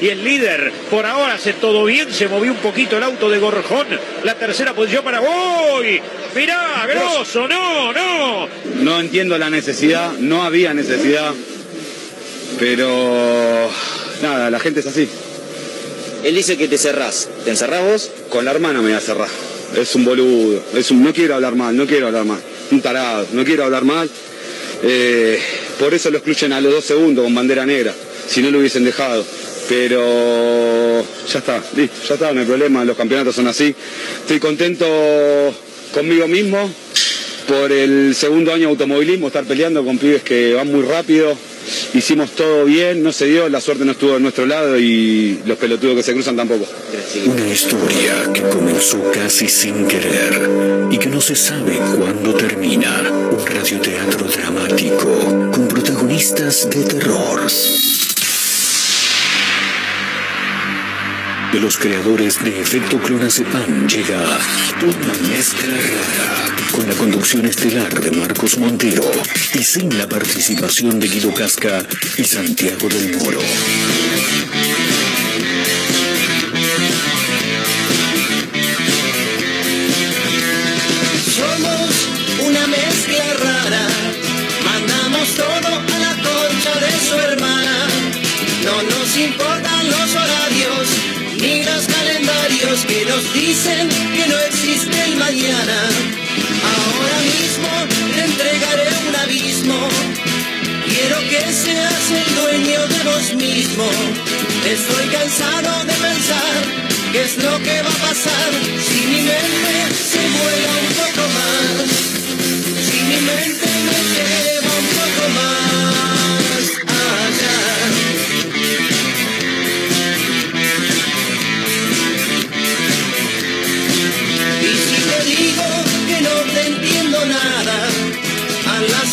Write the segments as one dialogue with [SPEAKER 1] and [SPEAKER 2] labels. [SPEAKER 1] y el líder. Por ahora hace todo bien, se movió un poquito el auto de Gorjón. La tercera posición para hoy. Mirá, grosso, no, no.
[SPEAKER 2] No entiendo la necesidad, no había necesidad, pero nada, la gente es así.
[SPEAKER 3] Él dice que te cerrás. ¿Te encerrás vos?
[SPEAKER 2] Con la hermana me voy a cerrar. Es un boludo, es un, no quiero hablar mal, no quiero hablar mal. Un tarado, no quiero hablar mal. Eh, por eso lo excluyen a los dos segundos con bandera negra, si no lo hubiesen dejado. Pero ya está, listo, ya está, no hay problema, los campeonatos son así. Estoy contento conmigo mismo por el segundo año de automovilismo, estar peleando con pibes que van muy rápido. Hicimos todo bien, no se dio, la suerte no estuvo de nuestro lado y los pelotudos que se cruzan tampoco.
[SPEAKER 4] Una historia que comenzó casi sin querer y que no se sabe cuándo termina. Un radioteatro dramático con protagonistas de terror. De los creadores de Efecto Clonazepam llega una mezcla rara con la conducción estelar de Marcos Montero y sin la participación de Guido Casca y Santiago del Moro.
[SPEAKER 5] Somos una mezcla rara, mandamos todo a la concha de su hermana. No nos importan los horarios ni los calendarios que nos dicen que no existe el mañana. Ahora mismo te entregaré un abismo. Quiero que seas el dueño de vos mismo. Estoy cansado de pensar qué es lo que va a pasar si mi mente se vuela un poco más. Si mi mente me lleva un poco más allá. Y si te digo que no te entiendo nada, a la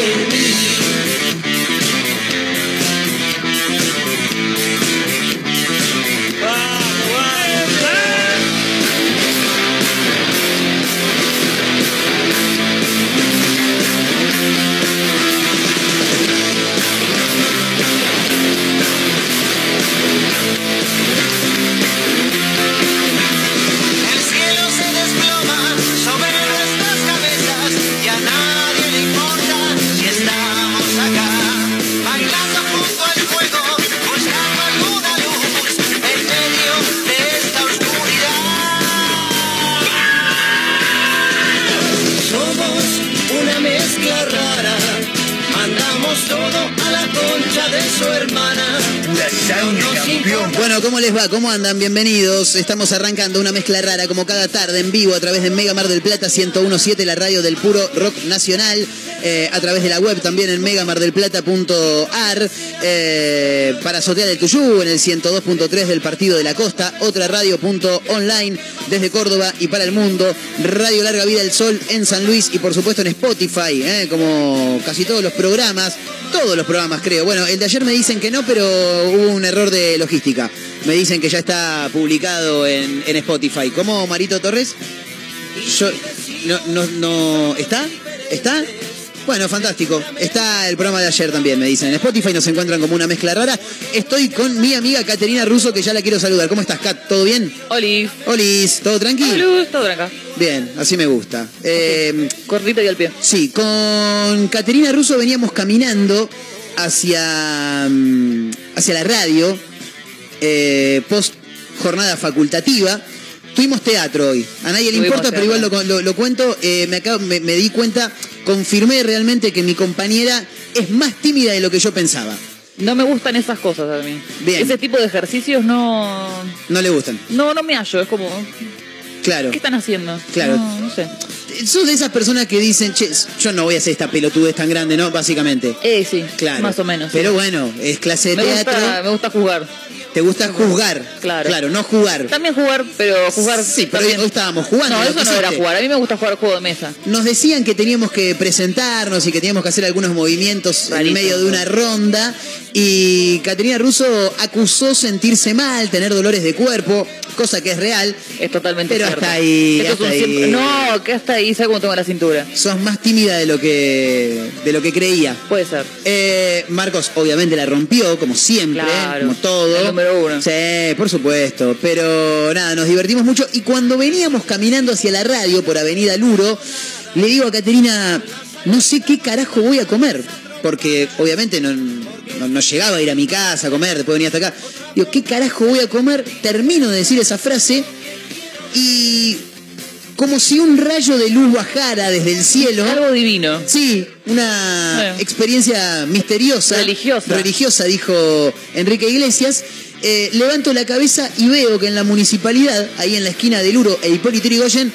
[SPEAKER 5] en mí. El cielo se desploma sobre nuestras cabezas y a nadie le importa si estamos acá bailando junto al fuego, buscando alguna luz en medio de esta oscuridad. Somos una mezcla rara, mandamos todo a la concha de su hermana. No nos importa
[SPEAKER 6] Bueno, ¿cómo les va? ¿Cómo andan? Bienvenidos. Estamos arrancando una mezcla rara como cada tarde en vivo a través de Mega Mar del Plata 1017, la radio del puro rock nacional, eh, a través de la web también en megamardelplata.ar, eh, para Sotear el Tuyú en el 102.3 del Partido de la Costa, otra radio.online desde Córdoba y para el mundo, Radio Larga Vida del Sol en San Luis y por supuesto en Spotify, eh, como casi todos los programas, todos los programas creo. Bueno, el de ayer me dicen que no, pero hubo un error de logística. Me dicen que ya está publicado en, en Spotify. ¿Cómo, Marito Torres? Yo, no, no, no, ¿está? ¿Está? Bueno, fantástico. Está el programa de ayer también, me dicen. En Spotify nos encuentran como una mezcla rara. Estoy con mi amiga Caterina Russo, que ya la quiero saludar. ¿Cómo estás, Kat? ¿Todo bien?
[SPEAKER 7] Oli,
[SPEAKER 6] Olis, Oh, ¿todo tranquilo?
[SPEAKER 7] salud, todo acá.
[SPEAKER 6] Bien, así me gusta. Eh,
[SPEAKER 7] Cortito y al pie.
[SPEAKER 6] Sí, con Caterina Russo veníamos caminando hacia, mm, hacia la radio, eh, post jornada facultativa. Tuvimos teatro hoy. A nadie le
[SPEAKER 7] Tuvimos
[SPEAKER 6] importa, pero igual
[SPEAKER 7] teatro.
[SPEAKER 6] lo, lo- lo cuento. Eh, me, acabo- me- me di cuenta, confirmé realmente que mi compañera es más tímida de lo que yo pensaba.
[SPEAKER 7] No me gustan esas cosas a mí.
[SPEAKER 6] Bien.
[SPEAKER 7] Ese tipo de ejercicios no.
[SPEAKER 6] No le gustan.
[SPEAKER 7] No, no me hallo. Es como.
[SPEAKER 6] Claro.
[SPEAKER 7] ¿Qué están haciendo?
[SPEAKER 6] Claro.
[SPEAKER 7] No, no sé.
[SPEAKER 6] Sos de esas personas que dicen, che, yo no voy a hacer esta pelotudez tan grande, ¿no? Básicamente.
[SPEAKER 7] Eh, sí.
[SPEAKER 6] Claro.
[SPEAKER 7] Más o menos.
[SPEAKER 6] Pero bueno, es clase de
[SPEAKER 7] me
[SPEAKER 6] teatro.
[SPEAKER 7] gusta, me gusta jugar.
[SPEAKER 6] Te gusta juzgar.
[SPEAKER 7] Claro.
[SPEAKER 6] Claro, no jugar.
[SPEAKER 7] También jugar, pero jugar.
[SPEAKER 6] Sí, pero
[SPEAKER 7] también.
[SPEAKER 6] hoy- hoy estábamos jugando,
[SPEAKER 7] No,
[SPEAKER 6] lo
[SPEAKER 7] eso no
[SPEAKER 6] pusiste.
[SPEAKER 7] era jugar. A mí me gusta jugar juego de mesa.
[SPEAKER 6] Nos decían que teníamos que presentarnos y que teníamos que hacer algunos movimientos en
[SPEAKER 7] Rarísimo.
[SPEAKER 6] medio de una ronda. Y Caterina Russo acusó sentirse mal, tener dolores de cuerpo, cosa que es real.
[SPEAKER 7] Es totalmente
[SPEAKER 6] Pero
[SPEAKER 7] cierto.
[SPEAKER 6] hasta ahí,
[SPEAKER 7] Esto es un
[SPEAKER 6] hasta
[SPEAKER 7] cien-
[SPEAKER 6] ahí.
[SPEAKER 7] No, que hasta ahí, ¿sabes cómo tengo la cintura?
[SPEAKER 6] Sos más tímida de lo que, de lo que creía.
[SPEAKER 7] Puede ser.
[SPEAKER 6] Eh, Marcos obviamente la rompió, como siempre,
[SPEAKER 7] Claro,
[SPEAKER 6] como todo.
[SPEAKER 7] el número uno.
[SPEAKER 6] Sí, por supuesto. Pero nada, nos divertimos mucho. Y cuando veníamos caminando hacia la radio por Avenida Luro, le digo a Caterina, no sé qué carajo voy a comer. Porque obviamente no, no- no llegaba a ir a mi casa a comer, después venía hasta acá. Digo, ¿qué carajo voy a comer? Termino de decir esa frase y como si un rayo de luz bajara desde el cielo.
[SPEAKER 7] Algo divino.
[SPEAKER 6] Sí, una
[SPEAKER 7] Bueno.
[SPEAKER 6] experiencia misteriosa.
[SPEAKER 7] Religiosa.
[SPEAKER 6] Religiosa, dijo Enrique Iglesias. Eh, levanto la cabeza y veo que en la municipalidad, ahí en la esquina del Uro e Hipólito Yrigoyen,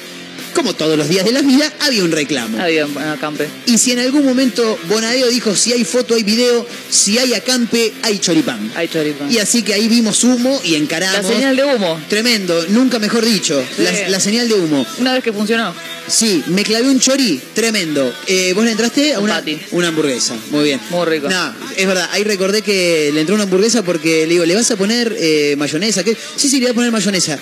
[SPEAKER 6] como todos los días de la vida, había un reclamo.
[SPEAKER 7] Había un acampe.
[SPEAKER 6] Y si en algún momento Bonadeo dijo, si hay foto, hay video, si hay acampe, hay choripán.
[SPEAKER 7] Ay, choripán.
[SPEAKER 6] Y así que ahí vimos humo y
[SPEAKER 7] La
[SPEAKER 6] encaramos.
[SPEAKER 7] señal de humo.
[SPEAKER 6] Tremendo, nunca mejor dicho,
[SPEAKER 7] Sí.
[SPEAKER 6] la, la señal de humo.
[SPEAKER 7] Una vez que funcionó.
[SPEAKER 6] Sí, me clavé un chori, tremendo. Eh, vos le entraste a
[SPEAKER 7] Un
[SPEAKER 6] una,
[SPEAKER 7] patty.
[SPEAKER 6] una hamburguesa, muy bien.
[SPEAKER 7] Muy rico.
[SPEAKER 6] No, es verdad, ahí recordé que le entró una hamburguesa porque le digo, ¿le vas a poner eh, mayonesa? ¿Qué? Sí, sí, le voy a poner mayonesa.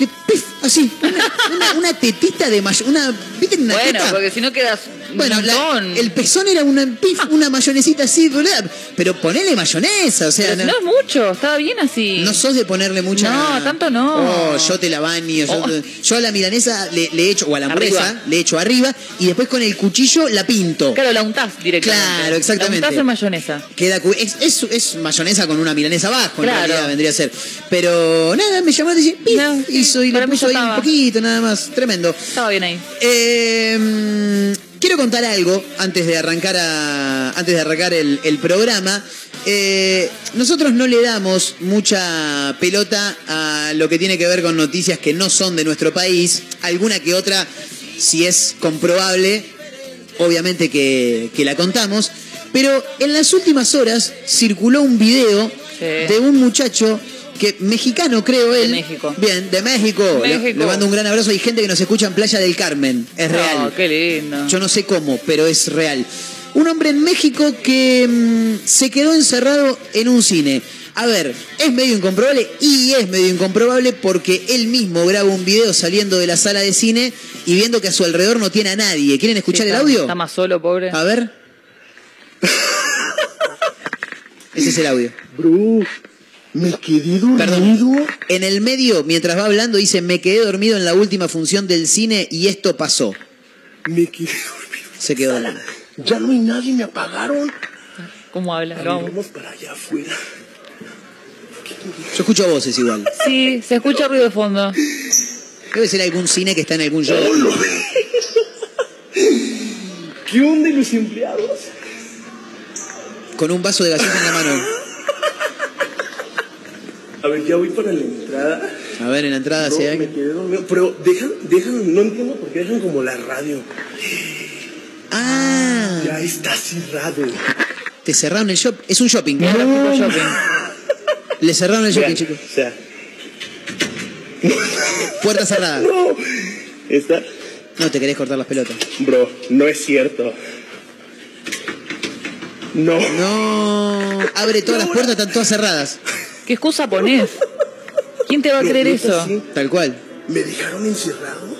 [SPEAKER 6] Le pif, así, una, una- una tetita de mayonesa, una, ¿viste una
[SPEAKER 7] bueno,
[SPEAKER 6] teta?
[SPEAKER 7] porque si no quedas un
[SPEAKER 6] Bueno, la-
[SPEAKER 7] montón.
[SPEAKER 6] el pezón era una pif, una mayonesita así, boludo, pero ponele mayonesa, o sea,
[SPEAKER 7] Pero si
[SPEAKER 6] no-
[SPEAKER 7] no es mucho, estaba bien así.
[SPEAKER 6] no sos de ponerle mucha.
[SPEAKER 7] No, tanto no.
[SPEAKER 6] Oh, yo te la baño. Yo,
[SPEAKER 7] Oh.
[SPEAKER 6] yo a la milanesa le, le echo, o a la hamburguesa,
[SPEAKER 7] Arriba.
[SPEAKER 6] le echo arriba y después con el cuchillo la pinto.
[SPEAKER 7] Claro, la untás directamente.
[SPEAKER 6] Claro, exactamente.
[SPEAKER 7] La untás en mayonesa.
[SPEAKER 6] Queda cu- es, es, es mayonesa con una milanesa abajo, en
[SPEAKER 7] Claro.
[SPEAKER 6] realidad vendría a ser. Pero nada, me llamó y dije, "Pif",
[SPEAKER 7] No,
[SPEAKER 6] hizo y
[SPEAKER 7] para
[SPEAKER 6] le
[SPEAKER 7] mí
[SPEAKER 6] puso
[SPEAKER 7] ya
[SPEAKER 6] ahí un
[SPEAKER 7] estaba.
[SPEAKER 6] poquito, nada más. Tremendo.
[SPEAKER 7] Estaba bien ahí.
[SPEAKER 6] Eh, quiero contar algo antes de arrancar a- antes de arrancar el, el programa. Eh, nosotros no le damos mucha pelota a lo que tiene que ver con noticias que no son de nuestro país. Alguna que otra, si es comprobable, obviamente que, que la contamos. Pero en las últimas horas circuló un video
[SPEAKER 7] Sí.
[SPEAKER 6] de un muchacho que mexicano creo él.
[SPEAKER 7] México.
[SPEAKER 6] Bien, de México. Le-
[SPEAKER 7] México.
[SPEAKER 6] le mando un gran abrazo. Hay gente que nos escucha en Playa del Carmen. Es real.
[SPEAKER 7] No, qué lindo.
[SPEAKER 6] Yo no sé cómo, pero es real. Un hombre en México que mm, se quedó encerrado en un cine. A ver, es medio incomprobable y es medio incomprobable porque él mismo graba un video saliendo de la sala de cine y viendo que a su alrededor no tiene a nadie. ¿Quieren escuchar
[SPEAKER 7] Sí,
[SPEAKER 6] el
[SPEAKER 7] está-
[SPEAKER 6] audio?
[SPEAKER 7] Está más solo, pobre.
[SPEAKER 6] A ver. Ese es el audio.
[SPEAKER 8] Bro, me quedé dormido.
[SPEAKER 6] Perdón. En el medio, mientras va hablando, dice, me quedé dormido en la última función del cine y esto pasó.
[SPEAKER 8] Me quedé dormido.
[SPEAKER 6] Se quedó dormido.
[SPEAKER 8] Ya no hay nadie, me apagaron.
[SPEAKER 7] ¿Cómo habla? Lo amo.
[SPEAKER 8] Vamos para allá afuera.
[SPEAKER 6] Yo escucho voces igual.
[SPEAKER 7] Sí, se escucha ruido de fondo.
[SPEAKER 6] Debe ser algún cine que está en algún show.
[SPEAKER 8] ¿Qué onda los empleados?
[SPEAKER 6] Con un vaso de gaseosa en la mano.
[SPEAKER 8] A ver, ya voy para la entrada.
[SPEAKER 6] A ver, en la entrada
[SPEAKER 8] Bro,
[SPEAKER 6] se
[SPEAKER 8] me quedé dormido. Pero dejan, dejan, no entiendo por qué dejan como la radio.
[SPEAKER 6] Ah,
[SPEAKER 8] Ya está cerrado.
[SPEAKER 6] te cerraron el shop. Es un shopping.
[SPEAKER 7] Era tipo shopping.
[SPEAKER 6] Le cerraron el shopping,
[SPEAKER 8] Vean,
[SPEAKER 6] chicos.
[SPEAKER 8] O sea,
[SPEAKER 6] Puerta cerrada.
[SPEAKER 8] no. Está.
[SPEAKER 6] No te querés cortar las pelotas.
[SPEAKER 8] Bro, no es cierto. No.
[SPEAKER 6] No. Abre todas las puertas, están todas cerradas.
[SPEAKER 7] ¿Qué excusa ponés? ¿Quién te va a
[SPEAKER 8] Bro,
[SPEAKER 7] creer
[SPEAKER 8] neta,
[SPEAKER 7] eso?
[SPEAKER 8] sí.
[SPEAKER 6] Tal cual.
[SPEAKER 8] Me dejaron encerrado.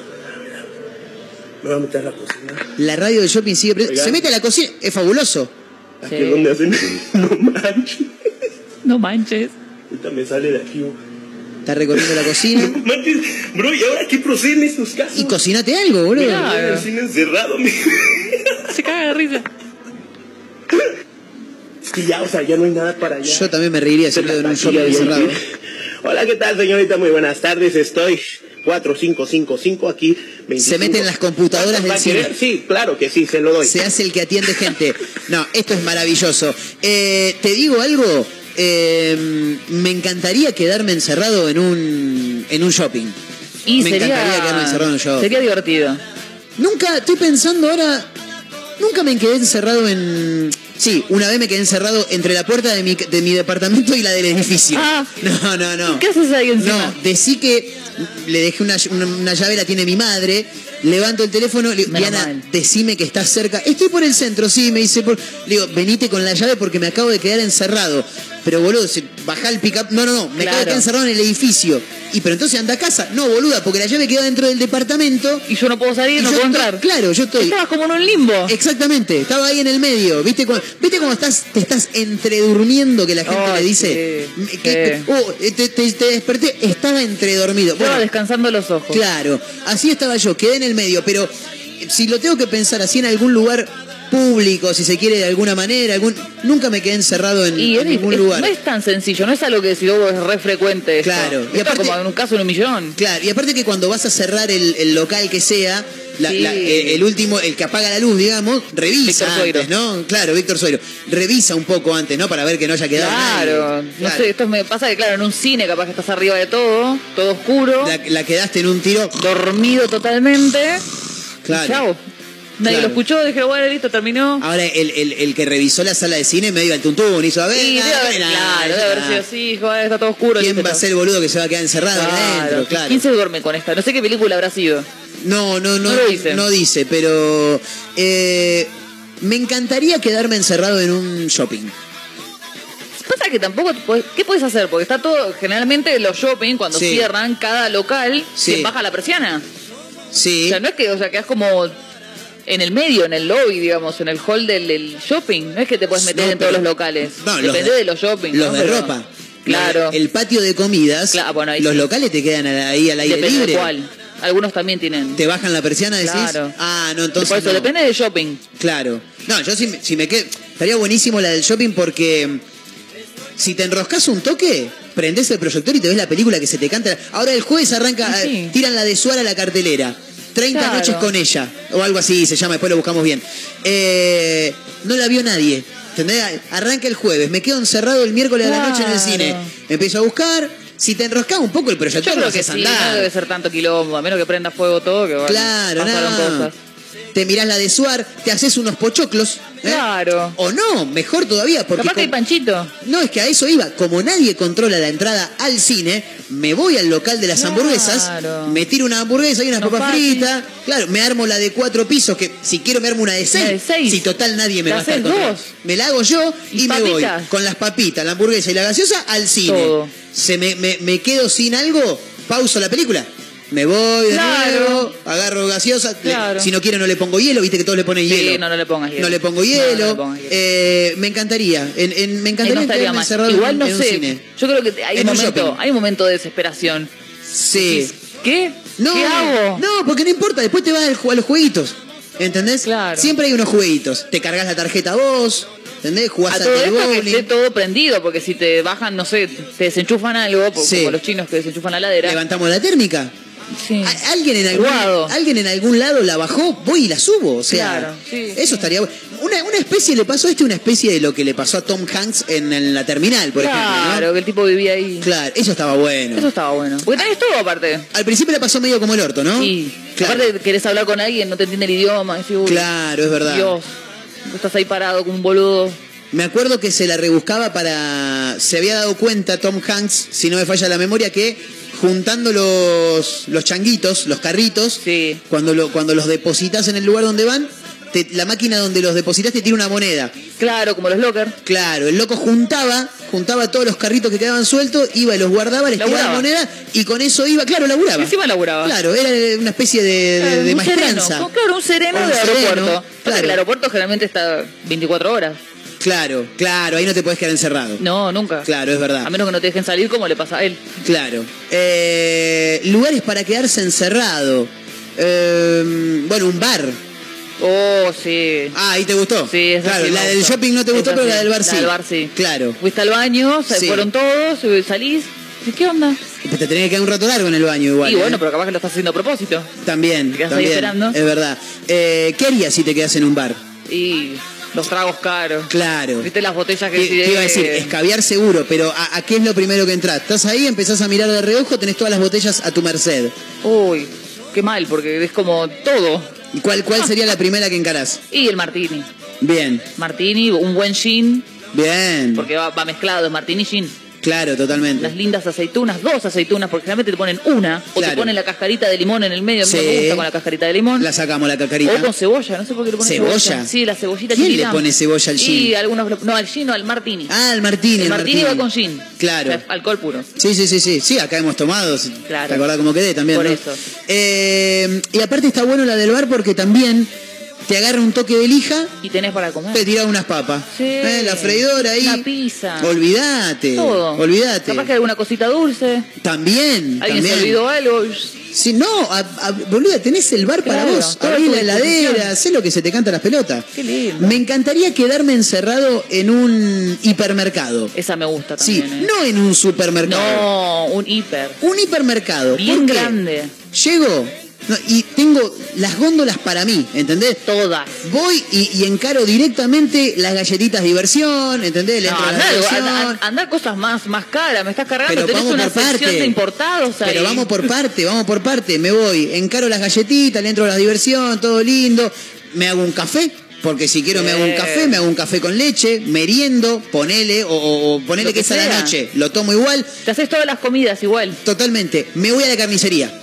[SPEAKER 8] Me voy a meter a la cocina.
[SPEAKER 6] La radio del shopping sigue... prendida.
[SPEAKER 8] Oigan.
[SPEAKER 6] Se mete a la cocina. Es fabuloso.
[SPEAKER 8] Aquí
[SPEAKER 7] Sí.
[SPEAKER 8] es donde hacen. No manches.
[SPEAKER 7] No manches.
[SPEAKER 8] Ahorita me sale de aquí.
[SPEAKER 6] Está recorriendo la cocina.
[SPEAKER 8] No manches. Bro, ¿y ahora qué proceden estos casos?
[SPEAKER 6] Y cocinate algo, boludo.
[SPEAKER 8] Me quedé en el cine encerrado. me-
[SPEAKER 7] Se caga de risa.
[SPEAKER 8] Es que ya, o sea, ya no hay nada para allá.
[SPEAKER 6] Yo también me reiría si
[SPEAKER 8] Hacer la
[SPEAKER 6] quedo en un
[SPEAKER 8] taquilla
[SPEAKER 6] shopping
[SPEAKER 8] VIP.
[SPEAKER 6] encerrado.
[SPEAKER 8] Hola, ¿qué tal, señorita? Muy buenas tardes. Estoy 4555 aquí. 25.
[SPEAKER 6] Se meten las computadoras del
[SPEAKER 8] ¿Va a querer?
[SPEAKER 6] cine.
[SPEAKER 8] Sí, claro que sí, se lo doy.
[SPEAKER 6] Se hace el que atiende gente. No, esto es maravilloso. Eh, Te digo algo. eh, me encantaría quedarme encerrado en un, en un shopping.
[SPEAKER 7] Y
[SPEAKER 6] me
[SPEAKER 7] sería,
[SPEAKER 6] encantaría quedarme encerrado en un shopping.
[SPEAKER 7] Sería divertido.
[SPEAKER 6] Nunca, estoy pensando ahora. Nunca me quedé encerrado en. Sí, una vez me quedé encerrado entre la puerta de mi, de mi departamento y la del edificio.
[SPEAKER 7] Ah.
[SPEAKER 6] No, no, no.
[SPEAKER 7] ¿Qué haces ahí encima?
[SPEAKER 6] No, decí que le dejé una, una- una llave, la tiene mi madre. Levanto el teléfono, le digo,
[SPEAKER 7] Menos
[SPEAKER 6] Diana,
[SPEAKER 7] mal.
[SPEAKER 6] decime que estás cerca. Estoy por el centro, sí, me dice. Por... Le digo, venite con la llave porque me acabo de quedar encerrado. Pero boludo, si bajá el pick No, no, no, me acabo de
[SPEAKER 7] Claro.
[SPEAKER 6] quedar encerrado en el edificio. Y pero entonces anda a casa. No, boluda, porque la llave quedó dentro del departamento.
[SPEAKER 7] Y yo no puedo
[SPEAKER 6] Y
[SPEAKER 7] salir, no
[SPEAKER 6] yo
[SPEAKER 7] puedo
[SPEAKER 6] estoy-
[SPEAKER 7] entrar.
[SPEAKER 6] Claro, yo estoy.
[SPEAKER 7] Estabas como en un limbo.
[SPEAKER 6] Exactamente, estaba ahí en el medio. ¿Viste cómo, ¿viste cómo estás, te estás entredurmiendo que la gente
[SPEAKER 7] Ay,
[SPEAKER 6] le dice?
[SPEAKER 7] sí,
[SPEAKER 6] M- que-
[SPEAKER 7] sí.
[SPEAKER 6] que- oh, eh, te, te- te desperté, estaba entredormido.
[SPEAKER 7] Estaba
[SPEAKER 6] Bueno,
[SPEAKER 7] descansando los ojos.
[SPEAKER 6] claro, así estaba yo, quedé en el medio, pero eh, si lo tengo que pensar así en algún lugar público, si se quiere de alguna manera, algún, nunca me quedé encerrado en,
[SPEAKER 7] Y
[SPEAKER 6] en
[SPEAKER 7] es,
[SPEAKER 6] ningún
[SPEAKER 7] es-
[SPEAKER 6] lugar.
[SPEAKER 7] no es tan sencillo, no es algo que si vos es re frecuente. esto.
[SPEAKER 6] Claro, y
[SPEAKER 7] Esto es
[SPEAKER 6] aparte-
[SPEAKER 7] como en un caso en un millón.
[SPEAKER 6] Claro, y aparte que cuando vas a cerrar el, el local que sea, la-
[SPEAKER 7] Sí.
[SPEAKER 6] la- eh, el último, el que apaga la luz, digamos, revisa
[SPEAKER 7] Víctor
[SPEAKER 6] antes, ¿no? Claro, Víctor Suero. Revisa un poco antes, ¿no? Para ver que no haya quedado
[SPEAKER 7] Claro,
[SPEAKER 6] nadie.
[SPEAKER 7] no
[SPEAKER 6] Claro.
[SPEAKER 7] sé, esto me pasa que claro, en un cine capaz que estás arriba de todo, todo oscuro,
[SPEAKER 6] La, la quedaste en un tiro.
[SPEAKER 7] dormido totalmente.
[SPEAKER 6] Claro.
[SPEAKER 7] Chao. Nadie
[SPEAKER 6] Claro.
[SPEAKER 7] lo escuchó, dije, bueno, listo, terminó.
[SPEAKER 6] Ahora, el, el- el que revisó la sala de cine medio al tuntún, hizo a ver.
[SPEAKER 7] y debe
[SPEAKER 6] nada,
[SPEAKER 7] haber,
[SPEAKER 6] nada,
[SPEAKER 7] claro, debe
[SPEAKER 6] nada.
[SPEAKER 7] haber sido así, hijo, ah, está todo oscuro.
[SPEAKER 6] ¿Quién
[SPEAKER 7] listo,
[SPEAKER 6] va a
[SPEAKER 7] chao.
[SPEAKER 6] ser el boludo que se va a quedar encerrado acá adentro? Claro.
[SPEAKER 7] ¿Quién se duerme con esta? No sé qué película habrá sido.
[SPEAKER 6] No, no, no,
[SPEAKER 7] No
[SPEAKER 6] no
[SPEAKER 7] lo
[SPEAKER 6] dice.
[SPEAKER 7] dice.
[SPEAKER 6] pero eh, me encantaría quedarme encerrado en un shopping.
[SPEAKER 7] Pasa que tampoco, podés- ¿qué puedes hacer? Porque está todo, generalmente los shopping, cuando
[SPEAKER 6] Sí.
[SPEAKER 7] cierran cada local,
[SPEAKER 6] Sí.
[SPEAKER 7] se baja la persiana.
[SPEAKER 6] Sí.
[SPEAKER 7] O sea, no es que, o sea, quedás como en el medio, en el lobby, digamos, en el hall del, del shopping. No es que te puedes meter
[SPEAKER 6] No,
[SPEAKER 7] en todos
[SPEAKER 6] pero-
[SPEAKER 7] los locales.
[SPEAKER 6] No, los
[SPEAKER 7] Depende de los shopping.
[SPEAKER 6] Los
[SPEAKER 7] ¿no?
[SPEAKER 6] de
[SPEAKER 7] Pero-
[SPEAKER 6] ropa.
[SPEAKER 7] Claro.
[SPEAKER 6] El patio de comidas.
[SPEAKER 7] Claro, bueno, ahí
[SPEAKER 6] los
[SPEAKER 7] sí.
[SPEAKER 6] locales te quedan al- ahí al aire
[SPEAKER 7] depende
[SPEAKER 6] libre.
[SPEAKER 7] de cuál. Algunos también tienen.
[SPEAKER 6] Te bajan la persiana decís.
[SPEAKER 7] Claro.
[SPEAKER 6] Ah, no, entonces.
[SPEAKER 7] Por eso
[SPEAKER 6] no.
[SPEAKER 7] depende de shopping.
[SPEAKER 6] Claro. No, yo si, me- si me quedo. Estaría buenísimo la del shopping porque. mm, Si te enroscas un toque, prendés el proyector y te ves la película que se te canta. Ahora el jueves arranca.
[SPEAKER 7] Sí, sí.
[SPEAKER 6] eh, tiran la de Suara a la cartelera. 30
[SPEAKER 7] Claro.
[SPEAKER 6] noches con ella. O algo así se llama, después lo buscamos bien. Eh, no la vio nadie. ¿Entendés? Arranca el jueves, me quedo encerrado el miércoles a la noche en el
[SPEAKER 7] Claro.
[SPEAKER 6] cine. Empiezo a buscar. Si te enroscás un poco el
[SPEAKER 7] Yo
[SPEAKER 6] proyector,
[SPEAKER 7] creo
[SPEAKER 6] lo
[SPEAKER 7] que
[SPEAKER 6] haces
[SPEAKER 7] sí,
[SPEAKER 6] andar.
[SPEAKER 7] no debe ser tanto quilombo, a menos que prenda fuego todo, que bueno,
[SPEAKER 6] Claro,
[SPEAKER 7] pasaron
[SPEAKER 6] no.
[SPEAKER 7] cosas.
[SPEAKER 6] Te mirás la de Suar, te haces unos pochoclos. ¿eh?
[SPEAKER 7] Claro.
[SPEAKER 6] O no, mejor todavía, porque.
[SPEAKER 7] Capaz que hay
[SPEAKER 6] com-
[SPEAKER 7] panchito.
[SPEAKER 6] No, es que a eso iba. Como nadie controla la entrada al cine, me voy al local de las
[SPEAKER 7] Claro.
[SPEAKER 6] hamburguesas, me tiro una hamburguesa y unas
[SPEAKER 7] No
[SPEAKER 6] papas
[SPEAKER 7] papi.
[SPEAKER 6] fritas. Claro, me armo la de cuatro pisos, que si quiero me armo una de seis.
[SPEAKER 7] de seis.
[SPEAKER 6] Si total nadie me
[SPEAKER 7] ¿Te
[SPEAKER 6] va a estar
[SPEAKER 7] haces
[SPEAKER 6] controlando.
[SPEAKER 7] dos?
[SPEAKER 6] Me la hago yo y,
[SPEAKER 7] ¿Y
[SPEAKER 6] me voy
[SPEAKER 7] papitas?
[SPEAKER 6] con las papitas, la hamburguesa y la gaseosa al cine.
[SPEAKER 7] Todo.
[SPEAKER 6] Se me, me- me quedo sin algo, pauso la película. Me voy de
[SPEAKER 7] Claro.
[SPEAKER 6] nuevo, agarro gaseosa. le-
[SPEAKER 7] Claro.
[SPEAKER 6] si no quiero, no le pongo hielo. Viste que todos le ponen
[SPEAKER 7] Sí,
[SPEAKER 6] hielo.
[SPEAKER 7] no, no le pongas hielo.
[SPEAKER 6] No le pongo
[SPEAKER 7] No, no le
[SPEAKER 6] hielo.
[SPEAKER 7] pongas hielo.
[SPEAKER 6] Eh, me encantaría. En- en- me
[SPEAKER 7] Eh, no
[SPEAKER 6] encantaría
[SPEAKER 7] estaría
[SPEAKER 6] quedarme
[SPEAKER 7] mal.
[SPEAKER 6] encerrado
[SPEAKER 7] Igual
[SPEAKER 6] en,
[SPEAKER 7] no
[SPEAKER 6] en un
[SPEAKER 7] sé.
[SPEAKER 6] cine.
[SPEAKER 7] Yo creo que hay
[SPEAKER 6] En
[SPEAKER 7] un,
[SPEAKER 6] un
[SPEAKER 7] momento,
[SPEAKER 6] shopping.
[SPEAKER 7] hay un momento de desesperación.
[SPEAKER 6] Sí.
[SPEAKER 7] ¿Qué?
[SPEAKER 6] No,
[SPEAKER 7] ¿Qué hago?
[SPEAKER 6] no, porque no importa. Después te vas al ju- a los jueguitos. ¿Entendés?
[SPEAKER 7] Claro.
[SPEAKER 6] Siempre hay unos jueguitos. Te cargas la tarjeta vos. ¿Entendés? Jugás
[SPEAKER 7] A
[SPEAKER 6] al
[SPEAKER 7] todo esto que
[SPEAKER 6] bowling.
[SPEAKER 7] esté todo prendido, porque si te bajan, no sé, te desenchufan algo, po-
[SPEAKER 6] Sí.
[SPEAKER 7] como los chinos que desenchufan la ladera.
[SPEAKER 6] Levantamos la térmica.
[SPEAKER 7] Sí.
[SPEAKER 6] A- alguien en algún
[SPEAKER 7] Guado.
[SPEAKER 6] alguien en algún lado la bajó, voy y la subo, o sea,
[SPEAKER 7] Claro, sí,
[SPEAKER 6] eso
[SPEAKER 7] sí.
[SPEAKER 6] estaría bueno. Una, una especie le pasó a este una especie de lo que le pasó a Tom Hanks en, en la terminal, por
[SPEAKER 7] Claro,
[SPEAKER 6] ejemplo,
[SPEAKER 7] que el tipo vivía ahí.
[SPEAKER 6] ¿no? Claro, eso estaba bueno.
[SPEAKER 7] Eso estaba bueno. Porque tenés todo aparte.
[SPEAKER 6] Al principio la pasó medio como el orto, ¿no?
[SPEAKER 7] Y
[SPEAKER 6] claro,
[SPEAKER 7] aparte querés hablar con alguien, no te entiende el idioma. decís, uy,
[SPEAKER 6] claro, es verdad.
[SPEAKER 7] Dios, vos estás ahí parado como un boludo.
[SPEAKER 6] Me acuerdo que se la rebuscaba para. Se había dado cuenta Tom Hanks, si no me falla la memoria, que juntando los, los changuitos, los carritos,
[SPEAKER 7] Sí.
[SPEAKER 6] cuando, lo, cuando los depositas en el lugar donde van, te- la máquina donde los depositas te tira una moneda.
[SPEAKER 7] Claro, como los lockers.
[SPEAKER 6] Claro, el loco juntaba, juntaba todos los carritos que quedaban sueltos, iba y los guardaba, les tiraba la
[SPEAKER 7] Laburaba.
[SPEAKER 6] moneda y con eso iba, claro, laburaba.
[SPEAKER 7] Encima laburaba.
[SPEAKER 6] Claro, era una especie de, de-
[SPEAKER 7] Claro,
[SPEAKER 6] de
[SPEAKER 7] un
[SPEAKER 6] maestranza.
[SPEAKER 7] sereno. Como, Claro, un sereno
[SPEAKER 6] O un
[SPEAKER 7] de
[SPEAKER 6] sereno,
[SPEAKER 7] aeropuerto. Pasa
[SPEAKER 6] claro.
[SPEAKER 7] que El aeropuerto generalmente está 24 horas.
[SPEAKER 6] Claro, claro, ahí no te podés quedar encerrado.
[SPEAKER 7] No, nunca.
[SPEAKER 6] Claro, es verdad.
[SPEAKER 7] A menos que no te dejen salir como le pasa a él.
[SPEAKER 6] Claro. Eh, lugares para quedarse encerrado. Eh, bueno, un bar.
[SPEAKER 7] Oh, sí.
[SPEAKER 6] Ah, ahí te gustó.
[SPEAKER 7] Sí, esa
[SPEAKER 6] claro,
[SPEAKER 7] sí me
[SPEAKER 6] la del
[SPEAKER 7] gustó.
[SPEAKER 6] shopping no te gustó,
[SPEAKER 7] Esa
[SPEAKER 6] pero
[SPEAKER 7] sí,
[SPEAKER 6] la del bar sí.
[SPEAKER 7] La del bar sí.
[SPEAKER 6] Claro.
[SPEAKER 7] Fuiste al baño, se
[SPEAKER 6] Sí.
[SPEAKER 7] fueron todos, eh, salís. ¿Y ¿Qué onda?
[SPEAKER 6] Te tenés que quedar un rato largo en el baño igual.
[SPEAKER 7] y bueno,
[SPEAKER 6] ¿eh?
[SPEAKER 7] pero capaz que lo estás haciendo a propósito.
[SPEAKER 6] También,
[SPEAKER 7] Te quedás ahí
[SPEAKER 6] también,
[SPEAKER 7] esperando.
[SPEAKER 6] Es verdad. Eh, ¿Qué harías si te quedas en un bar?
[SPEAKER 7] Y los tragos caros.
[SPEAKER 6] Claro.
[SPEAKER 7] ¿Viste las botellas que
[SPEAKER 6] Te- te iba a decir,
[SPEAKER 7] eh,
[SPEAKER 6] escabiar seguro, pero ¿a, a qué es lo primero que entras? Estás ahí, empezás a mirar de reojo, tenés todas las botellas a tu merced.
[SPEAKER 7] Uy, qué mal, porque es como todo.
[SPEAKER 6] ¿Cuál, cuál sería la primera que encarás?
[SPEAKER 7] Y el martini.
[SPEAKER 6] Bien,
[SPEAKER 7] Martini, un buen gin,
[SPEAKER 6] bien.
[SPEAKER 7] porque va, va mezclado, es Martini gin.
[SPEAKER 6] Claro,
[SPEAKER 7] Las
[SPEAKER 6] totalmente.
[SPEAKER 7] lindas aceitunas, dos aceitunas, porque generalmente te ponen una, o
[SPEAKER 6] Claro.
[SPEAKER 7] te ponen la cascarita de limón en el medio, a mí no
[SPEAKER 6] Sí.
[SPEAKER 7] me gusta con la cascarita de limón.
[SPEAKER 6] La sacamos la
[SPEAKER 7] O
[SPEAKER 6] cacarita.
[SPEAKER 7] con cebolla, no sé por qué le ponen
[SPEAKER 6] ¿Cebolla?
[SPEAKER 7] cebolla. Sí, la cebollita
[SPEAKER 6] ¿Quién
[SPEAKER 7] chiquita.
[SPEAKER 6] le pone cebolla al
[SPEAKER 7] Y
[SPEAKER 6] gin?
[SPEAKER 7] algunos, lo- no, al gin o al martini.
[SPEAKER 6] Ah, el Martini.
[SPEAKER 7] el martini, va
[SPEAKER 6] Martini.
[SPEAKER 7] con gin.
[SPEAKER 6] Claro.
[SPEAKER 7] O sea, alcohol puro.
[SPEAKER 6] Sí, sí, sí, sí. Sí, acá hemos tomado. si-
[SPEAKER 7] Claro.
[SPEAKER 6] ¿Te acordás cómo quedé también?
[SPEAKER 7] Por
[SPEAKER 6] ¿no?
[SPEAKER 7] eso.
[SPEAKER 6] Eh, y aparte está bueno la del bar porque también te agarra un toque de lija,
[SPEAKER 7] Y tenés para
[SPEAKER 6] te
[SPEAKER 7] comer.
[SPEAKER 6] tira unas papas.
[SPEAKER 7] Sí.
[SPEAKER 6] Eh, La freidora ahí.
[SPEAKER 7] Una pizza.
[SPEAKER 6] Olvídate.
[SPEAKER 7] Todo.
[SPEAKER 6] Olvídate.
[SPEAKER 7] Capaz que alguna cosita dulce.
[SPEAKER 6] También,
[SPEAKER 7] Alguien se
[SPEAKER 6] también.
[SPEAKER 7] olvidó algo.
[SPEAKER 6] Si no, a- a- boluda, tenés el bar para
[SPEAKER 7] Claro,
[SPEAKER 6] vos.
[SPEAKER 7] toda
[SPEAKER 6] Abrí
[SPEAKER 7] tu
[SPEAKER 6] la heladera,
[SPEAKER 7] disposición.
[SPEAKER 6] sé lo que se te canta las pelotas.
[SPEAKER 7] Qué lindo.
[SPEAKER 6] Me encantaría quedarme encerrado en un hipermercado.
[SPEAKER 7] Esa me gusta
[SPEAKER 6] Sí,
[SPEAKER 7] también. ¿eh?
[SPEAKER 6] no en un supermercado.
[SPEAKER 7] No, un hiper.
[SPEAKER 6] Un hipermercado.
[SPEAKER 7] Bien
[SPEAKER 6] ¿Por qué?
[SPEAKER 7] grande.
[SPEAKER 6] Llego no, y tengo las góndolas para mí, ¿entendés?
[SPEAKER 7] Todas.
[SPEAKER 6] Voy y, y encaro directamente las galletitas diversión, ¿entendés? Le
[SPEAKER 7] No,
[SPEAKER 6] entro a la
[SPEAKER 7] andá,
[SPEAKER 6] diversión.
[SPEAKER 7] andá- andá cosas más, más caras. Me estás cargando.
[SPEAKER 6] Pero
[SPEAKER 7] tenés
[SPEAKER 6] vamos
[SPEAKER 7] una
[SPEAKER 6] por
[SPEAKER 7] sección
[SPEAKER 6] parte.
[SPEAKER 7] de importados
[SPEAKER 6] Pero
[SPEAKER 7] ahí.
[SPEAKER 6] vamos por parte, vamos por parte. Me voy, encaro las galletitas, le entro a la diversión, todo lindo. Me hago un café, porque si quiero me
[SPEAKER 9] Eh,
[SPEAKER 6] hago un
[SPEAKER 7] Bien.
[SPEAKER 6] café, me hago un café con leche, meriendo, ponele, o, o- o ponele
[SPEAKER 7] Lo
[SPEAKER 6] que,
[SPEAKER 7] que
[SPEAKER 6] es a la
[SPEAKER 7] sea.
[SPEAKER 6] noche. Lo tomo igual,
[SPEAKER 7] Te haces todas las comidas igual.
[SPEAKER 6] totalmente. Me voy a la carnicería.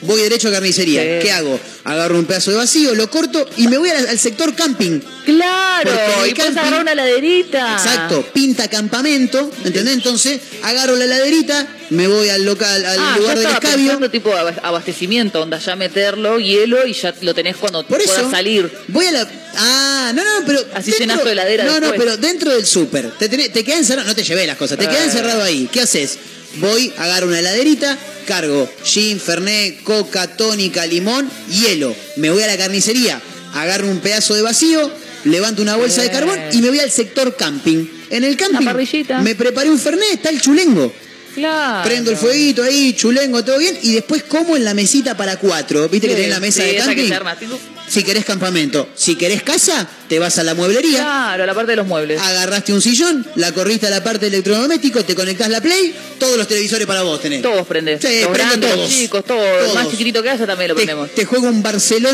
[SPEAKER 6] Voy derecho a carnicería.
[SPEAKER 7] Sí.
[SPEAKER 6] ¿Qué hago? Agarro un pedazo de vacío, lo corto y me voy al, al sector camping.
[SPEAKER 7] Claro,
[SPEAKER 6] Porque en el
[SPEAKER 7] y puedes
[SPEAKER 6] camping-
[SPEAKER 7] agarrar una laderita.
[SPEAKER 6] Exacto, pinta campamento, ¿entendés? Entonces, agarro la laderita, me voy al local, al
[SPEAKER 7] Ah,
[SPEAKER 6] lugar
[SPEAKER 7] yo
[SPEAKER 6] del
[SPEAKER 7] estaba
[SPEAKER 6] escabio.
[SPEAKER 7] pensando tipo ab- abastecimiento, onda ya meterlo, hielo y ya lo tenés cuando
[SPEAKER 6] Por
[SPEAKER 7] puedas
[SPEAKER 6] eso.
[SPEAKER 7] salir.
[SPEAKER 6] Voy a la. Ah, no, no, pero.
[SPEAKER 7] Así llenás tu heladera
[SPEAKER 6] No, no,
[SPEAKER 7] después.
[SPEAKER 6] pero dentro del súper. Te, tenés- te quedás encerrado. No te llevé las cosas. Te quedás
[SPEAKER 7] Eh.
[SPEAKER 6] encerrado ahí. ¿Qué haces? Voy, agarro una heladerita, cargo gin, fernet, coca, tónica, limón, hielo. Me voy a la carnicería, agarro un pedazo de vacío, levanto una bolsa de
[SPEAKER 7] Bien.
[SPEAKER 6] carbón y me voy al sector camping. En el camping
[SPEAKER 7] parrillita. Ah,
[SPEAKER 6] me preparé un fernet, está el chulengo.
[SPEAKER 7] Claro.
[SPEAKER 6] Prendo el fueguito ahí, chulengo, todo bien, y después como en la mesita para cuatro. ¿Viste que tenés la mesa
[SPEAKER 7] Sí,
[SPEAKER 6] de
[SPEAKER 7] esa
[SPEAKER 6] camping?
[SPEAKER 7] que se arma, tipo,
[SPEAKER 6] Si querés campamento, si querés casa, te vas a la mueblería,
[SPEAKER 7] Claro, la parte de los muebles.
[SPEAKER 6] agarraste un sillón, la corriste a la parte de electrodoméstico, te conectás la Play, todos los televisores para vos tenés.
[SPEAKER 7] Todos prendés.
[SPEAKER 6] Sí,
[SPEAKER 7] los
[SPEAKER 6] prendo
[SPEAKER 7] grandes,
[SPEAKER 6] todos.
[SPEAKER 7] los chicos, todo. El más
[SPEAKER 6] Todos.
[SPEAKER 7] chiquitito que haya también lo
[SPEAKER 6] Te,
[SPEAKER 7] prendemos.
[SPEAKER 6] te juego un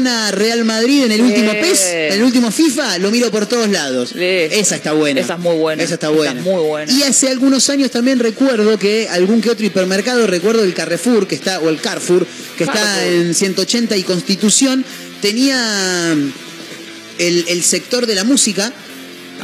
[SPEAKER 6] Barcelona-Real Madrid en el último
[SPEAKER 7] Bien.
[SPEAKER 6] PES, en el último FIFA, lo miro por todos lados.
[SPEAKER 7] Bien.
[SPEAKER 6] Esa está buena.
[SPEAKER 7] Esa es muy buena.
[SPEAKER 6] Esa está
[SPEAKER 7] Esa
[SPEAKER 6] buena.
[SPEAKER 7] es muy buena.
[SPEAKER 6] Y hace algunos años también recuerdo que algún que otro hipermercado, recuerdo el Carrefour, que está, o el Carrefour, que está
[SPEAKER 7] Carrefour.
[SPEAKER 6] en 180 y Constitución, tenía el, el sector de la música.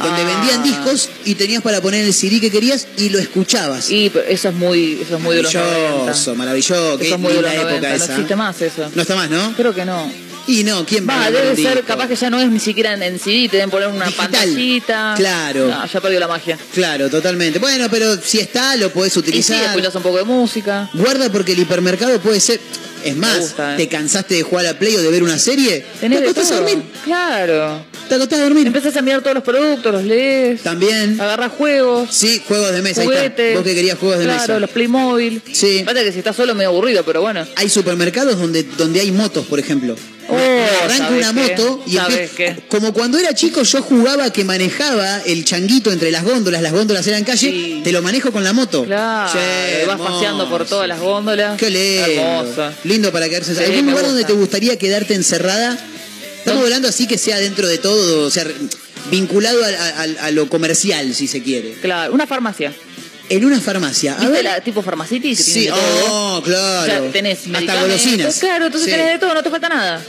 [SPEAKER 6] Donde
[SPEAKER 7] Ah.
[SPEAKER 6] vendían discos y tenías para poner el CD que querías y lo escuchabas.
[SPEAKER 7] Y pero eso es muy, eso es muy de los 90.
[SPEAKER 6] maravilloso, maravilloso. Qué
[SPEAKER 7] Eso es muy de
[SPEAKER 6] linda
[SPEAKER 7] los
[SPEAKER 6] época
[SPEAKER 7] 90. No
[SPEAKER 6] esa.
[SPEAKER 7] existe más eso.
[SPEAKER 6] No está más, ¿no?
[SPEAKER 7] Creo que no.
[SPEAKER 6] Y no, ¿quién va a
[SPEAKER 7] Va, debe
[SPEAKER 6] vender un
[SPEAKER 7] ser,
[SPEAKER 6] disco?
[SPEAKER 7] capaz que ya no es ni siquiera en, en CD, te deben poner una
[SPEAKER 6] Digital.
[SPEAKER 7] pantallita.
[SPEAKER 6] Claro.
[SPEAKER 7] No, ya perdió la magia.
[SPEAKER 6] Claro, totalmente. Bueno, pero si está, lo podés
[SPEAKER 7] Y sí,
[SPEAKER 6] utilizar.
[SPEAKER 7] escuchás un poco de música.
[SPEAKER 6] Guarda porque el hipermercado puede ser. Es más,
[SPEAKER 7] gusta, eh.
[SPEAKER 6] te cansaste de jugar a la Play o de ver una serie.
[SPEAKER 7] Tenés
[SPEAKER 6] te
[SPEAKER 7] de
[SPEAKER 6] acostás a
[SPEAKER 7] todo.
[SPEAKER 6] dormir.
[SPEAKER 7] Claro.
[SPEAKER 6] Te acostás a dormir.
[SPEAKER 7] Empezás a mirar todos los productos, los lees,
[SPEAKER 6] También.
[SPEAKER 7] agarrás juegos,
[SPEAKER 6] Sí, juegos de mesa. ahí está.
[SPEAKER 7] juguetes.
[SPEAKER 6] Vos que querías juegos de
[SPEAKER 7] Claro,
[SPEAKER 6] mesa.
[SPEAKER 7] los Playmobil.
[SPEAKER 6] Sí.
[SPEAKER 7] Pasa que si estás solo medio aburrido, pero bueno.
[SPEAKER 6] Hay supermercados donde, donde hay motos, por ejemplo.
[SPEAKER 7] Oh,
[SPEAKER 6] Arranca
[SPEAKER 7] ¿sabés
[SPEAKER 6] una
[SPEAKER 7] qué?
[SPEAKER 6] moto y
[SPEAKER 7] ¿Sabés
[SPEAKER 6] empie-
[SPEAKER 7] qué?
[SPEAKER 6] como cuando era chico yo jugaba que manejaba el changuito entre las góndolas, las góndolas eran calle,
[SPEAKER 7] Sí.
[SPEAKER 6] te lo manejo con la moto.
[SPEAKER 7] Claro,
[SPEAKER 6] Che,
[SPEAKER 7] vas paseando por
[SPEAKER 6] hermoso.
[SPEAKER 7] todas las góndolas.
[SPEAKER 6] Qué lindo.
[SPEAKER 7] Hermosa.
[SPEAKER 6] Lindo para quedarse
[SPEAKER 7] Sí,
[SPEAKER 6] encerrado. ¿Algún
[SPEAKER 7] eh, me
[SPEAKER 6] lugar
[SPEAKER 7] gusta.
[SPEAKER 6] donde te gustaría quedarte encerrada? Estamos
[SPEAKER 7] No.
[SPEAKER 6] hablando así que sea dentro de todo, o sea, vinculado a, a- a- a lo comercial, si se quiere.
[SPEAKER 7] Claro, una farmacia.
[SPEAKER 6] En una farmacia. A
[SPEAKER 7] ¿Viste
[SPEAKER 6] ver.
[SPEAKER 7] la tipo farmacity? Que
[SPEAKER 6] Sí,
[SPEAKER 7] tiene de todo.
[SPEAKER 6] oh,
[SPEAKER 7] O sea,
[SPEAKER 6] claro.
[SPEAKER 7] tenés
[SPEAKER 6] Hasta
[SPEAKER 7] medicamentos,
[SPEAKER 6] golosinas.
[SPEAKER 7] Eh, Claro, entonces
[SPEAKER 6] Sí.
[SPEAKER 7] tenés de todo, no te falta nada.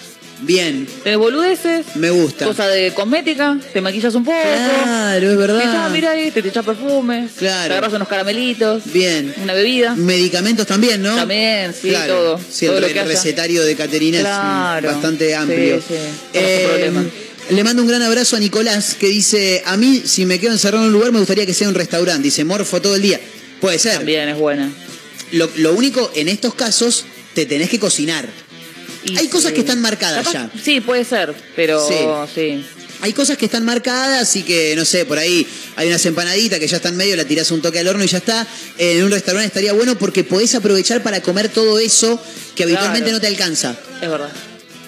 [SPEAKER 6] Bien,
[SPEAKER 7] Tenés boludeces.
[SPEAKER 6] me gusta.
[SPEAKER 7] Cosa de cosmética, te maquillas un poco.
[SPEAKER 6] Claro, es
[SPEAKER 7] Te
[SPEAKER 6] verdad.
[SPEAKER 7] echás, mirá este, te echás perfume.
[SPEAKER 6] Claro.
[SPEAKER 7] Te agarras unos caramelitos.
[SPEAKER 6] Bien.
[SPEAKER 7] Una bebida.
[SPEAKER 6] Medicamentos también, ¿no?
[SPEAKER 7] También, sí,
[SPEAKER 6] Claro.
[SPEAKER 7] todo.
[SPEAKER 6] Sí,
[SPEAKER 7] Todo
[SPEAKER 6] el
[SPEAKER 7] lo
[SPEAKER 6] re-
[SPEAKER 7] que haya.
[SPEAKER 6] recetario de Caterina
[SPEAKER 7] Claro.
[SPEAKER 6] es mm, bastante
[SPEAKER 7] Sí,
[SPEAKER 6] amplio.
[SPEAKER 7] sí, no hay problema.
[SPEAKER 6] Eh, le mando un gran abrazo a Nicolás que dice, a mí si me quedo encerrado en un lugar me gustaría que sea un restaurante. Dice, morfo todo el día. Puede ser.
[SPEAKER 7] También es buena.
[SPEAKER 6] Lo, lo único, en estos casos, te tenés que cocinar.
[SPEAKER 7] Y
[SPEAKER 6] Hay cosas que están marcadas
[SPEAKER 7] Capaz-
[SPEAKER 6] ya.
[SPEAKER 7] Sí, puede ser, pero
[SPEAKER 6] Sí.
[SPEAKER 7] sí.
[SPEAKER 6] Hay cosas que están marcadas y que, no sé, por ahí hay unas empanaditas que ya están medio, la tirás un toque al horno y ya está. En un restaurante estaría bueno porque podés aprovechar para comer todo eso que habitualmente
[SPEAKER 7] Claro.
[SPEAKER 6] no te alcanza.
[SPEAKER 7] es verdad.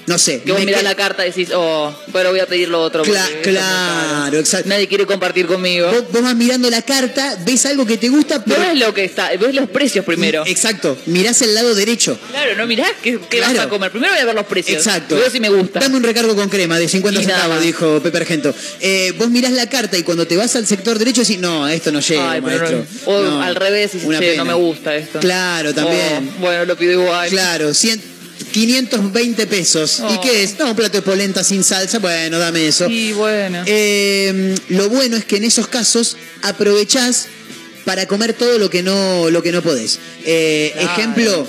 [SPEAKER 6] no sé.
[SPEAKER 7] Que vos
[SPEAKER 6] me
[SPEAKER 7] mirás
[SPEAKER 6] que-
[SPEAKER 7] la carta y decís, oh, pero voy a pedir lo otro.
[SPEAKER 6] Cla-
[SPEAKER 7] porque
[SPEAKER 6] claro, exacto.
[SPEAKER 7] Nadie quiere compartir conmigo.
[SPEAKER 6] Vos, vos vas mirando la carta, ves algo que te gusta,
[SPEAKER 7] No
[SPEAKER 6] pero.
[SPEAKER 7] ves lo que está, ves los precios primero.
[SPEAKER 6] Exacto, mirás el lado derecho.
[SPEAKER 7] Claro, no mirás qué, qué
[SPEAKER 6] Claro.
[SPEAKER 7] vas a comer. Primero voy a ver los precios.
[SPEAKER 6] Exacto.
[SPEAKER 7] Veo si me gusta.
[SPEAKER 6] Dame un recargo con crema de 50
[SPEAKER 7] Y nada
[SPEAKER 6] centavos,
[SPEAKER 7] más.
[SPEAKER 6] dijo Pepe Argento. Eh, vos mirás la carta y cuando te vas al sector derecho decís, no, esto no llega,
[SPEAKER 7] Ay, pero
[SPEAKER 6] maestro.
[SPEAKER 7] no- o
[SPEAKER 6] No,
[SPEAKER 7] al revés, y dices,
[SPEAKER 6] una
[SPEAKER 7] "Che,
[SPEAKER 6] pena".
[SPEAKER 7] no me gusta esto.
[SPEAKER 6] Claro, también.
[SPEAKER 7] Oh, bueno, lo pido igual.
[SPEAKER 6] Claro, 100, 520 pesos. ¿Y
[SPEAKER 7] Oh.
[SPEAKER 6] qué es? No, un plato de polenta sin salsa, bueno, dame eso.
[SPEAKER 7] Y bueno.
[SPEAKER 6] Eh, lo bueno es que en esos casos aprovechás para comer todo lo que no, lo que no podés. Eh,
[SPEAKER 7] Claro.
[SPEAKER 6] Ejemplo,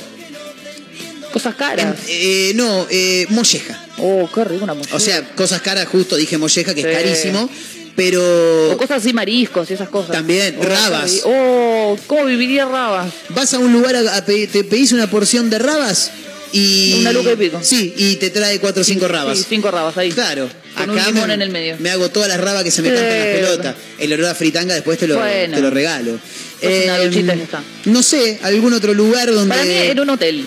[SPEAKER 7] Cosas caras.
[SPEAKER 6] eh, no, eh, molleja.
[SPEAKER 7] Oh, qué rico una molleja.
[SPEAKER 6] O sea, cosas caras, justo dije molleja, que
[SPEAKER 7] Sí.
[SPEAKER 6] es carísimo, pero
[SPEAKER 7] O cosas así, mariscos y esas cosas.
[SPEAKER 6] También,
[SPEAKER 7] Oh, qué
[SPEAKER 6] rabas.
[SPEAKER 7] rico. Oh, ¿cómo viviría rabas?
[SPEAKER 6] vas a un lugar, a, a pe- te pedís una porción de rabas y...
[SPEAKER 7] Una luca y pico.
[SPEAKER 6] Sí, y te trae cuatro o cinco rabas.
[SPEAKER 7] Sí, cinco rabas ahí.
[SPEAKER 6] Claro.
[SPEAKER 7] Con un limón en el medio.
[SPEAKER 6] me hago todas las rabas que se me
[SPEAKER 7] Sí.
[SPEAKER 6] cantan las pelotas. El olor a fritanga después te lo,
[SPEAKER 7] Bueno.
[SPEAKER 6] te lo regalo. Em,
[SPEAKER 7] Pues una duchita ya está.
[SPEAKER 6] No sé, algún otro lugar donde...
[SPEAKER 7] Para mí era un hotel.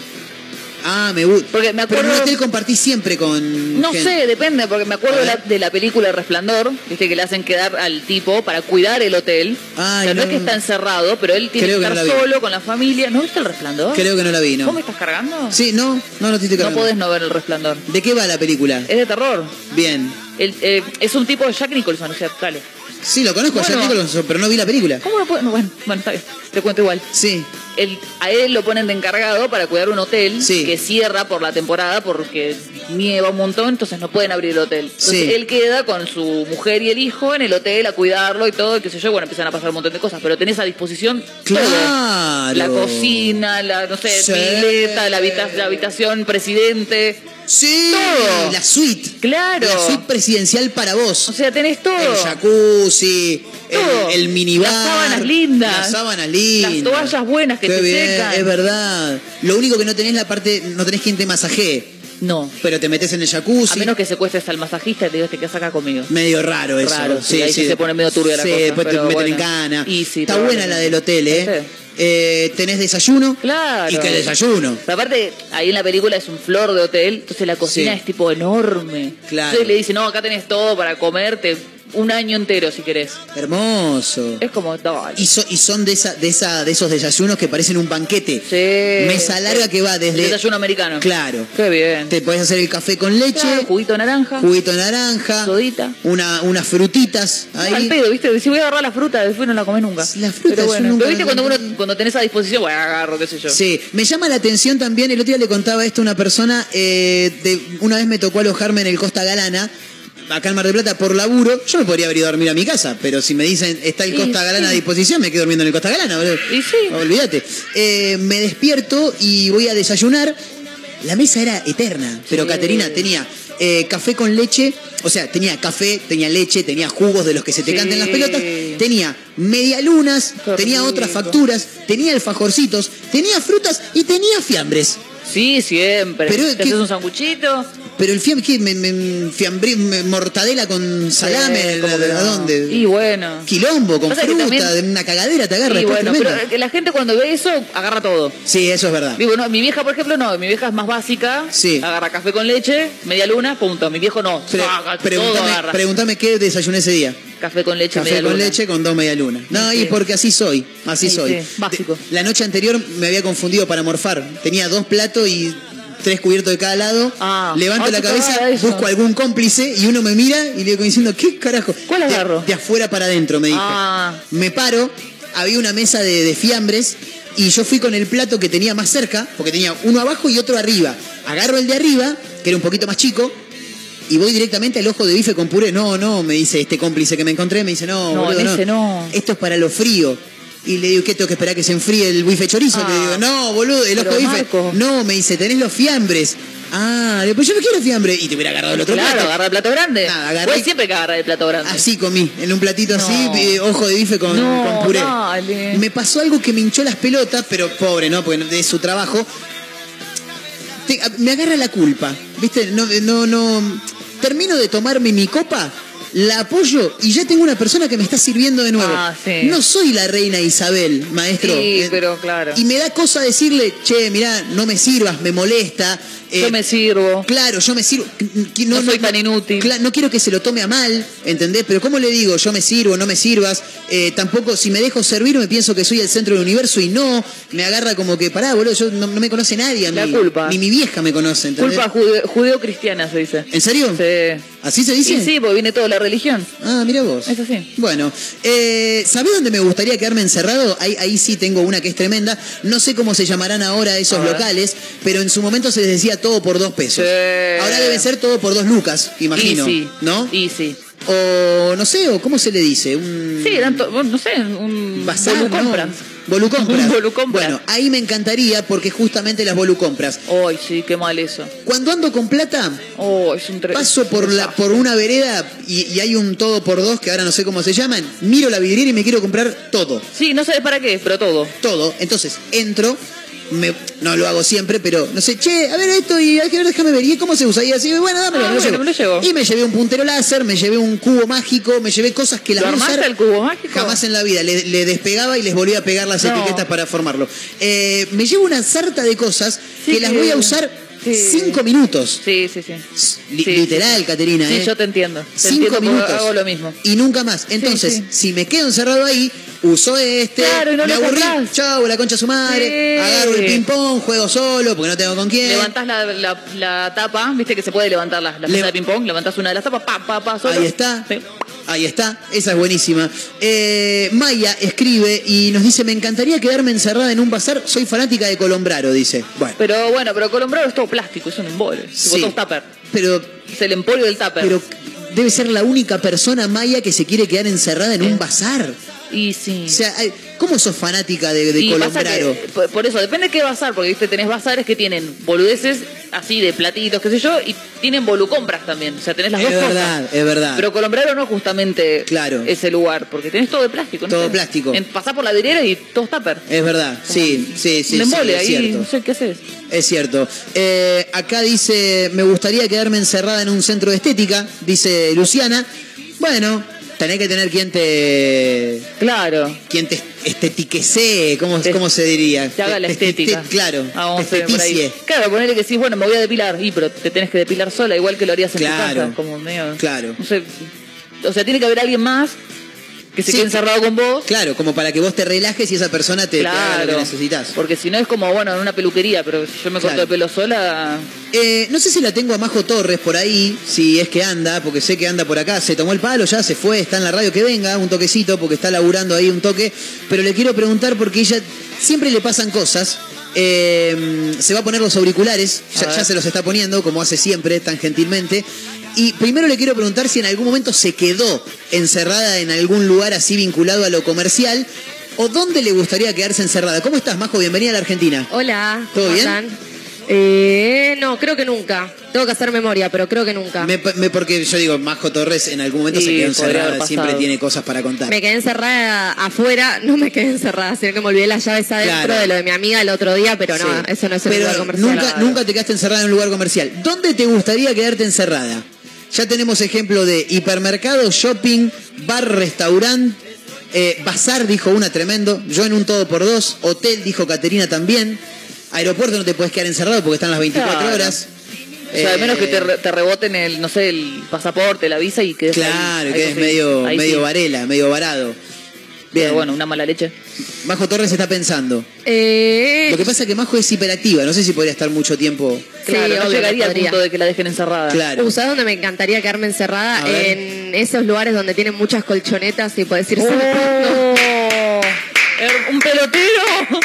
[SPEAKER 6] Ah, me gusta.
[SPEAKER 7] Porque me
[SPEAKER 6] Pero en un
[SPEAKER 7] acuerdo-
[SPEAKER 6] hotel compartís siempre con...
[SPEAKER 7] No
[SPEAKER 6] gente.
[SPEAKER 7] sé, depende, porque me acuerdo
[SPEAKER 6] A
[SPEAKER 7] de la,
[SPEAKER 6] ver.
[SPEAKER 7] de la película Resplandor, viste que le hacen quedar al tipo para cuidar el hotel.
[SPEAKER 6] Ay,
[SPEAKER 7] o sea, no, es
[SPEAKER 6] no.
[SPEAKER 7] que está encerrado, pero él tiene
[SPEAKER 6] Creo
[SPEAKER 7] que
[SPEAKER 6] que no
[SPEAKER 7] estar
[SPEAKER 6] la vi.
[SPEAKER 7] solo con la familia. ¿No viste el Resplandor?
[SPEAKER 6] Creo que no la vi, ¿no?
[SPEAKER 7] ¿Vos me estás cargando?
[SPEAKER 6] Sí, no, no, no te estoy
[SPEAKER 7] No
[SPEAKER 6] cargando.
[SPEAKER 7] podés no ver el Resplandor.
[SPEAKER 6] ¿De qué va la película?
[SPEAKER 7] Es de terror.
[SPEAKER 6] Bien.
[SPEAKER 7] El- eh, es un tipo de Jack Nicholson, o sea, dale.
[SPEAKER 6] Sí, lo conozco,
[SPEAKER 7] Bueno.
[SPEAKER 6] ya tengo los- pero no vi la película.
[SPEAKER 7] ¿Cómo no puede? no, bueno, bueno, está bien. Te cuento igual.
[SPEAKER 6] Sí,
[SPEAKER 7] El- a él lo ponen de encargado para cuidar un hotel
[SPEAKER 6] Sí.
[SPEAKER 7] que cierra por la temporada porque nieva un montón, entonces no pueden abrir el hotel. Entonces
[SPEAKER 6] Sí.
[SPEAKER 7] él queda con su mujer y el hijo en el hotel a cuidarlo y todo, y qué sé yo, bueno, empiezan a pasar un montón de cosas, pero tenés a disposición todo.
[SPEAKER 6] Claro.
[SPEAKER 7] La cocina, la, no sé,
[SPEAKER 6] Sí.
[SPEAKER 7] pileta, la, habita- la habitación presidente.
[SPEAKER 6] sí,
[SPEAKER 7] Todo.
[SPEAKER 6] la suite.
[SPEAKER 7] Claro.
[SPEAKER 6] La suite presidencial para vos.
[SPEAKER 7] O sea, tenés todo.
[SPEAKER 6] el jacuzzi, el-
[SPEAKER 7] Todo.
[SPEAKER 6] el, minibar.
[SPEAKER 7] Las sábanas lindas.
[SPEAKER 6] Las sábanas lindas.
[SPEAKER 7] Las toallas buenas que
[SPEAKER 6] Qué
[SPEAKER 7] te
[SPEAKER 6] bien,
[SPEAKER 7] secan.
[SPEAKER 6] Es verdad. Lo único que no tenés la parte, no tenés quien te masajee,
[SPEAKER 7] No.
[SPEAKER 6] pero te metes en el
[SPEAKER 7] A
[SPEAKER 6] jacuzzi.
[SPEAKER 7] menos que secuestres al masajista y te digas que acá conmigo.
[SPEAKER 6] Medio raro eso.
[SPEAKER 7] Raro, sí, ahí sí se pone medio turbia la
[SPEAKER 6] Sí,
[SPEAKER 7] cosa,
[SPEAKER 6] después te
[SPEAKER 7] pero
[SPEAKER 6] meten en
[SPEAKER 7] bueno.
[SPEAKER 6] cana.
[SPEAKER 7] Y sí,
[SPEAKER 6] Está buena
[SPEAKER 7] probablemente.
[SPEAKER 6] la del hotel, ¿eh?
[SPEAKER 7] Sí.
[SPEAKER 6] Eh, tenés desayuno
[SPEAKER 7] Claro.
[SPEAKER 6] y que desayuno.
[SPEAKER 7] Pero aparte, ahí en la película es un flor de hotel, entonces la cocina
[SPEAKER 6] Sí.
[SPEAKER 7] es tipo enorme.
[SPEAKER 6] Claro.
[SPEAKER 7] Entonces le dice, no, acá tenés todo para comerte un año entero si querés.
[SPEAKER 6] Hermoso.
[SPEAKER 7] Es como, dale.
[SPEAKER 6] Y, so- y son de, esa, de, esa, de esos desayunos que parecen un banquete.
[SPEAKER 7] Sí.
[SPEAKER 6] Mesa larga que va desde.
[SPEAKER 7] El desayuno americano.
[SPEAKER 6] Claro.
[SPEAKER 7] Qué bien.
[SPEAKER 6] Te podés hacer el café con leche,
[SPEAKER 7] Claro, juguito de naranja.
[SPEAKER 6] juguito de naranja,
[SPEAKER 7] Sodita.
[SPEAKER 6] Una, unas frutitas ahí.
[SPEAKER 7] No, al pedo, ¿viste? Si voy a agarrar la fruta, después no la comés nunca.
[SPEAKER 6] La fruta
[SPEAKER 7] Pero
[SPEAKER 6] yo
[SPEAKER 7] bueno,
[SPEAKER 6] nunca
[SPEAKER 7] pero viste
[SPEAKER 6] la
[SPEAKER 7] cuando,
[SPEAKER 6] comí.
[SPEAKER 7] uno, cuando tenés a disposición, bueno, agarro, qué sé yo.
[SPEAKER 6] Sí, me llama la atención también, el otro día le contaba esto a una persona, eh, de, una vez me tocó alojarme en el Costa Galana, acá en Mar del Plata, por laburo, yo me podría haber ido a dormir a mi casa, pero si me dicen está el
[SPEAKER 7] Y
[SPEAKER 6] Costa
[SPEAKER 7] sí.
[SPEAKER 6] Galana a disposición, me quedo durmiendo en el Costa Galana, boludo.
[SPEAKER 7] Y sí.
[SPEAKER 6] Olvídate. Eh, me despierto y voy a desayunar. La mesa era eterna, pero
[SPEAKER 7] Sí.
[SPEAKER 6] Caterina tenía eh, café con leche, o sea, tenía café, tenía leche, tenía jugos de los que se te
[SPEAKER 7] Sí.
[SPEAKER 6] canten las pelotas, tenía medialunas,
[SPEAKER 7] Qué
[SPEAKER 6] tenía otras
[SPEAKER 7] rico.
[SPEAKER 6] facturas facturas, tenía alfajorcitos, tenía frutas y tenía fiambres.
[SPEAKER 7] Sí, siempre.
[SPEAKER 6] Pero,
[SPEAKER 7] te
[SPEAKER 6] ¿qué-
[SPEAKER 7] haces un sanguchito.
[SPEAKER 6] Pero el fiambre, ¿qué? Me, me- fiambre- me- mortadela con salame,
[SPEAKER 7] Sí, ¿cómo
[SPEAKER 6] ¿de-
[SPEAKER 7] que
[SPEAKER 6] ¿a
[SPEAKER 7] no?
[SPEAKER 6] dónde?
[SPEAKER 7] Y bueno.
[SPEAKER 6] Quilombo, con
[SPEAKER 7] Pasa que
[SPEAKER 6] fruta,
[SPEAKER 7] también-
[SPEAKER 6] de una cagadera te agarra.
[SPEAKER 7] y
[SPEAKER 6] después
[SPEAKER 7] bueno,
[SPEAKER 6] tremenda.
[SPEAKER 7] pero eh, la gente cuando ve eso, agarra todo.
[SPEAKER 6] Sí, eso es verdad.
[SPEAKER 7] Digo, no, mi vieja, por ejemplo, no. Mi vieja es más básica.
[SPEAKER 6] Sí.
[SPEAKER 7] Agarra café con leche, media luna, punto. Mi viejo no.
[SPEAKER 6] Pre-
[SPEAKER 7] Saca, todo
[SPEAKER 6] preguntame,
[SPEAKER 7] agarra.
[SPEAKER 6] preguntame qué desayuné ese día.
[SPEAKER 7] Café con leche,
[SPEAKER 6] Café
[SPEAKER 7] media
[SPEAKER 6] con
[SPEAKER 7] luna.
[SPEAKER 6] leche con dos medialunas. No,
[SPEAKER 7] Sí,
[SPEAKER 6] y
[SPEAKER 7] sí.
[SPEAKER 6] porque así soy, así
[SPEAKER 7] Sí,
[SPEAKER 6] soy.
[SPEAKER 7] sí, básico.
[SPEAKER 6] De- la noche anterior me había confundido para morfar. Tenía dos platos y tres cubiertos de cada lado.
[SPEAKER 7] Ah.
[SPEAKER 6] Levanto
[SPEAKER 7] Ah,
[SPEAKER 6] la
[SPEAKER 7] te cagaba
[SPEAKER 6] cabeza,
[SPEAKER 7] eso.
[SPEAKER 6] busco algún cómplice y uno me mira y le digo diciendo, ¿qué carajo?
[SPEAKER 7] ¿Cuál
[SPEAKER 6] De-
[SPEAKER 7] agarro?
[SPEAKER 6] De, afuera para adentro, me dijo.
[SPEAKER 7] Ah.
[SPEAKER 6] Me paro, había una mesa de, de fiambres y yo fui con el plato que tenía más cerca, porque tenía uno abajo y otro arriba. Agarro el de arriba, que era un poquito más chico, y voy directamente al ojo de bife con puré. No, no, me dice este cómplice que me encontré, me dice, no,
[SPEAKER 7] No,
[SPEAKER 6] boludo,
[SPEAKER 7] en ese no.
[SPEAKER 6] Esto es para lo frío. Y le digo, ¿qué tengo que esperar que se enfríe el bife chorizo?
[SPEAKER 7] Ah.
[SPEAKER 6] le digo, no, boludo, el ojo
[SPEAKER 7] Pero,
[SPEAKER 6] de bife.
[SPEAKER 7] Marco.
[SPEAKER 6] No, me dice, tenés los fiambres. Ah, después yo no quiero fiambre. Y te hubiera agarrado el otro
[SPEAKER 7] Claro,
[SPEAKER 6] plato.
[SPEAKER 7] agarra el plato grande.
[SPEAKER 6] Nada, agarré- Ah,
[SPEAKER 7] Vos siempre que agarra el plato grande.
[SPEAKER 6] Así comí, en un platito así,
[SPEAKER 7] No.
[SPEAKER 6] eh, ojo de bife con,
[SPEAKER 7] No,
[SPEAKER 6] con puré.
[SPEAKER 7] dale.
[SPEAKER 6] Me pasó algo que me hinchó las pelotas, pero pobre, ¿no? Porque es su trabajo. Te- a- me agarra la culpa, ¿viste? No, no, no. Termino de tomarme mi copa la apoyo y ya tengo una persona que me está sirviendo de nuevo.
[SPEAKER 7] Ah, sí.
[SPEAKER 6] No soy la reina Isabel, maestro.
[SPEAKER 7] Sí,
[SPEAKER 6] Eh,
[SPEAKER 7] pero claro.
[SPEAKER 6] Y me da cosa decirle, che, mirá, no me sirvas, me molesta. eh,
[SPEAKER 7] Yo me sirvo.
[SPEAKER 6] Claro, yo me sirvo. que
[SPEAKER 7] No soy tan inútil.
[SPEAKER 6] Cla- no quiero que se lo tome a mal, ¿entendés? Pero ¿cómo le digo? Yo me sirvo, no me sirvas. Eh, tampoco, si me dejo servir, me pienso que soy el centro del universo y no. Me agarra como que, pará, boludo, yo, no, no me conoce nadie a
[SPEAKER 7] La
[SPEAKER 6] mí.
[SPEAKER 7] culpa.
[SPEAKER 6] Ni mi vieja me conoce, ¿entendés?
[SPEAKER 7] Culpa jude- judeo-cristiana, se dice.
[SPEAKER 6] ¿En serio?
[SPEAKER 7] Sí.
[SPEAKER 6] ¿Así se dice?
[SPEAKER 7] Y sí, porque viene toda la religión.
[SPEAKER 6] Ah, mira vos.
[SPEAKER 7] Eso sí.
[SPEAKER 6] Bueno, eh, ¿sabés dónde me gustaría quedarme encerrado? Ahí, ahí sí tengo una que es tremenda. No sé cómo se llamarán ahora esos
[SPEAKER 7] A ver.
[SPEAKER 6] locales, pero en su momento se les decía todo por dos pesos.
[SPEAKER 7] Sí.
[SPEAKER 6] Ahora debe ser todo por dos lucas, imagino.
[SPEAKER 7] Y sí.
[SPEAKER 6] ¿No?
[SPEAKER 7] Y sí.
[SPEAKER 6] O no sé, o cómo se le dice, un
[SPEAKER 7] Sí, eran, to- bueno, no sé, un
[SPEAKER 6] bazar, ¿no?
[SPEAKER 7] compras.
[SPEAKER 6] Volucompras.
[SPEAKER 7] Un volucompras.
[SPEAKER 6] Bueno, ahí me encantaría porque justamente las volucompras.
[SPEAKER 7] Ay, sí, qué mal eso.
[SPEAKER 6] Cuando ando con plata,
[SPEAKER 7] Oh, es un tre-
[SPEAKER 6] paso por la por una vereda y, y hay un todo por dos que ahora no sé cómo se llaman, miro la vidriera y me quiero comprar todo.
[SPEAKER 7] Sí, no sé para qué, pero todo.
[SPEAKER 6] todo. Entonces entro, me- no lo hago siempre, pero no sé, che, a ver esto y hay que ver, déjame ver, ¿y cómo se usa? Y así, bueno, dámelo,
[SPEAKER 7] Ah,
[SPEAKER 6] me lo
[SPEAKER 7] bueno,
[SPEAKER 6] llevo.
[SPEAKER 7] me lo llevo.
[SPEAKER 6] Y me llevé un puntero láser, me llevé un cubo mágico, me llevé cosas que las
[SPEAKER 7] ¿Lo
[SPEAKER 6] voy a
[SPEAKER 7] armaste
[SPEAKER 6] usar
[SPEAKER 7] el cubo mágico?
[SPEAKER 6] Jamás en la vida, le, le despegaba y les volvía a pegar las
[SPEAKER 7] No.
[SPEAKER 6] etiquetas para formarlo. Eh, me llevo una sarta de cosas
[SPEAKER 7] Sí.
[SPEAKER 6] que las voy a usar
[SPEAKER 7] Sí.
[SPEAKER 6] cinco minutos.
[SPEAKER 7] Sí, sí, sí.
[SPEAKER 6] Li-
[SPEAKER 7] Sí.
[SPEAKER 6] Literal, Caterina.
[SPEAKER 7] Sí,
[SPEAKER 6] ¿eh?
[SPEAKER 7] yo te entiendo. Te
[SPEAKER 6] Cinco
[SPEAKER 7] entiendo porque
[SPEAKER 6] minutos.
[SPEAKER 7] hago lo mismo.
[SPEAKER 6] Y nunca más. Entonces,
[SPEAKER 7] sí.
[SPEAKER 6] si me quedo encerrado ahí, uso este,
[SPEAKER 7] Claro, y no
[SPEAKER 6] me
[SPEAKER 7] lo
[SPEAKER 6] aburrí,
[SPEAKER 7] sacás.
[SPEAKER 6] chau, la concha a su madre,
[SPEAKER 7] Sí.
[SPEAKER 6] agarro el ping pong, juego solo porque no tengo con quién.
[SPEAKER 7] Levantás la, la- la tapa, viste que se puede levantar la, la
[SPEAKER 6] Le-
[SPEAKER 7] mesa de ping-pong, levantás una de las tapas, pa, pa, pa, solo.
[SPEAKER 6] Ahí está.
[SPEAKER 7] Sí.
[SPEAKER 6] Ahí está, esa es buenísima. Eh, Maya escribe y nos dice, me encantaría quedarme encerrada en un bazar, soy fanática de Colombraro, dice. Bueno,
[SPEAKER 7] Pero bueno, pero Colombrado es todo plástico, es un embole. Sí.
[SPEAKER 6] sí.
[SPEAKER 7] Todo es tupper.
[SPEAKER 6] Pero,
[SPEAKER 7] Es el emporio del tupper.
[SPEAKER 6] pero debe ser la única persona Maya que se quiere quedar encerrada en un bazar.
[SPEAKER 7] y sí.
[SPEAKER 6] O sea, ay, ¿cómo sos fanática de, de
[SPEAKER 7] Y pasa
[SPEAKER 6] Colombraro?
[SPEAKER 7] que, por- por eso, depende de qué bazar, porque viste, tenés bazares que tienen boludeces así de platitos, qué sé yo, y tienen volucompras también. O sea, tenés las
[SPEAKER 6] Es
[SPEAKER 7] dos
[SPEAKER 6] verdad,
[SPEAKER 7] cosas.
[SPEAKER 6] es verdad.
[SPEAKER 7] Pero Colombrero no es justamente
[SPEAKER 6] Claro.
[SPEAKER 7] ese lugar, porque tenés todo de plástico. ¿no?
[SPEAKER 6] Todo
[SPEAKER 7] Tenés-
[SPEAKER 6] plástico.
[SPEAKER 7] en- pasás por la vidriera y todo es tupper.
[SPEAKER 6] Es verdad, sí, sí, sí,
[SPEAKER 7] un
[SPEAKER 6] sí,
[SPEAKER 7] embole
[SPEAKER 6] es
[SPEAKER 7] ahí,
[SPEAKER 6] cierto.
[SPEAKER 7] no sé qué haces.
[SPEAKER 6] Es cierto. Eh, acá dice, me gustaría quedarme encerrada en un centro de estética, dice Luciana. Bueno, tenés que tener quien te
[SPEAKER 7] Claro.
[SPEAKER 6] quien te estetiquece, ¿cómo, cómo se diría?
[SPEAKER 7] Te haga la
[SPEAKER 6] Te- te-
[SPEAKER 7] estética.
[SPEAKER 6] te- claro,
[SPEAKER 7] Ah, vamos a
[SPEAKER 6] te
[SPEAKER 7] ver por ahí.
[SPEAKER 6] esteticie.
[SPEAKER 7] Claro, ponele que decís, bueno, me voy a depilar. Y, pero te tenés que depilar sola, igual que lo harías en tu
[SPEAKER 6] Claro.
[SPEAKER 7] casa. Como medio,
[SPEAKER 6] Claro.
[SPEAKER 7] No sé. O sea, tiene que haber alguien más que se
[SPEAKER 6] Sí.
[SPEAKER 7] quede encerrado con vos.
[SPEAKER 6] Claro, como para que vos te relajes y esa persona te, te haga lo que necesitas.
[SPEAKER 7] Porque si no es como, bueno, en una peluquería, pero si yo me corto
[SPEAKER 6] Claro.
[SPEAKER 7] el pelo sola.
[SPEAKER 6] Eh, no sé si la tengo a Majo Torres por ahí, si es que anda, porque sé que anda por acá, se tomó el palo, ya se fue, está en la radio, que venga, un toquecito, porque está laburando ahí un toque, pero le quiero preguntar porque ella siempre le pasan cosas. eh, se va a poner los auriculares,
[SPEAKER 7] A
[SPEAKER 6] ya,
[SPEAKER 7] ver.
[SPEAKER 6] ya se los está poniendo, como hace siempre, tan gentilmente. Y primero le quiero preguntar si en algún momento se quedó encerrada en algún lugar así vinculado a lo comercial, o dónde le gustaría quedarse encerrada. ¿Cómo estás, Majo? Bienvenida a la Argentina.
[SPEAKER 10] Hola,
[SPEAKER 6] ¿Todo
[SPEAKER 10] ¿cómo
[SPEAKER 6] bien?
[SPEAKER 10] están? Eh, no, creo que nunca. Tengo que hacer memoria, pero creo que nunca.
[SPEAKER 6] Me,
[SPEAKER 10] Me,
[SPEAKER 6] me- porque yo digo, Majo Torres en algún momento
[SPEAKER 7] Sí,
[SPEAKER 6] se quedó
[SPEAKER 7] podría haber
[SPEAKER 6] encerrada,
[SPEAKER 7] pasado.
[SPEAKER 6] siempre tiene cosas para contar.
[SPEAKER 10] quedé encerrada afuera, no me quedé encerrada, sino que me olvidé las llaves adentro
[SPEAKER 6] Claro.
[SPEAKER 10] de lo de mi amiga el otro día, pero no,
[SPEAKER 6] Sí.
[SPEAKER 10] eso no es un
[SPEAKER 6] Pero
[SPEAKER 10] lugar comercial.
[SPEAKER 6] Nunca, nunca te quedaste encerrada en un lugar comercial. ¿Dónde te gustaría quedarte encerrada? Ya tenemos ejemplo de hipermercado, shopping, bar, restaurante, eh, bazar, dijo una tremendo, yo en un todo por dos, hotel, dijo Caterina también, aeropuerto no te puedes quedar encerrado porque están las 24
[SPEAKER 7] Claro.
[SPEAKER 6] horas.
[SPEAKER 7] O sea,
[SPEAKER 6] Eh,
[SPEAKER 7] al menos que te, re- te reboten el, no sé, el pasaporte, la visa y quedes ahí.
[SPEAKER 6] Claro,
[SPEAKER 7] Ahí
[SPEAKER 6] que es
[SPEAKER 7] conseguís.
[SPEAKER 6] medio,
[SPEAKER 7] Ahí
[SPEAKER 6] medio
[SPEAKER 7] sí.
[SPEAKER 6] varela, medio varado.
[SPEAKER 7] Pero
[SPEAKER 6] Bien,
[SPEAKER 7] bueno, una mala leche.
[SPEAKER 6] Eh, Majo Torres está pensando.
[SPEAKER 10] Eh,
[SPEAKER 6] Lo que pasa es que Majo es hiperactiva, no sé si podría estar mucho tiempo.
[SPEAKER 10] sí,
[SPEAKER 7] Claro, no
[SPEAKER 10] obvio que
[SPEAKER 7] llegaría al
[SPEAKER 10] podría.
[SPEAKER 7] punto de que la dejen encerrada.
[SPEAKER 6] Claro.
[SPEAKER 10] Uh, ¿sabes dónde me encantaría quedarme
[SPEAKER 6] A
[SPEAKER 10] encerrada?
[SPEAKER 6] ver.
[SPEAKER 10] En esos lugares donde tienen muchas colchonetas y puedes ir
[SPEAKER 7] ¡Oh!
[SPEAKER 10] saltando.
[SPEAKER 7] Er- ¡Un pelotero!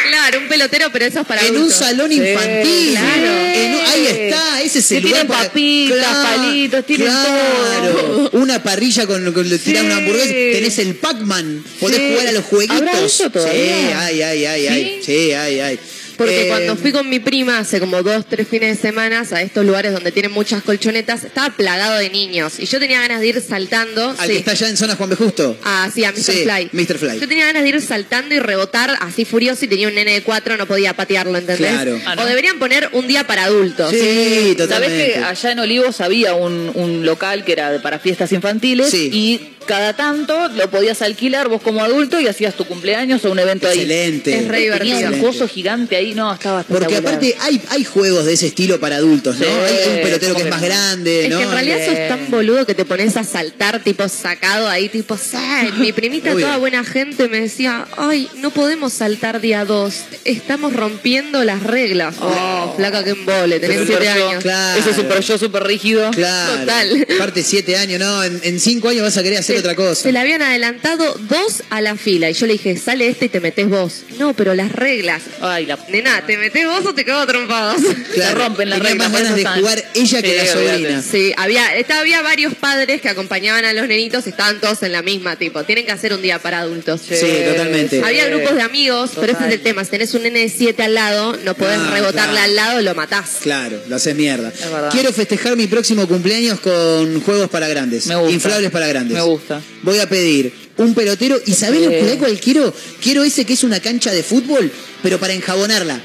[SPEAKER 10] Claro, un pelotero, pero eso es para
[SPEAKER 6] en un
[SPEAKER 10] adultos.
[SPEAKER 6] salón
[SPEAKER 7] Sí,
[SPEAKER 6] infantil.
[SPEAKER 10] claro.
[SPEAKER 6] En un- ahí está, ese es
[SPEAKER 7] Que
[SPEAKER 6] el lugar
[SPEAKER 7] tienen
[SPEAKER 6] para-
[SPEAKER 7] papitas, palitos, tienen todo.
[SPEAKER 6] Una parrilla con, con le tirás
[SPEAKER 7] Sí.
[SPEAKER 6] una hamburguesa, tenés el Pac-Man, podés
[SPEAKER 7] Sí.
[SPEAKER 6] jugar a los
[SPEAKER 7] ¿Habrá
[SPEAKER 6] jueguitos.
[SPEAKER 7] eso todavía?
[SPEAKER 6] Sí, ay, ay, ay, ay. Sí, ay, ay.
[SPEAKER 10] Porque
[SPEAKER 6] Eh,
[SPEAKER 10] cuando fui con mi prima hace como dos, tres fines de semana a estos lugares donde tienen muchas colchonetas, estaba plagado de niños. Y yo tenía ganas de ir saltando.
[SPEAKER 6] Al
[SPEAKER 10] sí.
[SPEAKER 6] que está allá en zona Juan B. Justo.
[SPEAKER 10] Ah, sí, a Mr.
[SPEAKER 6] Sí,
[SPEAKER 10] Fly.
[SPEAKER 6] Mr. Fly.
[SPEAKER 10] Yo tenía ganas de ir saltando y rebotar así furioso y tenía un nene de cuatro, no podía patearlo, ¿entendés?
[SPEAKER 6] Claro.
[SPEAKER 7] Ah, ¿no?
[SPEAKER 10] O deberían poner un día para adultos.
[SPEAKER 6] Sí,
[SPEAKER 7] Sabés
[SPEAKER 6] totalmente.
[SPEAKER 7] que allá en Olivos había un, un local que era de- para fiestas infantiles
[SPEAKER 6] Sí.
[SPEAKER 7] y cada tanto lo podías alquilar vos como adulto y hacías tu cumpleaños o un evento
[SPEAKER 6] Excelente.
[SPEAKER 7] ahí.
[SPEAKER 10] Es re divertido.
[SPEAKER 7] Tenía un
[SPEAKER 6] Excelente.
[SPEAKER 7] coso gigante ahí, no, estaba
[SPEAKER 6] Porque
[SPEAKER 7] espectacular.
[SPEAKER 6] aparte hay, hay juegos de ese estilo para adultos, ¿no?
[SPEAKER 7] Sí,
[SPEAKER 6] hay un pelotero que es más
[SPEAKER 7] obvio.
[SPEAKER 6] grande,
[SPEAKER 10] Es
[SPEAKER 6] ¿no? Eh,
[SPEAKER 10] que en realidad
[SPEAKER 7] Bien.
[SPEAKER 10] sos tan boludo que te pones a saltar, tipo sacado ahí, tipo, "Sa-". mi primita,
[SPEAKER 6] Obvio.
[SPEAKER 10] toda buena gente, me decía, ay, no podemos saltar día dos, estamos rompiendo las reglas. Oh, flaca que embole, tenés
[SPEAKER 7] Pero
[SPEAKER 10] siete
[SPEAKER 7] yo-
[SPEAKER 10] años.
[SPEAKER 6] Claro.
[SPEAKER 7] Ese super yo súper rígido.
[SPEAKER 6] Claro.
[SPEAKER 10] Total.
[SPEAKER 6] Aparte siete años, no, en, en cinco años vas a querer hacer
[SPEAKER 10] Se-
[SPEAKER 6] otra cosa.
[SPEAKER 10] Se le habían adelantado dos a la fila y yo le dije, sale este y te metes vos. No, pero las reglas.
[SPEAKER 7] Ay, la
[SPEAKER 10] Nena, ¿te metés vos o te quedo trompados?
[SPEAKER 6] Claro,
[SPEAKER 7] se rompen las
[SPEAKER 6] tenía
[SPEAKER 7] reglas,
[SPEAKER 6] más
[SPEAKER 7] por
[SPEAKER 6] ganas
[SPEAKER 7] eso
[SPEAKER 6] de
[SPEAKER 7] están.
[SPEAKER 6] jugar ella que
[SPEAKER 7] Sí,
[SPEAKER 6] la
[SPEAKER 7] olvídate.
[SPEAKER 6] sobrina.
[SPEAKER 10] Sí, había, estaba- había varios padres que acompañaban a los nenitos, estaban todos en la misma, tipo, tienen que hacer un día para adultos.
[SPEAKER 6] Sí, totalmente.
[SPEAKER 10] Había grupos de amigos, pero ese
[SPEAKER 7] Total.
[SPEAKER 10] es el tema, si tenés un nene de 7 al lado, no podés
[SPEAKER 6] Ah,
[SPEAKER 10] rebotarle
[SPEAKER 6] claro.
[SPEAKER 10] al lado, lo matás.
[SPEAKER 6] Claro, lo haces mierda.
[SPEAKER 7] verdad.
[SPEAKER 6] Quiero festejar mi próximo cumpleaños con juegos para grandes.
[SPEAKER 7] Me gusta.
[SPEAKER 6] Inflables para grandes.
[SPEAKER 7] Me gusta.
[SPEAKER 6] Voy a pedir un pelotero. ¿Y sabés lo
[SPEAKER 7] Sí.
[SPEAKER 6] que cual quiero? Quiero ese que es una cancha de fútbol, pero para enjabonarla.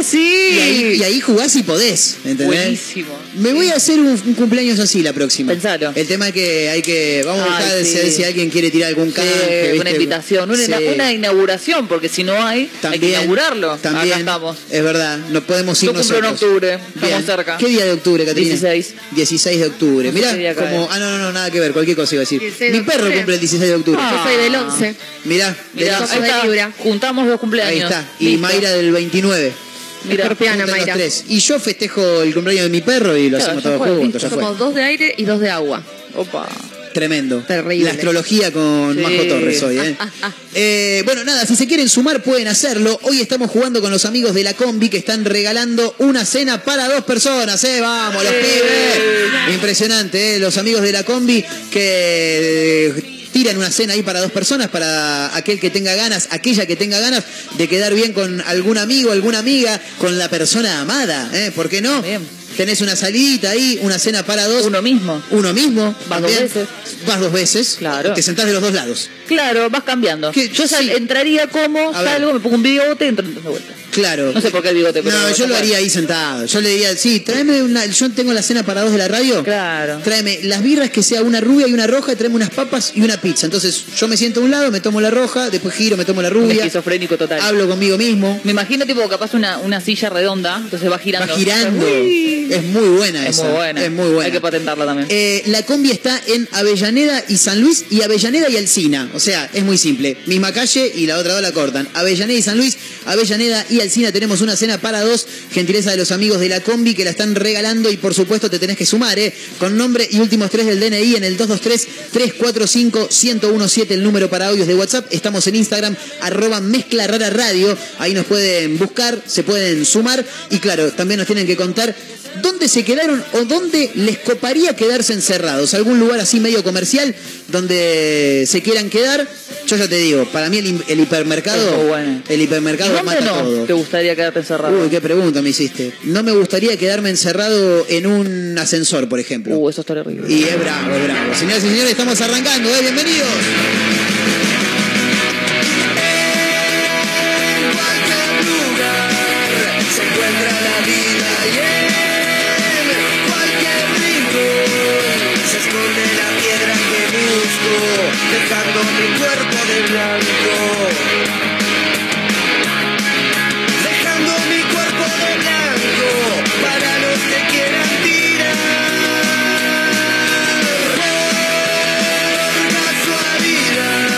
[SPEAKER 6] Y, ahí,
[SPEAKER 7] sí.
[SPEAKER 6] y ahí jugás y podés. ¿entendés?
[SPEAKER 7] Buenísimo.
[SPEAKER 6] Me voy a hacer un, un cumpleaños así la próxima.
[SPEAKER 7] Pensalo.
[SPEAKER 6] El tema es que hay que. Vamos a
[SPEAKER 7] Ay,
[SPEAKER 6] buscar
[SPEAKER 7] sí.
[SPEAKER 6] si- si alguien quiere tirar algún
[SPEAKER 7] Sí,
[SPEAKER 6] canje.
[SPEAKER 7] una
[SPEAKER 6] ¿viste?
[SPEAKER 7] invitación, una,
[SPEAKER 6] Sí.
[SPEAKER 7] una inauguración, porque si no hay, hay que inaugurarlo.
[SPEAKER 6] También.
[SPEAKER 7] Acá estamos.
[SPEAKER 6] Es verdad, no podemos ir
[SPEAKER 7] Yo cumplo en
[SPEAKER 6] nosotros.
[SPEAKER 7] octubre, estamos
[SPEAKER 6] Bien.
[SPEAKER 7] cerca.
[SPEAKER 6] ¿Qué día de octubre, Caterina?
[SPEAKER 7] 16.
[SPEAKER 6] 16 de octubre.
[SPEAKER 7] No sé qué
[SPEAKER 6] Mirá,
[SPEAKER 7] día cae.
[SPEAKER 6] como. Ah, no, no, no, nada que ver, cualquier cosa iba a decir.
[SPEAKER 10] 16 de
[SPEAKER 6] Mi perro
[SPEAKER 10] octubre.
[SPEAKER 6] cumple el 16 de octubre. Ah,
[SPEAKER 7] Ah.
[SPEAKER 10] Yo soy del 11.
[SPEAKER 6] Mirá, de
[SPEAKER 7] Mirá,
[SPEAKER 6] la-
[SPEAKER 10] Nosotros
[SPEAKER 7] ahí
[SPEAKER 10] de
[SPEAKER 7] está,
[SPEAKER 10] Libra.
[SPEAKER 7] Juntamos dos
[SPEAKER 6] ahí
[SPEAKER 7] cumpleaños.
[SPEAKER 6] está. Y
[SPEAKER 7] Listo.
[SPEAKER 6] Mayra del 29.
[SPEAKER 7] Mirá,
[SPEAKER 10] Escorpiana,
[SPEAKER 6] juntan los
[SPEAKER 10] Mayra.
[SPEAKER 6] tres. Y yo festejo el cumpleaños de mi perro y lo
[SPEAKER 7] Claro,
[SPEAKER 6] hacemos
[SPEAKER 7] ya
[SPEAKER 6] todos
[SPEAKER 7] fue,
[SPEAKER 6] juntos. Ya fue.
[SPEAKER 10] Somos dos de aire y dos de agua.
[SPEAKER 7] Opa.
[SPEAKER 6] Tremendo.
[SPEAKER 10] Terrible.
[SPEAKER 6] La astrología con
[SPEAKER 7] Sí.
[SPEAKER 6] Majo Torres hoy, ¿eh?
[SPEAKER 10] Ah, ah, ah.
[SPEAKER 6] Eh, Bueno, nada, si se quieren sumar pueden hacerlo. Hoy estamos jugando con los amigos de la combi que están regalando una cena para dos personas, ¿eh? Vamos, los pibes. Impresionante, ¿eh? Los amigos de la combi que eh, tiran una cena ahí para dos personas, para aquel que tenga ganas, aquella que tenga ganas de quedar bien con algún amigo, alguna amiga, con la persona amada, ¿eh? ¿Por qué no?
[SPEAKER 7] Bien.
[SPEAKER 6] Tenés una salidita ahí, una cena para dos.
[SPEAKER 7] Uno mismo.
[SPEAKER 6] Uno mismo.
[SPEAKER 7] Vas
[SPEAKER 6] también.
[SPEAKER 7] dos veces.
[SPEAKER 6] Vas dos veces.
[SPEAKER 7] Claro.
[SPEAKER 6] Te sentás de los dos lados.
[SPEAKER 7] Claro, vas cambiando.
[SPEAKER 6] Que-
[SPEAKER 7] Yo sal-
[SPEAKER 6] sí.
[SPEAKER 7] entraría como,
[SPEAKER 6] A ver.
[SPEAKER 7] salgo, me pongo un bigote y entro de vuelta.
[SPEAKER 6] Claro.
[SPEAKER 7] No sé por qué el bigote, pero
[SPEAKER 6] No, yo
[SPEAKER 7] está
[SPEAKER 6] lo
[SPEAKER 7] bueno.
[SPEAKER 6] haría ahí sentado. Yo le diría, sí, tráeme una. Yo tengo la cena para dos de la radio.
[SPEAKER 7] Claro.
[SPEAKER 6] Tráeme las birras que sea una rubia y una roja, tráeme unas papas y una pizza. Entonces, yo me siento a un lado, me tomo la roja, después giro, me tomo la
[SPEAKER 7] Un
[SPEAKER 6] rubia.
[SPEAKER 7] esquizofrénico total.
[SPEAKER 6] Hablo conmigo mismo.
[SPEAKER 7] Me imagino tipo capaz una, una silla redonda, entonces va
[SPEAKER 6] Va
[SPEAKER 7] girando.
[SPEAKER 6] girando.
[SPEAKER 7] Uy.
[SPEAKER 6] Es muy buena
[SPEAKER 7] Es
[SPEAKER 6] esa.
[SPEAKER 7] muy buena.
[SPEAKER 6] Es muy buena.
[SPEAKER 7] Hay que patentarla también.
[SPEAKER 6] Eh, la combi está en Avellaneda y San Luis y Avellaneda y Alcina. O sea, es muy simple. Misma calle y la otra dos la cortan. Avellaneda y San Luis, Avellaneda y Alcina. Tenemos una cena para dos. Gentileza de los amigos de la combi que la están regalando y por supuesto te tenés que sumar, ¿eh? Con nombre y últimos tres del DNI en el 223-345-1017, el número para audios de WhatsApp. Estamos en Instagram, arroba mezcla rara radio. Ahí nos pueden buscar, se pueden sumar y claro, también nos tienen que contar ¿Dónde se quedaron o dónde les coparía quedarse encerrados? ¿Algún lugar así medio comercial donde se quieran quedar? Yo ya te digo, para mí el, hi- el
[SPEAKER 7] Es
[SPEAKER 6] hipermercado,
[SPEAKER 7] muy bueno.
[SPEAKER 6] el
[SPEAKER 7] ¿Y
[SPEAKER 6] hipermercado
[SPEAKER 7] dónde
[SPEAKER 6] mata
[SPEAKER 7] no
[SPEAKER 6] todo.
[SPEAKER 7] te gustaría quedarte encerrado?
[SPEAKER 6] Uy, qué pregunta me hiciste. No me gustaría quedarme encerrado en un ascensor, por ejemplo.
[SPEAKER 7] Uh, eso está horrible.
[SPEAKER 6] Y es bravo, es bravo. Señoras y señores, estamos arrancando, ¿eh? Bienvenidos.
[SPEAKER 11] Dejando mi cuerpo de blanco para los que quieran tirar. Por casualidad.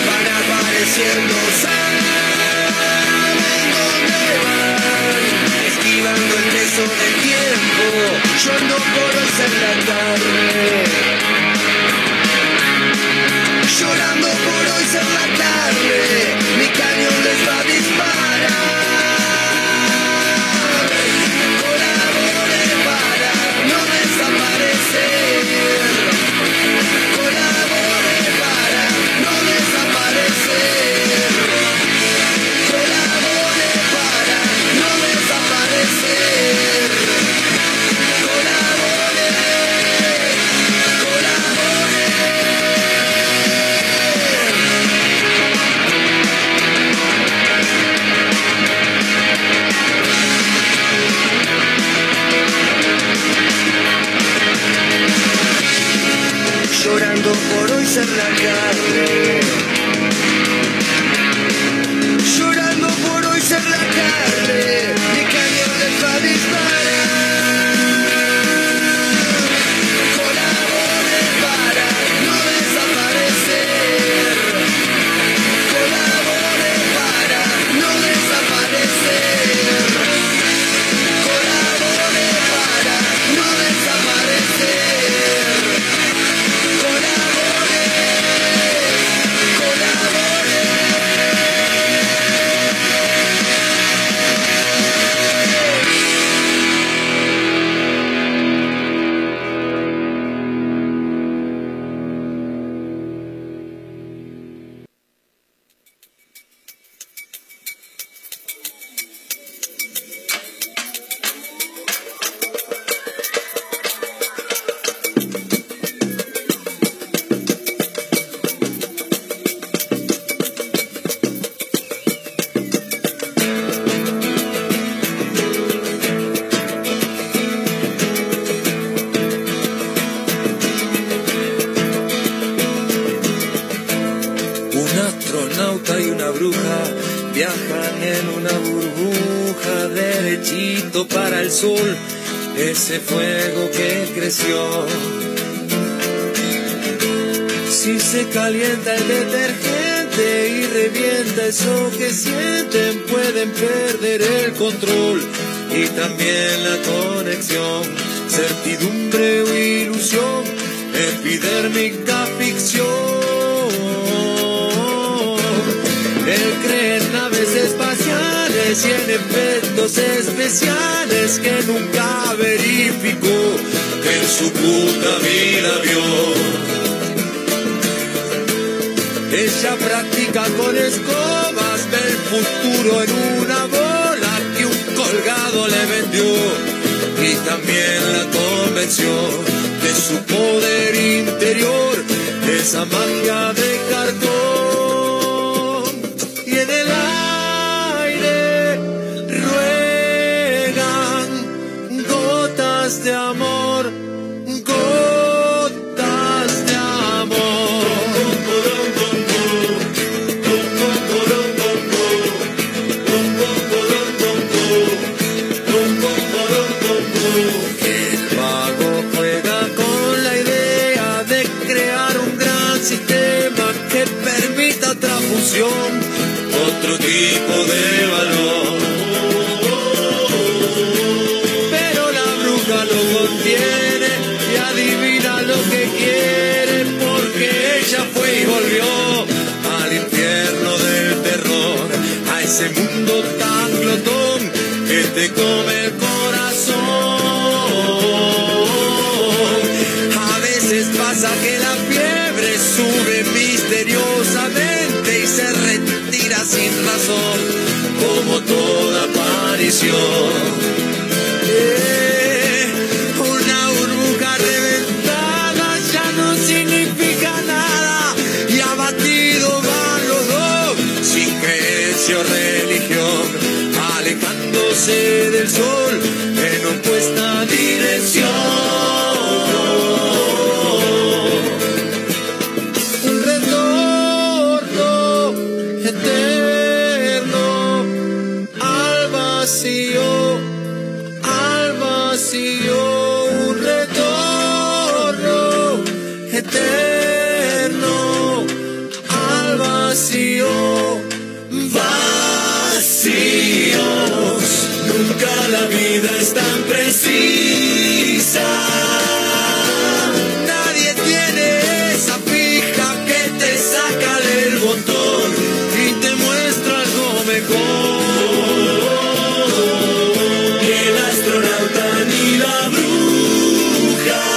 [SPEAKER 11] no saben dónde van, esquivando el peso del tiempo, yo no conocer la tarde. Llorando por hoy ser la tarde, mi cañón les va a disparar. Colabore para no desaparecer. Colabore para no desaparecer. Colabore para no desaparecer. Colabore, colabore. Llorando por hoy ser la carne. Llorando por hoy ser la carne. Mi cañón les va a disparar. Colabore para no desaparecer. Colabore para no desaparecer. Colabore para no desaparecer. Colabore, colabore.
[SPEAKER 1] Un astronauta y una bruja viajan en una burbuja derechito para el sol, ese fuego que creció. Si se calienta el detergente y revienta eso que sienten, pueden perder el control y también la conexión. Certidumbre o ilusión, epidérmica ficción. Él cree en naves espaciales y en efectos especiales que nunca verificó, que en su puta vida vio. Ella practica con escobas del futuro en una bola que un colgado le vendió y también la convenció de su poder interior, esa magia de cartón y en el aire ruegan gotas de amor, gotas de amor. El vago juega con la idea de crear un gran sistema que permita otra fusión, otro tipo de valor. Pero la bruja lo contiene y adivina lo que quiere porque ella fue y volvió al infierno del terror, a ese mundo tan glotón que te come el corazón. A veces pasa que la fiebre sube misteriosamente y se retira sin razón, como toda aparición. Eh, Una burbuja reventada ya no significa nada y abatido van los dos sin creencia o religión, alejándose del sol en opuesta dirección. Un retorno eterno al vacío al vacío un retorno eterno al vacío
[SPEAKER 5] vida es tan precisa. Nadie tiene esa pija que te saca del botón y te muestra algo mejor. Ni el astronauta ni la bruja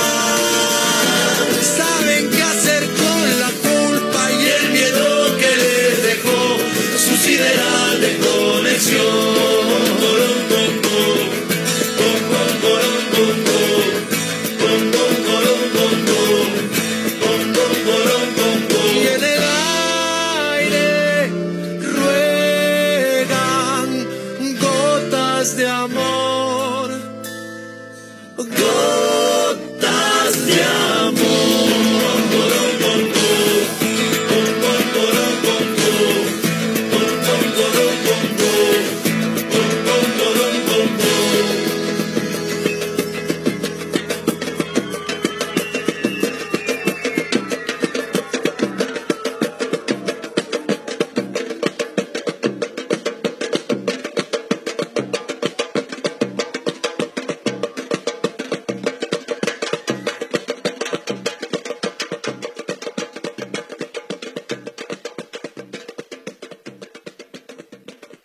[SPEAKER 5] saben qué hacer con la culpa y el miedo que les dejó su sideral de conexión. Y en el aire ruegan gotas de amor, gotas de amor.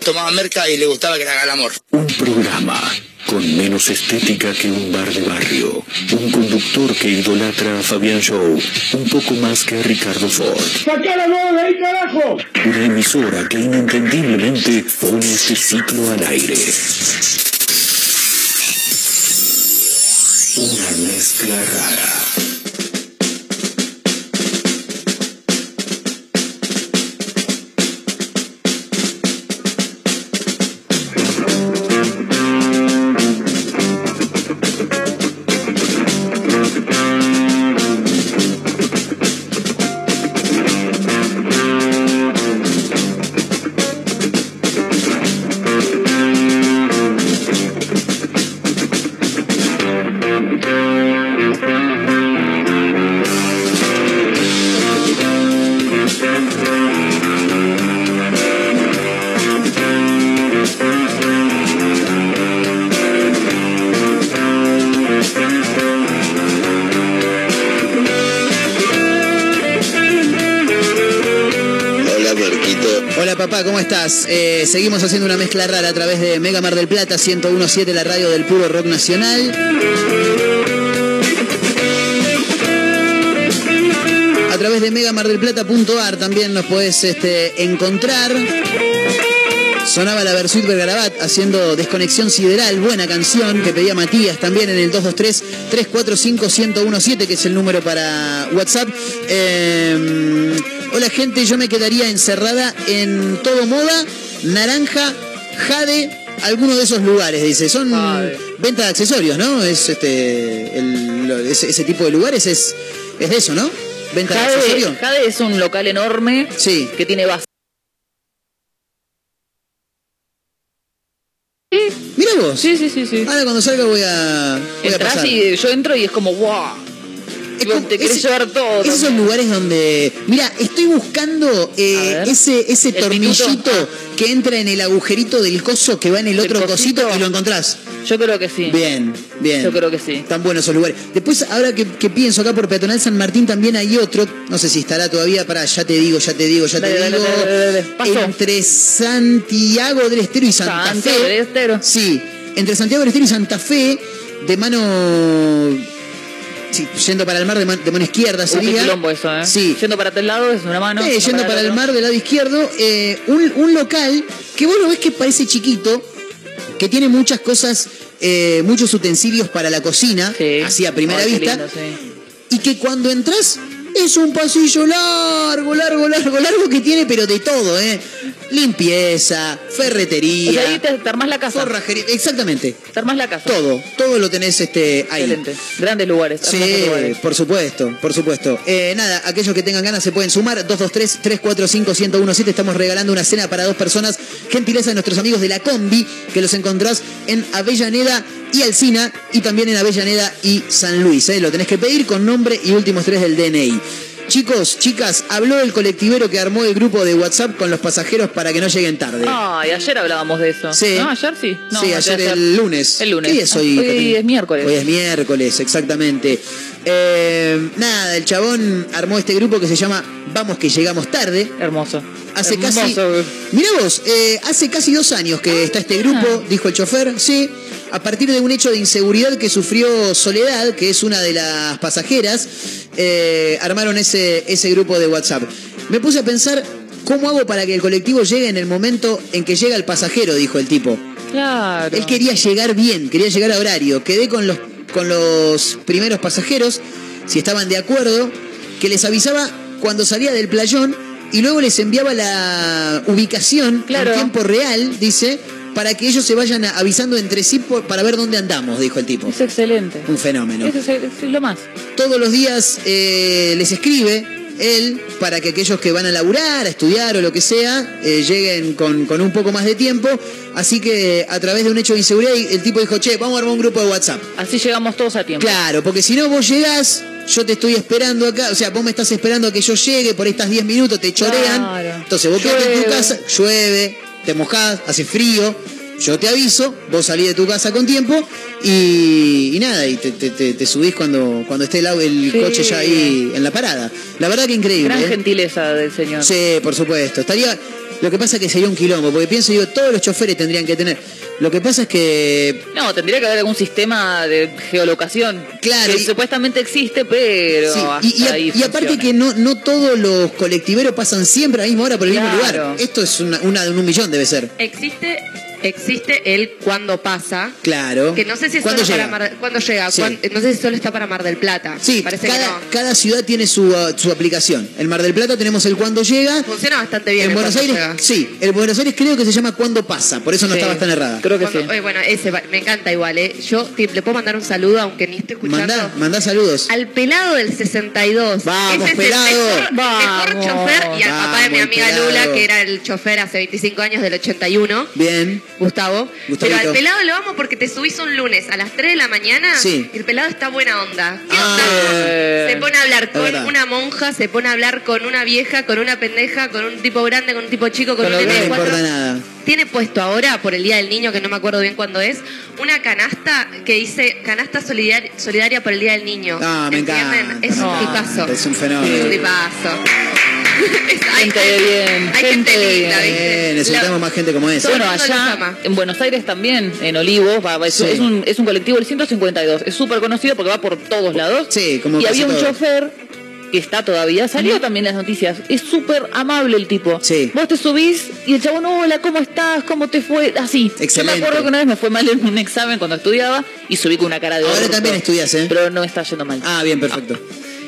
[SPEAKER 12] Tomaba merca y le gustaba que le haga el amor.
[SPEAKER 4] Un programa con menos estética que un bar de barrio. Un conductor que idolatra a Fabián Show un poco más que a Ricardo Ford.
[SPEAKER 5] ¡Sacá la bola ahí, carajo!
[SPEAKER 4] Una emisora que inentendiblemente pone este ciclo al aire. Una mezcla rara.
[SPEAKER 6] Hola, Hola, papá, ¿cómo estás? Eh, seguimos haciendo una mezcla rara a través de Mega Mar del Plata 1017, la radio del puro rock nacional. A través de megamardelplata.ar también nos podés este, encontrar. Sonaba la Versuit Bergarabat haciendo Desconexión Sideral, buena canción que pedía Matías también en el 223-345-1017, que es el número para WhatsApp. Eh, hola gente, yo me quedaría encerrada en todo moda, naranja, jade, alguno de esos lugares, dice. Son venta de accesorios, ¿no? Es este el- lo- ese, ese tipo de lugares es, es de eso, ¿no? Venta de accesorios.
[SPEAKER 7] Jade, Jade es un local enorme que tiene base.
[SPEAKER 6] Mira vos.
[SPEAKER 7] Sí, sí, sí, sí.
[SPEAKER 6] Ahora cuando salga voy a. Voy a
[SPEAKER 7] Entrás
[SPEAKER 6] pasar.
[SPEAKER 7] y yo entro y es como, wow. Digo, te querés
[SPEAKER 6] Ese-
[SPEAKER 7] llevar todo.
[SPEAKER 6] Esos son lugares donde. Mira, estoy buscando eh, ese,
[SPEAKER 7] Este
[SPEAKER 6] ese tornillito que entra en el agujerito del coso que va en el otro cosito y lo encontrás.
[SPEAKER 7] Yo creo que sí.
[SPEAKER 6] Bien, bien.
[SPEAKER 7] Yo creo que sí.
[SPEAKER 6] Tan buenos esos lugares. Después, ahora que, que pienso acá por Peatonal San Martín también hay otro. No sé si estará todavía para, ya te digo, ya te digo, ya te
[SPEAKER 7] Dale, dale,
[SPEAKER 6] digo.
[SPEAKER 7] dale, dale, dale. Paso.
[SPEAKER 6] Entre Santiago del Estero y Santa
[SPEAKER 7] Santiago
[SPEAKER 6] Fe.
[SPEAKER 7] del
[SPEAKER 6] Sí, entre Santiago del Estero y Santa Fe, de mano. Sí, yendo para el mar de, man- de mano izquierda
[SPEAKER 7] Uh, qué
[SPEAKER 6] sería.
[SPEAKER 7] quilombo eso, ¿eh?
[SPEAKER 6] Sí.
[SPEAKER 7] Yendo para tal lado es una mano.
[SPEAKER 6] Eh,
[SPEAKER 7] yendo
[SPEAKER 6] yendo para el
[SPEAKER 7] otro.
[SPEAKER 6] mar del lado izquierdo, eh, un, un local que vos lo ves que parece chiquito, que tiene muchas cosas, eh, muchos utensilios para la cocina, así a primera
[SPEAKER 7] Ay, qué
[SPEAKER 6] vista,
[SPEAKER 7] lindo, sí.
[SPEAKER 6] y que cuando entras es un pasillo largo, largo, largo, largo que tiene, pero de todo, ¿eh? Limpieza, ferretería.
[SPEAKER 7] O sea, ahí te, te armás la casa.
[SPEAKER 6] forrajería, exactamente.
[SPEAKER 7] Te armás la casa.
[SPEAKER 6] Todo, todo lo tenés este, ahí.
[SPEAKER 7] Excelente. Grandes lugares. hermosos
[SPEAKER 6] Sí,
[SPEAKER 7] lugares.
[SPEAKER 6] por supuesto, por supuesto. Eh, nada, aquellos que tengan ganas se pueden sumar. 223-345-1017. Estamos regalando una cena para dos personas. Gentileza de nuestros amigos de la combi, que los encontrás en Avellaneda y Alcina, y también en Avellaneda y San Luis. eh. Lo tenés que pedir con nombre y últimos tres del DNI. Chicos, chicas, habló el colectivero que armó el grupo de WhatsApp con los pasajeros para que no lleguen tarde.
[SPEAKER 7] Ay, ayer hablábamos de eso.
[SPEAKER 6] Sí.
[SPEAKER 7] ¿No? ¿Ayer sí? No,
[SPEAKER 6] sí,
[SPEAKER 7] antes
[SPEAKER 6] ayer
[SPEAKER 7] de
[SPEAKER 6] el lunes.
[SPEAKER 7] El lunes.
[SPEAKER 6] ¿Qué día es hoy?
[SPEAKER 7] Hoy
[SPEAKER 6] Caterina?
[SPEAKER 7] es miércoles.
[SPEAKER 6] Hoy es miércoles, exactamente. Eh, nada, el chabón armó este grupo que se llama Vamos que llegamos tarde.
[SPEAKER 7] Hermoso.
[SPEAKER 6] Hace
[SPEAKER 7] Hermoso.
[SPEAKER 6] casi. Mirá vos, eh, hace casi dos años que está este
[SPEAKER 7] Ah.
[SPEAKER 6] grupo, dijo el chofer, sí. A partir de un hecho de inseguridad que sufrió Soledad, que es una de las pasajeras, eh, armaron ese, ese grupo de WhatsApp. Me puse a pensar, ¿cómo hago para que el colectivo llegue en el momento en que llega el pasajero? Dijo el tipo.
[SPEAKER 7] Claro.
[SPEAKER 6] Él quería llegar bien, quería llegar a horario. Quedé con los, con los primeros pasajeros, si estaban de acuerdo, que les avisaba cuando salía del playón y luego les enviaba la ubicación en tiempo real, dice, para que ellos se vayan a- avisando entre sí por- para ver dónde andamos, dijo el tipo. Es
[SPEAKER 7] excelente.
[SPEAKER 6] Un fenómeno.
[SPEAKER 7] Eso es, es lo más.
[SPEAKER 6] Todos los días eh, les escribe él para que aquellos que van a laburar, a estudiar o lo que sea, eh, lleguen con, con un poco más de tiempo. Así que a través de un hecho de inseguridad, el tipo dijo, che, vamos a armar un grupo de WhatsApp.
[SPEAKER 7] Así llegamos todos a tiempo.
[SPEAKER 6] Claro, porque si no vos llegás, yo te estoy esperando acá, o sea, vos me estás esperando a que yo llegue, por ahí estás 10 minutos, te chorean.
[SPEAKER 7] Claro.
[SPEAKER 6] Entonces vos quedate en tu
[SPEAKER 7] Llueve.
[SPEAKER 6] casa, llueve, te mojás, hace frío, yo te aviso, vos salís de tu casa con tiempo y, y nada, y te, te- te- te subís cuando, cuando esté el, au- el
[SPEAKER 7] Sí.
[SPEAKER 6] coche ya ahí en la parada. La verdad que increíble.
[SPEAKER 7] Gran
[SPEAKER 6] ¿eh?
[SPEAKER 7] gentileza del señor.
[SPEAKER 6] Sí, por supuesto. Estaría. Lo que pasa es que sería un quilombo, porque pienso, digo, todos los choferes tendrían que tener. Lo que pasa es que
[SPEAKER 7] No, tendría que haber algún sistema de geolocación.
[SPEAKER 6] Claro,
[SPEAKER 7] Que
[SPEAKER 6] y-
[SPEAKER 7] supuestamente existe, pero.
[SPEAKER 6] Sí,
[SPEAKER 7] hasta
[SPEAKER 6] y, y a-
[SPEAKER 7] ahí
[SPEAKER 6] y aparte
[SPEAKER 7] funciona.
[SPEAKER 6] que no, no todos los colectiveros pasan siempre a la misma hora por el mismo
[SPEAKER 7] Claro.
[SPEAKER 6] lugar. Esto es una, una de un millón debe ser.
[SPEAKER 10] Existe, existe el cuando pasa.
[SPEAKER 6] Claro.
[SPEAKER 10] Que no sé si es
[SPEAKER 6] ¿Cuándo
[SPEAKER 10] solo
[SPEAKER 6] llega?
[SPEAKER 10] para Mar cuando llega,
[SPEAKER 6] Sí.
[SPEAKER 10] cuán- no sé si solo está para Mar del Plata.
[SPEAKER 6] Sí,
[SPEAKER 10] parece
[SPEAKER 6] cada,
[SPEAKER 10] que no.
[SPEAKER 6] cada ciudad tiene su, uh, su aplicación. En Mar del Plata tenemos el cuando llega.
[SPEAKER 10] Funciona bastante bien.
[SPEAKER 6] en
[SPEAKER 10] el
[SPEAKER 6] Buenos
[SPEAKER 10] cuando
[SPEAKER 6] Aires,
[SPEAKER 10] llega.
[SPEAKER 6] sí, en Buenos Aires creo que se llama cuando pasa, por eso no
[SPEAKER 10] Sí.
[SPEAKER 6] estabas tan errada.
[SPEAKER 10] Cuando- eh, bueno, ese va- me encanta igual, ¿eh? Yo te- le puedo mandar un saludo, aunque ni esté escuchando.
[SPEAKER 6] Mandá, mandá saludos.
[SPEAKER 10] Al pelado del 62.
[SPEAKER 6] Vamos,
[SPEAKER 10] Ese es el
[SPEAKER 6] pelado.
[SPEAKER 10] mejor- mejor
[SPEAKER 6] Vamos.
[SPEAKER 10] chofer y al papá de mi
[SPEAKER 6] Vamos,
[SPEAKER 10] amiga
[SPEAKER 6] pelado.
[SPEAKER 10] Lula, que era el chofer hace 25 años del 81.
[SPEAKER 6] Bien.
[SPEAKER 10] Gustavo. Pero
[SPEAKER 6] Gustavito.
[SPEAKER 10] al pelado lo amo porque te subís un lunes a las 3 de la mañana
[SPEAKER 6] Sí.
[SPEAKER 10] y el pelado está buena onda. ¿Qué
[SPEAKER 6] Ah,
[SPEAKER 10] onda? Se pone a hablar
[SPEAKER 6] es
[SPEAKER 10] con
[SPEAKER 6] verdad.
[SPEAKER 10] una monja, se pone a hablar con una vieja, con una pendeja, con un tipo grande, con un tipo chico, con un
[SPEAKER 6] no
[SPEAKER 10] nene
[SPEAKER 6] le
[SPEAKER 10] de cuatro.
[SPEAKER 6] importa nada.
[SPEAKER 10] Tiene puesto ahora, por el Día del Niño, que no me acuerdo bien cuándo es, una canasta que dice canasta solidar- solidaria por el Día del Niño.
[SPEAKER 6] Ah, me encanta,
[SPEAKER 10] ¿Entienden? Es un
[SPEAKER 6] me
[SPEAKER 10] tipazo.
[SPEAKER 6] Es un fenómeno.
[SPEAKER 10] Es un tipazo.
[SPEAKER 7] Gente de bien.
[SPEAKER 10] Hay gente linda,
[SPEAKER 6] Eh,
[SPEAKER 10] ¿viste?
[SPEAKER 6] necesitamos más gente como esa.
[SPEAKER 7] Bueno, allá en Buenos Aires también, en Olivos, va- va- es,
[SPEAKER 6] Sí.
[SPEAKER 7] es un, es un colectivo, el 152, es súper conocido porque va por todos lados.
[SPEAKER 6] Sí, como
[SPEAKER 7] Y
[SPEAKER 6] casi
[SPEAKER 7] había un
[SPEAKER 6] todo.
[SPEAKER 7] chofer que está todavía, salió también en las noticias, es súper amable el tipo. Vos te subís y el chabón, hola, ¿cómo estás? ¿Cómo te fue? Así.
[SPEAKER 6] Excelente.
[SPEAKER 7] Yo me acuerdo que una vez me fue mal en un examen cuando estudiaba y subí con una cara de
[SPEAKER 6] Ahora
[SPEAKER 7] orto.
[SPEAKER 6] también estudias, ¿eh?
[SPEAKER 7] Pero no me está yendo mal.
[SPEAKER 6] Ah, bien, perfecto.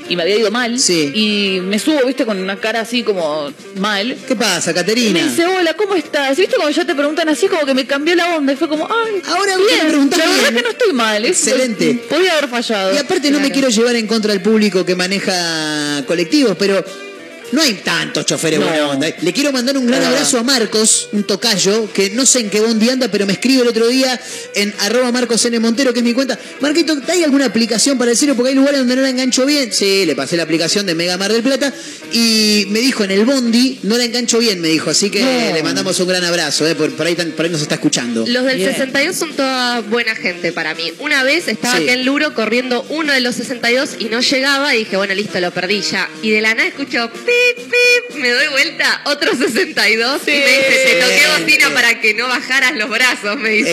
[SPEAKER 7] Y me había ido mal. Y me subo, viste, con una cara así como mal.
[SPEAKER 6] ¿Qué pasa,
[SPEAKER 7] Y
[SPEAKER 6] Caterina?
[SPEAKER 7] me dice, hola, ¿cómo estás? Y viste cuando ya te preguntan así, como que me cambió la onda. Y fue como, ay,
[SPEAKER 6] ahora
[SPEAKER 7] bien,
[SPEAKER 6] me preguntás
[SPEAKER 7] La verdad
[SPEAKER 6] bien.
[SPEAKER 7] que no estoy mal. es-
[SPEAKER 6] Excelente.
[SPEAKER 7] Podía haber fallado.
[SPEAKER 6] Y aparte no me quiero llevar en contra del público que maneja colectivos, pero no hay tantos choferes
[SPEAKER 7] No.
[SPEAKER 6] buena onda. ¿eh? Le quiero mandar un gran
[SPEAKER 7] Ah.
[SPEAKER 6] abrazo a Marcos, un tocayo, que no sé en qué bondi anda, pero me escribe el otro día en arroba Marcos N. Montero, que es mi cuenta. Marquito, ¿hay alguna aplicación para decirlo? Porque hay lugares donde no la engancho bien. Sí, le pasé la aplicación de Mega Mar del Plata y me dijo en el bondi, no la engancho bien, me dijo. Así que
[SPEAKER 10] No.
[SPEAKER 6] le mandamos un gran abrazo, eh, por, por ahí, tan- por ahí nos está escuchando.
[SPEAKER 10] Los del 62 son toda buena gente para mí. Una vez estaba
[SPEAKER 6] Sí.
[SPEAKER 10] acá en Luro corriendo uno de los 62 y no llegaba y dije, bueno, listo, lo perdí ya. Y de la nada escucho, pip, pip, me doy vuelta, otro 62 y me dice, te toqué bocina para que no bajaras los brazos, me dice.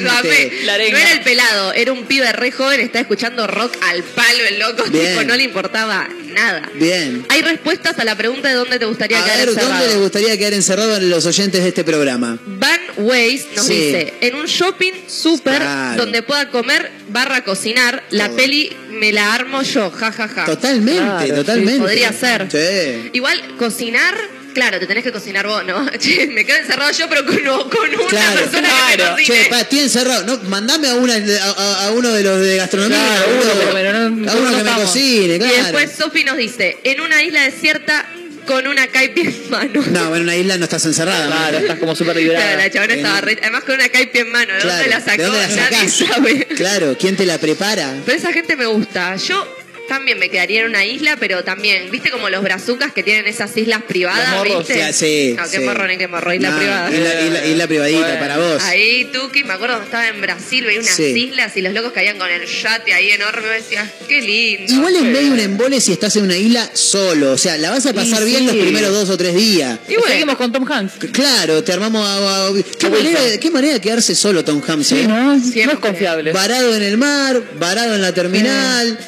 [SPEAKER 10] Lo amé.
[SPEAKER 7] La arenga.
[SPEAKER 10] no era el pelado, era un pibe re joven, estaba escuchando rock al palo el loco,
[SPEAKER 6] Bien.
[SPEAKER 10] tipo, no le importaba nada.
[SPEAKER 6] Bien.
[SPEAKER 10] Hay respuestas a la pregunta de dónde te gustaría
[SPEAKER 6] A
[SPEAKER 10] quedar
[SPEAKER 6] ver,
[SPEAKER 10] encerrado.
[SPEAKER 6] ¿dónde les gustaría quedar encerrados los oyentes de este programa?
[SPEAKER 10] Van Ways nos
[SPEAKER 6] Sí.
[SPEAKER 10] dice, en un shopping súper
[SPEAKER 6] Claro.
[SPEAKER 10] donde pueda comer, barra cocinar, la
[SPEAKER 6] Todo.
[SPEAKER 10] peli me la armo yo, jajaja.
[SPEAKER 6] Totalmente, totalmente.
[SPEAKER 10] Ah. Podría ser.
[SPEAKER 6] Sí.
[SPEAKER 10] Igual, cocinar, claro, te tenés que cocinar vos, ¿no? Che, me quedo encerrado yo, pero con, con una
[SPEAKER 6] Claro,
[SPEAKER 10] persona que ¿eh? me cocine.
[SPEAKER 6] Che, pa, estoy encerrado. No, mandame a, una, a, a- a uno de los de gastronomía.
[SPEAKER 7] Claro,
[SPEAKER 6] a
[SPEAKER 7] uno, por lo menos, no-
[SPEAKER 6] a uno
[SPEAKER 7] no
[SPEAKER 6] que me
[SPEAKER 7] estamos.
[SPEAKER 6] cocine, claro.
[SPEAKER 10] Y después Sofi nos dice, en una isla desierta con una caipi en mano.
[SPEAKER 6] No, en una isla no estás encerrada.
[SPEAKER 7] Claro,
[SPEAKER 6] ¿no?
[SPEAKER 7] estás como súper
[SPEAKER 10] Claro, la chabona
[SPEAKER 6] Eh,
[SPEAKER 10] estaba re- Además con una caipi en mano, ¿de
[SPEAKER 6] claro,
[SPEAKER 10] dónde la sacó?
[SPEAKER 6] ¿De dónde la
[SPEAKER 10] Nadie
[SPEAKER 6] sacás?
[SPEAKER 10] sabe.
[SPEAKER 6] Claro, ¿quién te la prepara?
[SPEAKER 10] Pero esa gente me gusta. Yo también me quedaría en una isla, pero también, ¿viste como los brazucas que tienen esas islas privadas?
[SPEAKER 6] Los morros.
[SPEAKER 10] ¿viste?
[SPEAKER 6] Ya, sí,
[SPEAKER 10] no, qué
[SPEAKER 6] sí.
[SPEAKER 10] morro, ni qué morro, isla
[SPEAKER 6] No,
[SPEAKER 10] privada.
[SPEAKER 6] isla- isla- isla privadita, para vos.
[SPEAKER 10] Ahí, Tuki, me acuerdo cuando estaba en Brasil, veía unas
[SPEAKER 6] Sí.
[SPEAKER 10] islas y los locos caían con el yate ahí enorme, decías, qué lindo.
[SPEAKER 6] Igual es medio un embole si estás en una isla solo. O sea, la vas a pasar
[SPEAKER 7] Y
[SPEAKER 6] bien los
[SPEAKER 7] sí.
[SPEAKER 6] primeros dos o tres días.
[SPEAKER 7] Y bueno. Seguimos con Tom Hanks.
[SPEAKER 6] Claro, te armamos a. a- ¿qué, manera, qué manera de quedarse solo, Tom Hanks? ¿eh?
[SPEAKER 7] No, no es confiable.
[SPEAKER 6] Varado en el mar, varado en la terminal,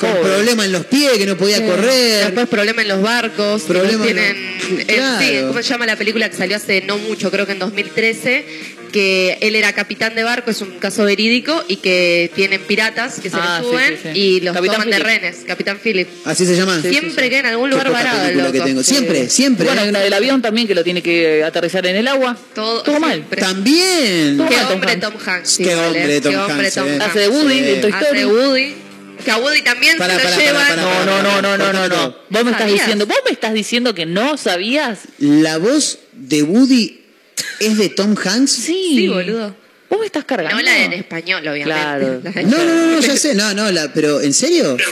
[SPEAKER 6] con
[SPEAKER 7] Pobre.
[SPEAKER 6] problemas en los pies, que no podía
[SPEAKER 10] Sí.
[SPEAKER 6] correr.
[SPEAKER 10] Después problema en los barcos. que
[SPEAKER 6] Problema
[SPEAKER 10] no
[SPEAKER 6] en los-
[SPEAKER 10] tienen. eh,
[SPEAKER 6] Claro.
[SPEAKER 10] sí, ¿cómo se llama la película que salió hace no mucho, creo que en 2013? que él era capitán de barco, es un caso verídico, y que tienen piratas que se
[SPEAKER 7] Ah,
[SPEAKER 10] les
[SPEAKER 7] sí,
[SPEAKER 10] suben
[SPEAKER 7] sí, sí.
[SPEAKER 10] y los
[SPEAKER 7] Capitán
[SPEAKER 10] toman de
[SPEAKER 7] Phillips.
[SPEAKER 10] rehenes, Capitán Philip.
[SPEAKER 6] ¿Así se llama?
[SPEAKER 10] Siempre que en algún lugar
[SPEAKER 6] Qué poca
[SPEAKER 10] varado el
[SPEAKER 6] película
[SPEAKER 10] loco.
[SPEAKER 6] que tengo.
[SPEAKER 10] Sí.
[SPEAKER 6] Siempre, siempre.
[SPEAKER 7] Bueno,
[SPEAKER 6] ¿eh?
[SPEAKER 7] hay una del avión también que lo tiene que aterrizar en el agua.
[SPEAKER 10] Todo,
[SPEAKER 7] mal.
[SPEAKER 6] También.
[SPEAKER 7] Todo
[SPEAKER 10] Qué
[SPEAKER 7] mal, Tom
[SPEAKER 10] hombre
[SPEAKER 7] Hanks.
[SPEAKER 10] Tom Hanks. sí,
[SPEAKER 6] Qué
[SPEAKER 10] vale,
[SPEAKER 6] hombre Tom
[SPEAKER 10] qué hombre
[SPEAKER 6] Hanks,
[SPEAKER 10] Tom
[SPEAKER 6] eh.
[SPEAKER 10] Hanks.
[SPEAKER 7] Hace Woody
[SPEAKER 6] Sí.
[SPEAKER 7] en Toy
[SPEAKER 10] Hace
[SPEAKER 7] Story.
[SPEAKER 10] Woody. Que a Woody también
[SPEAKER 6] Pará,
[SPEAKER 10] se lo
[SPEAKER 6] pará,
[SPEAKER 10] llevan.
[SPEAKER 6] pará, pará,
[SPEAKER 7] No,
[SPEAKER 6] pará,
[SPEAKER 7] no,
[SPEAKER 6] pará,
[SPEAKER 7] no, no, no, no,
[SPEAKER 6] cortame
[SPEAKER 7] no.
[SPEAKER 6] todo.
[SPEAKER 7] Vos me estás
[SPEAKER 10] ¿Sabías?
[SPEAKER 7] diciendo, vos me estás diciendo que no sabías.
[SPEAKER 6] ¿La voz de Woody es de Tom Hanks?
[SPEAKER 7] Sí.
[SPEAKER 10] Sí, boludo.
[SPEAKER 7] Vos me estás cargando.
[SPEAKER 10] No la en español, obviamente.
[SPEAKER 7] Claro.
[SPEAKER 10] La-
[SPEAKER 6] No, no, no, no, ya sé. No, no, la- pero ¿en serio?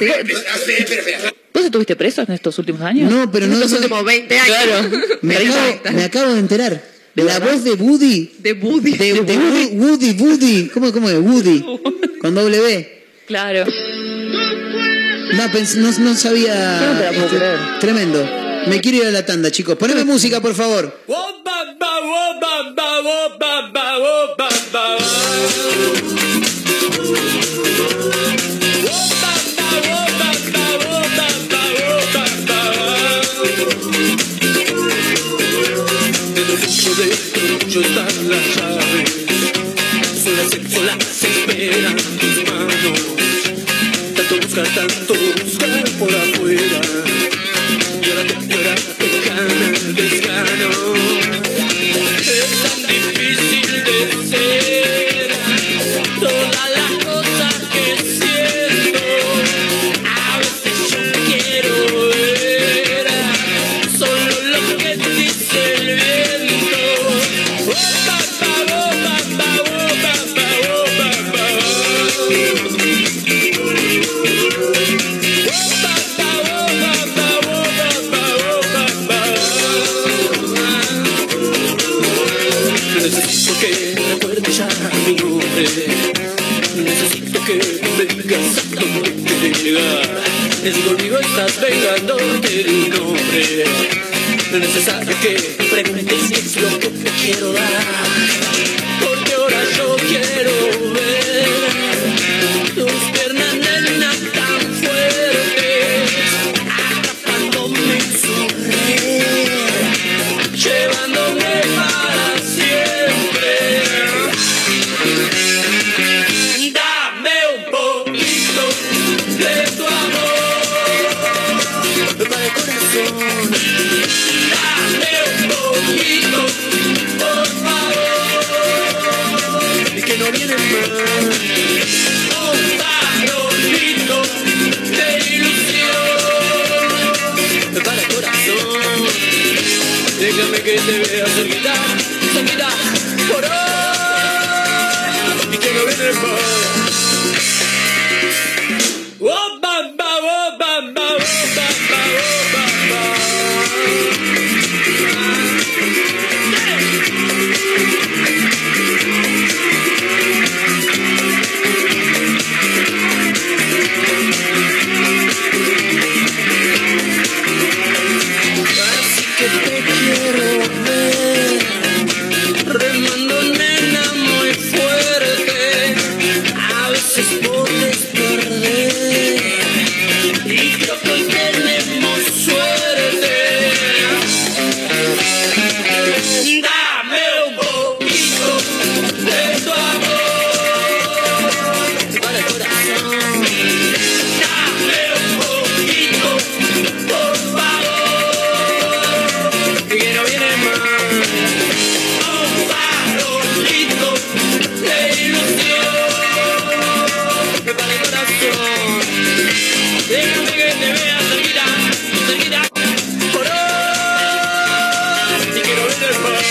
[SPEAKER 7] ¿Vos estuviste preso en estos últimos años?
[SPEAKER 6] No, pero no.
[SPEAKER 10] Los
[SPEAKER 6] no-
[SPEAKER 10] últimos 20 años.
[SPEAKER 7] Claro.
[SPEAKER 6] me,
[SPEAKER 7] Perdí
[SPEAKER 6] acabo,
[SPEAKER 7] cuenta.
[SPEAKER 6] me acabo de enterar. La voz de Woody.
[SPEAKER 10] De Woody.
[SPEAKER 6] De, de Woody, Woody, Woody. ¿Cómo, cómo es? Woody. Con doble B.
[SPEAKER 7] Claro.
[SPEAKER 6] No, pens- no, no sabía. Este,
[SPEAKER 7] Yo no te la puedo creer.
[SPEAKER 6] Tremendo. Me quiero ir a la tanda, chicos. Poneme música, por favor.
[SPEAKER 5] Yo está la llave, sola se, sola se esperan tus manos. Tanto busca, tanto busca por afuera. Y ahora te, y ahora te gana el desgano. Es tan difícil de ser todas las cosas que siento. A veces yo quiero ver solo lo que dice el viento. Oh, papá, oh, papá, oh, papá, oh, papá, oh. Necesito que recuerdes ya mi nombre Necesito que vengas a donde te llega Es conmigo estás vengando del nombre No es necesario que preguntes si es lo que te quiero dar Porque ahora yo quiero ver tus piernas nenas tan fuertes atrapándome en su red llevándome para siempre dame un poquito de tu amor para el corazón dame un poquito por favor y que no viene más un farolito de ilusión para el corazón. Déjame que te vea solita, solita por hoy y que no viene más. Oh, bamba, oh, bamba, oh, bamba, oh, bamba. Así que te quiero ver Remando nena muy fuerte A veces puedes perder Y creo que hoy tenemos suerte Dame un poquito de tu amor Para el corazón Dame un poquito, por favor, que no viene más. Un farolito de ilusión para el corazón. Déjame que te vea cerquita, cerquita, por hoy, y que no viene más.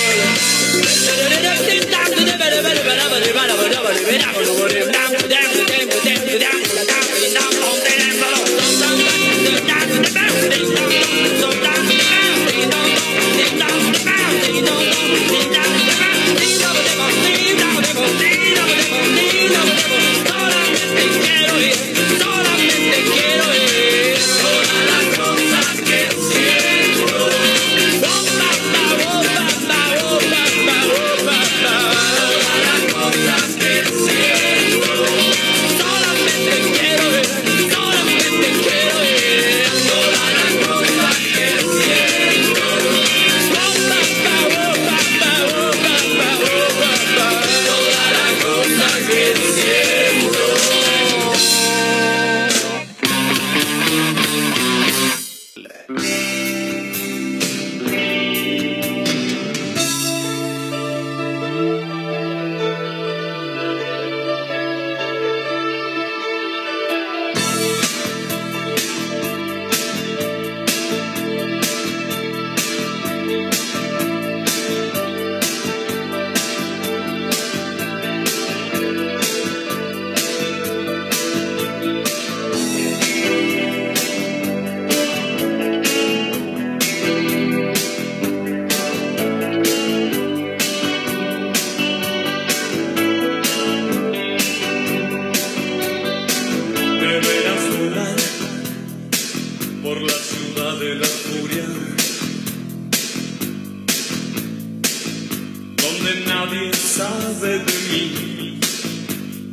[SPEAKER 5] donde nadie sabe de mí.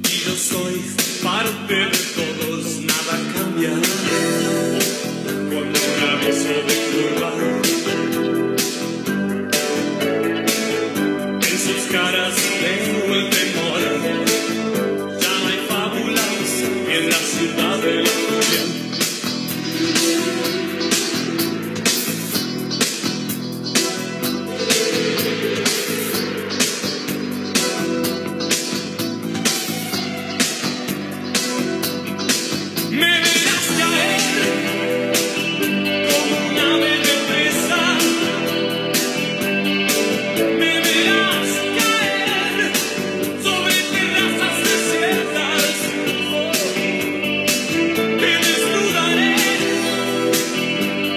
[SPEAKER 5] Y yo soy parte de todos, nada cambia. Con un aviso de curva. En sus caras veo el temor. Ya no hay fábulas en la ciudad de la furia. Me verás caer como una belleza. Me verás caer sobre terrazas desiertas. Te desnudaré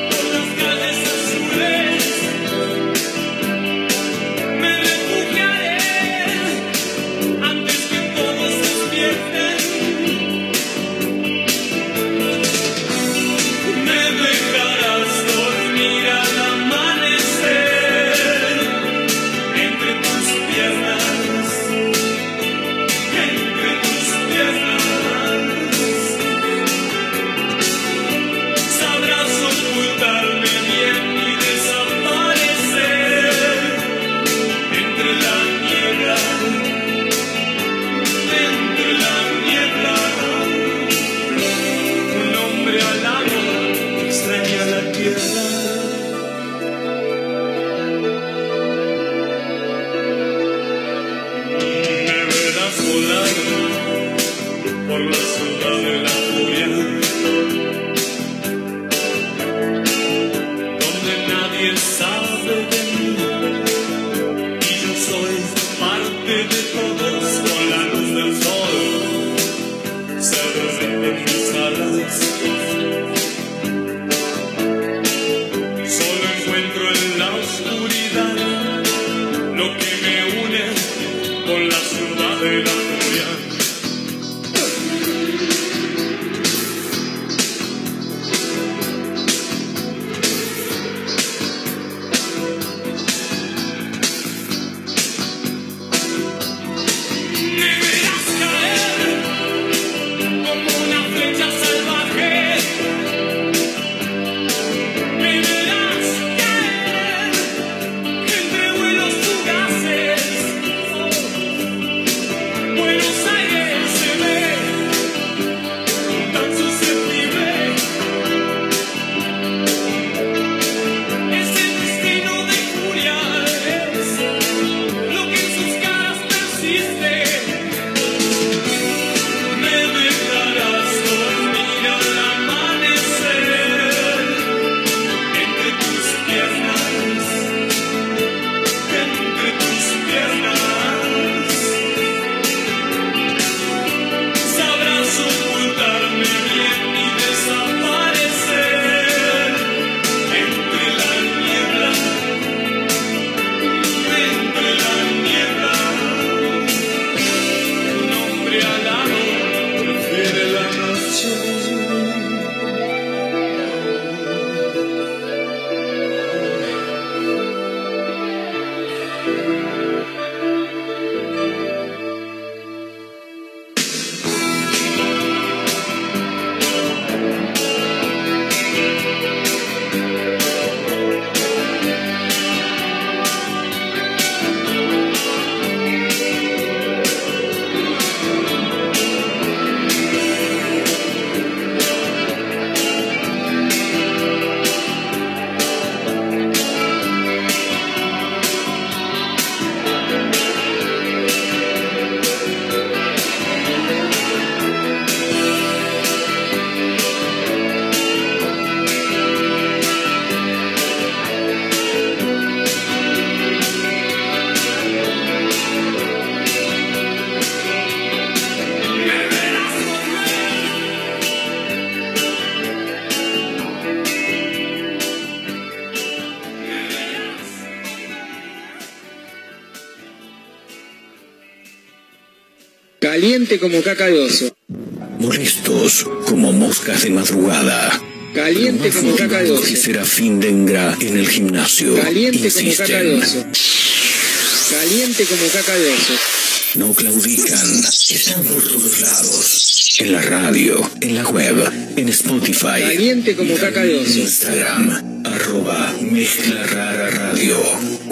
[SPEAKER 5] por las calles azules. Me refugiaré antes que todos despierten. Me dejarás dormir al amanecer entre tus piernas, entre tus piernas. Sabrás ocultarme bien y desaparecer entre la niebla, entre la niebla. Un hombre al agua extraña la tierra. Me verás volar por la ciudad de la furia, donde nadie sabe de mí. Y yo soy parte de todos con la luz del sol. Se derriten mis alas. Solo encuentro en la oscuridad lo que me une con la ciudad de la furia. Me verás caer como una flecha salvaje. Me verás caer entre vuelos fugaces. Buenos Aires se ve tan susceptible. Ese destino de furia es lo que en sus caras persiste. Me dejarás dormir al amanecer entre tus piernas, entre tus piernas. Sabrás ocultarme bien y desaparecer entre la niebla, entre la niebla. Un hombre alado. Prefiere la noche.
[SPEAKER 13] Caliente como caca de oso.
[SPEAKER 4] Molestos como moscas de madrugada.
[SPEAKER 13] Caliente como caca de oso.
[SPEAKER 4] Y Serafín Dengra en el gimnasio.
[SPEAKER 13] Caliente como caca de
[SPEAKER 4] Insisten.
[SPEAKER 13] oso. Caliente como caca de oso.
[SPEAKER 4] No claudican. Están por todos lados. En la radio, en la web, en Spotify.
[SPEAKER 13] Caliente como caca de oso.
[SPEAKER 4] Instagram, arroba Mezcla Rara Radio.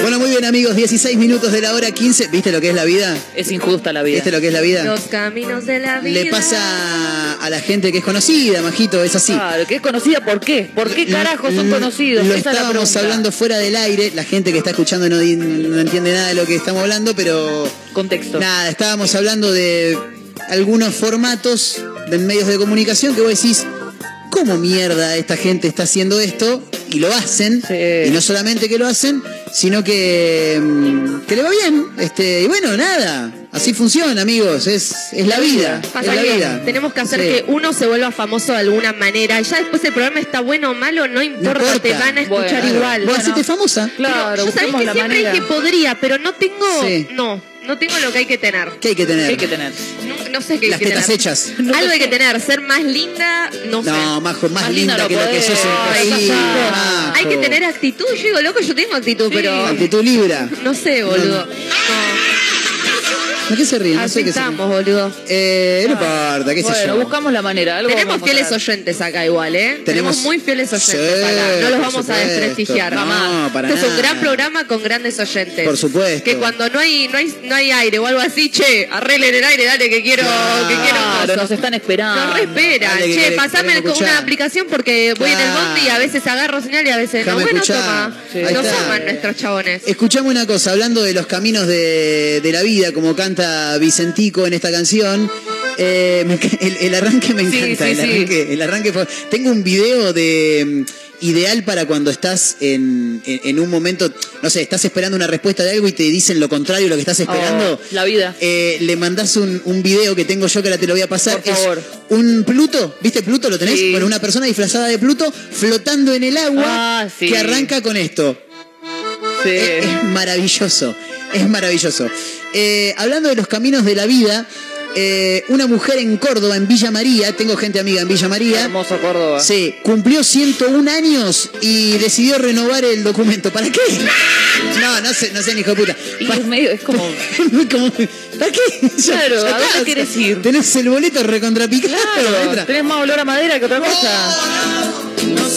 [SPEAKER 6] Bueno, muy bien amigos, 16 minutos de la hora 15. ¿Viste lo que es la vida?
[SPEAKER 7] Es injusta la vida.
[SPEAKER 6] ¿Viste lo que es la vida?
[SPEAKER 10] Los caminos de la vida.
[SPEAKER 6] Le pasa a la gente que es conocida, Majito, es así.
[SPEAKER 7] Claro, que es conocida por qué. ¿Por qué carajo son
[SPEAKER 6] Lo-
[SPEAKER 7] conocidos?
[SPEAKER 6] Lo
[SPEAKER 7] Esa es la
[SPEAKER 6] estábamos
[SPEAKER 7] pregunta.
[SPEAKER 6] hablando fuera del aire. La gente que está escuchando no, di- no entiende nada de lo que estamos hablando, pero.
[SPEAKER 7] Contexto.
[SPEAKER 6] Nada, estábamos hablando de algunos formatos de medios de comunicación que vos decís, ¿cómo mierda esta gente está haciendo esto? Y lo hacen. Y no solamente que lo hacen, sino que. mm, que le va bien. Este, y bueno, nada. Así funciona, amigos. Es, es la vida. Es
[SPEAKER 10] Pasa
[SPEAKER 6] la
[SPEAKER 10] que
[SPEAKER 6] vida.
[SPEAKER 10] Tenemos que hacer
[SPEAKER 6] Sí.
[SPEAKER 10] que uno se vuelva famoso de alguna manera. Y ya después el programa está bueno o malo, no
[SPEAKER 6] No
[SPEAKER 10] importa, te
[SPEAKER 6] importa.
[SPEAKER 10] van a escuchar
[SPEAKER 6] Bueno,
[SPEAKER 10] igual.
[SPEAKER 6] Vos hacete famosa.
[SPEAKER 10] Claro, yo sabés que siempre dije podría, pero no tengo. No, no tengo lo que hay que tener.
[SPEAKER 6] ¿Qué hay que tener?
[SPEAKER 10] ¿Qué hay que
[SPEAKER 7] tener?
[SPEAKER 10] No, no sé qué
[SPEAKER 6] Las
[SPEAKER 10] hay que
[SPEAKER 6] tetas
[SPEAKER 10] tener.
[SPEAKER 6] hechas.
[SPEAKER 10] Algo hay que tener, ser más linda, no, sé.
[SPEAKER 6] No, Majo, más, linda, que la que sos.
[SPEAKER 10] Ay,
[SPEAKER 6] Sí,
[SPEAKER 10] Majo. Hay que
[SPEAKER 6] Majo.
[SPEAKER 10] tener actitud. Yo digo, loco, yo tengo actitud, pero.
[SPEAKER 6] Actitud libra.
[SPEAKER 10] No sé, boludo.
[SPEAKER 6] ¿De qué se ríen? No
[SPEAKER 10] Así
[SPEAKER 6] sé qué se ríen.
[SPEAKER 10] estamos, boludo.
[SPEAKER 6] Eh, no importa, qué sé
[SPEAKER 10] Bueno,
[SPEAKER 6] yo.
[SPEAKER 10] buscamos
[SPEAKER 7] la manera. algo
[SPEAKER 10] Tenemos
[SPEAKER 7] vamos a
[SPEAKER 10] fieles
[SPEAKER 7] encontrar.
[SPEAKER 10] oyentes acá igual, ¿eh? Tenemos,
[SPEAKER 6] Tenemos-
[SPEAKER 10] muy fieles oyentes.
[SPEAKER 6] Sí,
[SPEAKER 10] Palá. No los
[SPEAKER 6] por
[SPEAKER 10] vamos a
[SPEAKER 6] supuesto.
[SPEAKER 10] desprestigiar.
[SPEAKER 6] No,
[SPEAKER 10] Mamá.
[SPEAKER 6] para
[SPEAKER 10] este es un
[SPEAKER 6] nada.
[SPEAKER 10] gran programa con grandes oyentes.
[SPEAKER 6] Por supuesto.
[SPEAKER 10] Que cuando no hay, no hay, no hay aire o algo así, che, arreglen el aire, dale que quiero, que quiero.
[SPEAKER 7] Claro, nos están esperando.
[SPEAKER 10] No espera,
[SPEAKER 7] Dale, que
[SPEAKER 10] che,
[SPEAKER 7] quere-
[SPEAKER 10] pasame con
[SPEAKER 7] queremos
[SPEAKER 10] una
[SPEAKER 7] escuchar.
[SPEAKER 10] aplicación porque voy en el
[SPEAKER 6] Claro.
[SPEAKER 10] bondi y a veces agarro señal y a veces no.
[SPEAKER 6] Déjame
[SPEAKER 10] Bueno,
[SPEAKER 6] escuchar.
[SPEAKER 10] toma.
[SPEAKER 6] Sí. Ahí
[SPEAKER 10] Nos
[SPEAKER 6] está.
[SPEAKER 10] aman nuestros chabones.
[SPEAKER 6] Escuchame una cosa, hablando de los caminos de, de la vida, como canta Vicentico en esta canción. eh, me enca- el, el arranque me encanta.
[SPEAKER 7] sí,
[SPEAKER 6] el,
[SPEAKER 7] sí.
[SPEAKER 6] arranque, el arranque fue- Tengo un video de. mm, Ideal para cuando estás en, en- en un momento, no sé, estás esperando una respuesta de algo y te dicen lo contrario a lo que estás esperando.
[SPEAKER 7] Oh, la vida.
[SPEAKER 6] Eh, le mandás un, un video que tengo yo que ahora te lo voy a pasar.
[SPEAKER 7] Por
[SPEAKER 6] Es
[SPEAKER 7] favor.
[SPEAKER 6] un Pluto, ¿viste Pluto? ¿Lo tenés?
[SPEAKER 7] Sí.
[SPEAKER 6] Bueno, una persona disfrazada de Pluto flotando en el agua
[SPEAKER 7] Ah, sí.
[SPEAKER 6] que arranca con esto. Es, es maravilloso, es maravilloso. Eh, hablando de los caminos de la vida, eh, una mujer en Córdoba, en Villa María, tengo gente amiga en Villa María.
[SPEAKER 7] Hermoso Córdoba.
[SPEAKER 6] Sí, cumplió 101 años y decidió renovar el documento. ¿Para qué? No, no sé, no sé, hijo de puta.
[SPEAKER 7] Y es medio, es como.
[SPEAKER 6] Como, ¿Para qué?
[SPEAKER 7] Claro, ¿a dónde
[SPEAKER 6] está,
[SPEAKER 7] querés ir?
[SPEAKER 6] Tenés el boleto recontrapicado.
[SPEAKER 7] Claro,
[SPEAKER 6] entra.
[SPEAKER 7] tenés más olor a madera que otra cosa.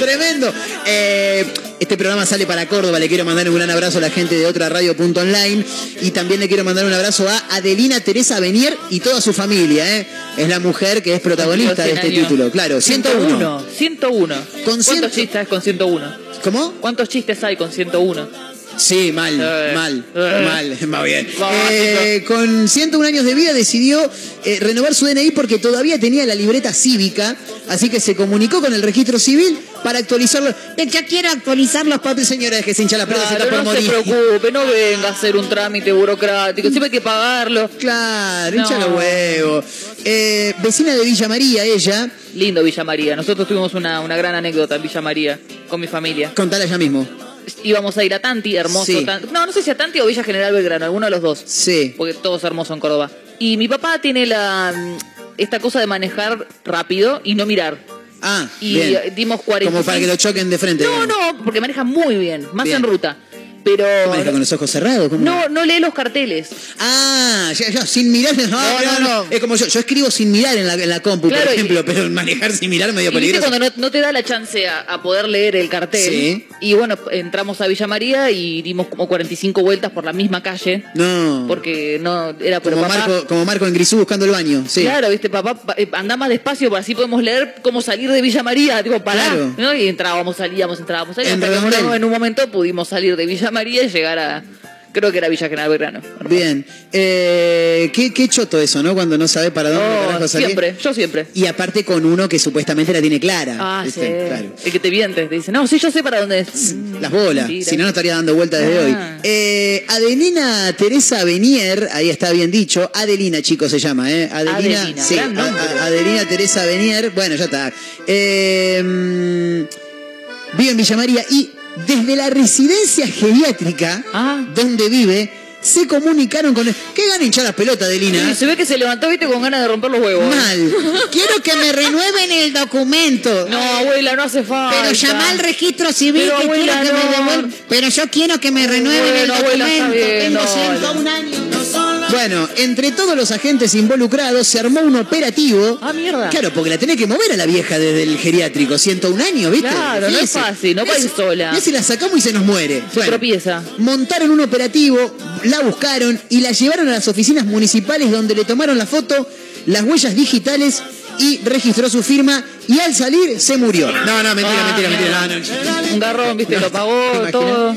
[SPEAKER 6] Tremendo. Eh, este programa sale para Córdoba. Le quiero mandar un gran abrazo a la gente de otra radio.online. Y también le quiero mandar un abrazo a Adelina Teresa Benier y toda su familia. ¿eh? Es la mujer que es protagonista de este título. Claro, 101.
[SPEAKER 7] 101.
[SPEAKER 6] Con
[SPEAKER 7] ¿Cuántos
[SPEAKER 6] ciento-
[SPEAKER 7] chistes con 101?
[SPEAKER 6] ¿Cómo?
[SPEAKER 7] ¿Cuántos chistes hay con 101?
[SPEAKER 6] Sí, mal, mal,
[SPEAKER 7] Eh.
[SPEAKER 6] mal, más bien.
[SPEAKER 7] Va,
[SPEAKER 6] Eh, con 101 años de vida decidió eh, renovar su DNI porque todavía tenía la libreta cívica, así que se comunicó con el registro civil para actualizarlo. Eh, Ya quiero actualizar los papeles, señora, que se hincha la pelota, se
[SPEAKER 7] Claro,
[SPEAKER 6] está por
[SPEAKER 7] no se
[SPEAKER 6] morir.
[SPEAKER 7] preocupe, no venga a hacer un trámite burocrático, siempre hay que pagarlo.
[SPEAKER 6] Claro,
[SPEAKER 7] No.
[SPEAKER 6] hincha los huevos. Eh, vecina de Villa María, ella.
[SPEAKER 7] Lindo Villa María, nosotros tuvimos una, una gran anécdota en Villa María con mi familia.
[SPEAKER 6] Contala ya mismo.
[SPEAKER 7] Íbamos a ir a Tanti, hermoso.
[SPEAKER 6] Sí.
[SPEAKER 7] Tan- No, no sé si a Tanti o Villa General Belgrano, alguno de los dos.
[SPEAKER 6] Sí.
[SPEAKER 7] Porque todos hermosos en Córdoba. Y mi papá tiene la mm, esta cosa de manejar rápido y no mirar.
[SPEAKER 6] Ah,
[SPEAKER 7] Y eh,
[SPEAKER 6] bien.
[SPEAKER 7] dimos 40.
[SPEAKER 6] Como para que lo choquen de frente.
[SPEAKER 7] No,
[SPEAKER 6] digamos.
[SPEAKER 7] no, porque maneja muy bien, más
[SPEAKER 6] Bien.
[SPEAKER 7] en ruta. pero
[SPEAKER 6] me deja con los ojos cerrados? ¿Cómo?
[SPEAKER 7] no, no lee los carteles.
[SPEAKER 6] Ah, ya, ya, sin mirar. No, no, no, Es como yo, yo escribo sin mirar en la, en la compu,
[SPEAKER 7] Claro,
[SPEAKER 6] por
[SPEAKER 7] y-
[SPEAKER 6] ejemplo, pero manejar sin mirar medio
[SPEAKER 7] Y viste
[SPEAKER 6] peligroso.
[SPEAKER 7] cuando no, no te da la chance a, a poder leer el cartel.
[SPEAKER 6] Sí.
[SPEAKER 7] Y bueno, entramos a Villa María y dimos como 45 vueltas por la misma calle.
[SPEAKER 6] No.
[SPEAKER 7] Porque no era pero
[SPEAKER 6] Como
[SPEAKER 7] papá-
[SPEAKER 6] Marco, como Marco en Grisú buscando el baño. Sí.
[SPEAKER 7] Claro, viste, papá, pa- eh, andá más despacio, para así podemos leer cómo salir de Villa María, tipo, pará,
[SPEAKER 6] Claro.
[SPEAKER 7] ¿no? Y entrábamos, salíamos, entrábamos, salíamos.
[SPEAKER 6] En
[SPEAKER 7] hasta que,
[SPEAKER 6] Redondel.
[SPEAKER 7] bueno, en un momento pudimos salir de Villa María y llegar a, creo que era Villa General Belgrano.
[SPEAKER 6] Bien. Eh, qué, qué choto eso, ¿no? Cuando no sabe para dónde
[SPEAKER 7] No,
[SPEAKER 6] carajo salir.
[SPEAKER 7] siempre, yo siempre.
[SPEAKER 6] Y aparte con uno que supuestamente la tiene clara.
[SPEAKER 7] Ah, sí.
[SPEAKER 6] ¿viste? Claro.
[SPEAKER 7] El que te miente, te dice, no, sí, yo sé para dónde es.
[SPEAKER 6] Mm, Las bolas.
[SPEAKER 7] Mentira.
[SPEAKER 6] Si no, no estaría dando vueltas desde
[SPEAKER 7] Ah.
[SPEAKER 6] hoy. Eh, Adelina Teresa Benier, ahí está bien dicho. Adelina, chico, se llama, ¿eh? Adelina.
[SPEAKER 7] Adelina,
[SPEAKER 6] sí,
[SPEAKER 7] gran nombre.
[SPEAKER 6] A- a- Adelina Teresa Benier. Bueno, ya está. Eh, mm, vive en Villa María y desde la residencia geriátrica
[SPEAKER 7] Ah.
[SPEAKER 6] donde vive. Se comunicaron con él. ¿Qué gana hinchar las pelotas, Adelina?
[SPEAKER 7] Sí, se ve que se levantó, viste, con ganas de romper los huevos.
[SPEAKER 6] Mal. Quiero que me renueven el documento.
[SPEAKER 7] No, abuela, no hace falta.
[SPEAKER 14] Pero llamá al registro civil
[SPEAKER 7] Pero,
[SPEAKER 14] que
[SPEAKER 7] abuela,
[SPEAKER 14] quiero que
[SPEAKER 7] no.
[SPEAKER 14] me devuelvan. Pero yo quiero que me renueven
[SPEAKER 7] Bueno,
[SPEAKER 14] el
[SPEAKER 7] abuela, está
[SPEAKER 14] documento.
[SPEAKER 7] bien,
[SPEAKER 14] Tengo
[SPEAKER 7] no,
[SPEAKER 14] 101 años.
[SPEAKER 6] Bueno, entre todos los agentes involucrados se armó un operativo. Ah, mierda. Claro, porque la tenés que mover a la vieja desde el geriátrico, 101 años, ¿viste?
[SPEAKER 7] Claro, no es
[SPEAKER 6] Fíjese.
[SPEAKER 7] fácil, no
[SPEAKER 6] Mirá
[SPEAKER 7] va a ir
[SPEAKER 6] si-
[SPEAKER 7] sola.
[SPEAKER 6] mirá si la sacamos y se nos muere. Bueno,
[SPEAKER 7] tropieza.
[SPEAKER 6] Montaron un operativo, la buscaron y la llevaron a las oficinas municipales donde le tomaron la foto, las huellas digitales y registró su firma y al salir se murió. No, no, mentira,
[SPEAKER 7] Ah,
[SPEAKER 6] mentira, mentira.
[SPEAKER 7] mira.
[SPEAKER 6] no, no.
[SPEAKER 7] Un garrón, viste,
[SPEAKER 6] No,
[SPEAKER 7] lo pagó,
[SPEAKER 6] ¿te
[SPEAKER 7] todo.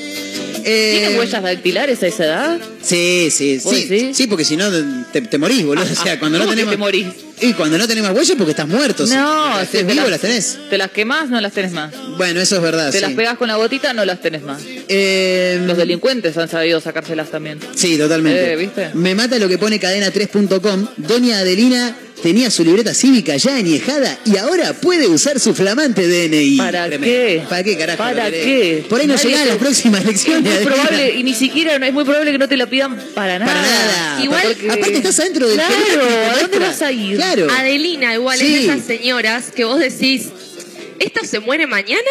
[SPEAKER 7] ¿Tiene
[SPEAKER 6] Eh,
[SPEAKER 7] huellas dactilares a esa edad?
[SPEAKER 6] Sí, sí,
[SPEAKER 7] ¿Vos
[SPEAKER 6] sí, sí. porque si no te, te morís, boludo. O sea, cuando no
[SPEAKER 7] ¿Cómo que
[SPEAKER 6] tenemos.
[SPEAKER 7] te morís?
[SPEAKER 6] Y cuando no tenés más huellas porque estás muerto. Si-
[SPEAKER 7] No,
[SPEAKER 6] si
[SPEAKER 7] sí,
[SPEAKER 6] estés vivo, las tenés.
[SPEAKER 7] Te las quemás, no las tenés más.
[SPEAKER 6] Bueno, eso es verdad.
[SPEAKER 7] te
[SPEAKER 6] sí. Em,
[SPEAKER 7] las pegás con la gotita, no las tenés más. Los delincuentes han sabido sacárselas también.
[SPEAKER 6] Sí, totalmente.
[SPEAKER 7] Eh, ¿viste?
[SPEAKER 6] Me mata lo que pone cadena3.com. Doña Adelina tenía su libreta cívica ya enijada y ahora puede usar su flamante DNI. ¿Para qué? ¿Para qué, carajo?
[SPEAKER 7] ¿Para
[SPEAKER 6] lo querés?
[SPEAKER 7] qué?
[SPEAKER 6] Por ahí no
[SPEAKER 7] Nadie
[SPEAKER 6] llegás a
[SPEAKER 7] te-
[SPEAKER 6] las próximas
[SPEAKER 7] Es
[SPEAKER 6] elecciones.
[SPEAKER 7] muy
[SPEAKER 6] Adelina.
[SPEAKER 7] probable, y ni siquiera, es muy probable que no te la pidan para nada.
[SPEAKER 6] nada.
[SPEAKER 7] Igual
[SPEAKER 6] Porque- aparte estás adentro del
[SPEAKER 7] Claro,
[SPEAKER 6] geriátrico,
[SPEAKER 7] ¿a dónde
[SPEAKER 6] maestra?
[SPEAKER 7] vas a ir?
[SPEAKER 6] Claro.
[SPEAKER 10] Adelina, igual es
[SPEAKER 6] Sí.
[SPEAKER 10] de esas señoras que vos decís, ¿esta se muere mañana?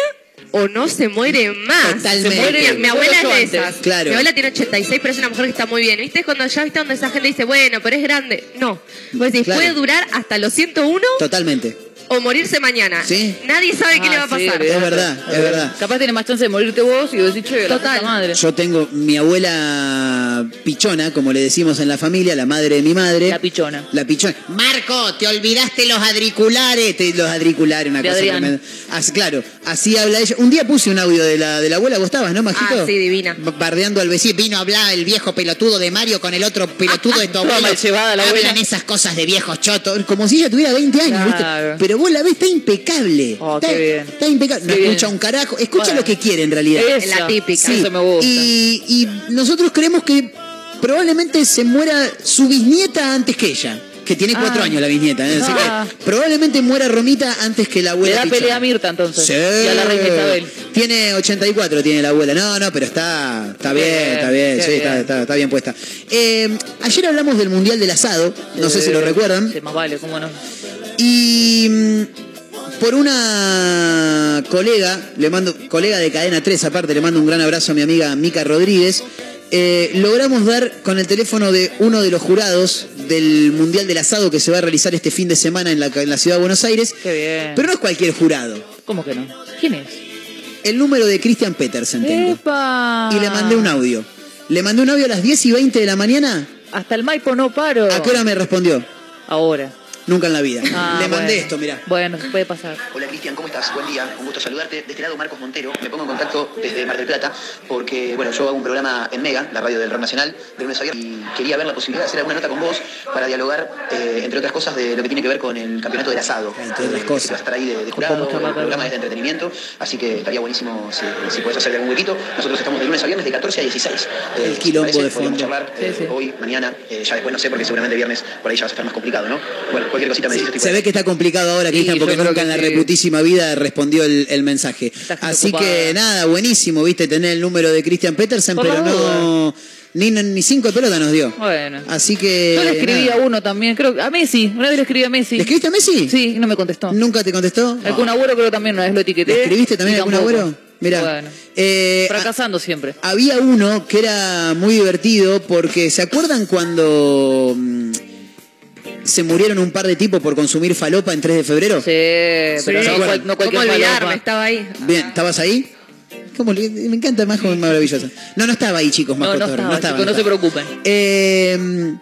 [SPEAKER 10] O no se muere más.
[SPEAKER 6] Totalmente.
[SPEAKER 10] Se muere- mi abuela es de esas.
[SPEAKER 6] Claro.
[SPEAKER 10] Mi abuela tiene 86, pero es una mujer que está muy bien. ¿Viste? Cuando ya viste donde esa gente dice, bueno, pero es grande. No. Vos decís,
[SPEAKER 6] Claro.
[SPEAKER 10] puede durar hasta los 101
[SPEAKER 6] Totalmente.
[SPEAKER 10] o morirse mañana.
[SPEAKER 6] Sí.
[SPEAKER 10] Nadie sabe qué
[SPEAKER 7] Ah,
[SPEAKER 10] le va a
[SPEAKER 7] sí,
[SPEAKER 10] pasar.
[SPEAKER 6] Es verdad, es verdad.
[SPEAKER 7] Capaz tiene más chance de morirte vos y vos decís, che, la
[SPEAKER 10] Total.
[SPEAKER 7] puta madre.
[SPEAKER 6] Yo tengo mi abuela pichona, como le decimos en la familia, la madre de mi madre. La
[SPEAKER 7] pichona.
[SPEAKER 6] La pichona. Marco, te olvidaste los adriculares. Te- los adriculares, una
[SPEAKER 7] De
[SPEAKER 6] cosa
[SPEAKER 7] Adrián.
[SPEAKER 6] tremenda. Así- claro, así habla ella. Un día puse un audio de la, de la abuela, vos estabas, ¿no, Majito?
[SPEAKER 14] Ah, sí,
[SPEAKER 10] divina.
[SPEAKER 6] Bardeando al vecino. Vino a hablar el viejo pelotudo de Mario con el otro pelotudo de tu
[SPEAKER 14] Toda
[SPEAKER 6] abuelo.
[SPEAKER 14] mal llevada la
[SPEAKER 6] Hablan
[SPEAKER 14] abuela.
[SPEAKER 6] esas cosas de viejos chotos. Como si ella tuviera 20 años, ¿viste?
[SPEAKER 14] Claro.
[SPEAKER 6] Pero vos la ves, está impecable.
[SPEAKER 14] Oh,
[SPEAKER 6] está,
[SPEAKER 14] qué bien.
[SPEAKER 6] está impecable. No
[SPEAKER 14] Qué bien.
[SPEAKER 6] escucha un carajo. Escucha
[SPEAKER 14] Bueno.
[SPEAKER 6] lo que quiere en realidad.
[SPEAKER 14] Esa. La típica. Eso me gusta.
[SPEAKER 6] Y, y nosotros creemos que probablemente se muera su bisnieta antes que ella. Que tiene cuatro
[SPEAKER 7] Ah.
[SPEAKER 6] años la bisnieta. ¿eh? Así que
[SPEAKER 7] Ah.
[SPEAKER 6] probablemente muera Romita antes que la
[SPEAKER 7] Le
[SPEAKER 6] abuela.
[SPEAKER 7] da
[SPEAKER 6] Pichona.
[SPEAKER 7] pelea a Mirta entonces.
[SPEAKER 6] Sí.
[SPEAKER 7] Y a la reina Isabel.
[SPEAKER 6] Tiene 84, tiene la abuela. No, no, pero está, está bien,
[SPEAKER 7] Bien,
[SPEAKER 6] está bien,
[SPEAKER 7] qué
[SPEAKER 6] sí,
[SPEAKER 7] bien.
[SPEAKER 6] Está, está- está bien puesta. Eh, ayer hablamos del Mundial del Asado, no sé si lo
[SPEAKER 7] Eh,
[SPEAKER 6] recuerdan.
[SPEAKER 7] sí, más vale, cómo no.
[SPEAKER 6] Y mm, por una colega, le mando, colega de Cadena 3 aparte, le mando un gran abrazo a mi amiga Mica Rodríguez. eh, logramos dar con el teléfono de uno de los jurados del Mundial del Asado que se va a realizar este fin de semana en la, en la ciudad de Buenos Aires.
[SPEAKER 7] Qué bien.
[SPEAKER 6] Pero no es cualquier jurado.
[SPEAKER 7] ¿Cómo que no? ¿Quién es?
[SPEAKER 6] El número de Christian Petersen tengo.
[SPEAKER 7] ¡Epa!
[SPEAKER 6] Y le mandé un audio. Le mandé un audio a las 10 y 20 de la mañana.
[SPEAKER 7] Hasta el Maipo no paro.
[SPEAKER 6] ¿A qué hora me respondió?
[SPEAKER 7] Ahora.
[SPEAKER 6] Nunca en la vida.
[SPEAKER 7] Ah,
[SPEAKER 6] le mandé
[SPEAKER 7] bueno.
[SPEAKER 6] esto, mirá.
[SPEAKER 7] Bueno, puede pasar.
[SPEAKER 15] Hola Cristian, ¿cómo estás? Buen día, un gusto saludarte. De este lado Marcos Montero, me pongo en contacto desde Mar del Plata porque, bueno, yo hago un programa en Mega, la radio del Rock Nacional, de lunes a viernes, y quería ver la posibilidad de hacer alguna nota con vos para dialogar, eh, entre otras cosas, de lo que tiene que ver con el campeonato del asado. Entre otras cosas. vas a estar ahí de, de jurado,
[SPEAKER 6] mucha
[SPEAKER 15] el
[SPEAKER 6] más,
[SPEAKER 15] programa
[SPEAKER 6] perdón.
[SPEAKER 15] es de entretenimiento, así que estaría buenísimo si, si podés hacer algún huequito. Nosotros estamos de lunes a viernes de 14 a 16.
[SPEAKER 6] El quilombo
[SPEAKER 15] ¿te parece?
[SPEAKER 6] de
[SPEAKER 15] Podríamos
[SPEAKER 6] fondo.
[SPEAKER 15] charlar eh, hoy, mañana, eh, ya después no sé porque seguramente viernes por ahí ya vas a estar más complicado, ¿no? Bueno, cualquier cosita me dices. estoy
[SPEAKER 6] Se ve que está complicado ahora,
[SPEAKER 15] Sí,
[SPEAKER 6] Cristian, porque
[SPEAKER 15] yo creo
[SPEAKER 6] nunca en
[SPEAKER 15] que
[SPEAKER 6] la
[SPEAKER 15] sí.
[SPEAKER 6] reputísima vida respondió el, el mensaje.
[SPEAKER 15] gente
[SPEAKER 6] Así
[SPEAKER 15] ocupada.
[SPEAKER 6] que nada, buenísimo, viste, tener el número de Christian Petersen,
[SPEAKER 7] Por
[SPEAKER 6] pero
[SPEAKER 7] la
[SPEAKER 6] no. Ni, ni cinco pelotas nos dio.
[SPEAKER 7] Bueno.
[SPEAKER 6] Así que.
[SPEAKER 7] Yo le escribí
[SPEAKER 6] Eh, nada.
[SPEAKER 7] a uno también, creo que a Messi. Una vez le escribí a Messi. ¿Le
[SPEAKER 6] escribiste a Messi?
[SPEAKER 7] Sí, y no me contestó.
[SPEAKER 6] ¿Nunca te contestó?
[SPEAKER 7] Algún abuelo creo que también una vez lo etiqueté.
[SPEAKER 6] ¿Le escribiste también
[SPEAKER 7] Y
[SPEAKER 6] a algún
[SPEAKER 7] tampoco.
[SPEAKER 6] abuelo? Mirá.
[SPEAKER 7] Bueno.
[SPEAKER 6] Eh,
[SPEAKER 7] Fracasando siempre.
[SPEAKER 6] Había uno que era muy divertido porque, ¿se acuerdan cuando mm, se murieron un par de tipos por consumir falopa en 3 de febrero?
[SPEAKER 7] Sí, pero no, cual- no cualquier
[SPEAKER 10] ¿Cómo olvidarme?
[SPEAKER 7] falopa.
[SPEAKER 10] Estaba ahí.
[SPEAKER 6] Bien, ¿estabas ahí? ¿Cómo le- me encanta más joven maravillosa. No, no estaba ahí, chicos, más
[SPEAKER 7] No, no estaba, chicos, no se preocupen.
[SPEAKER 6] Em,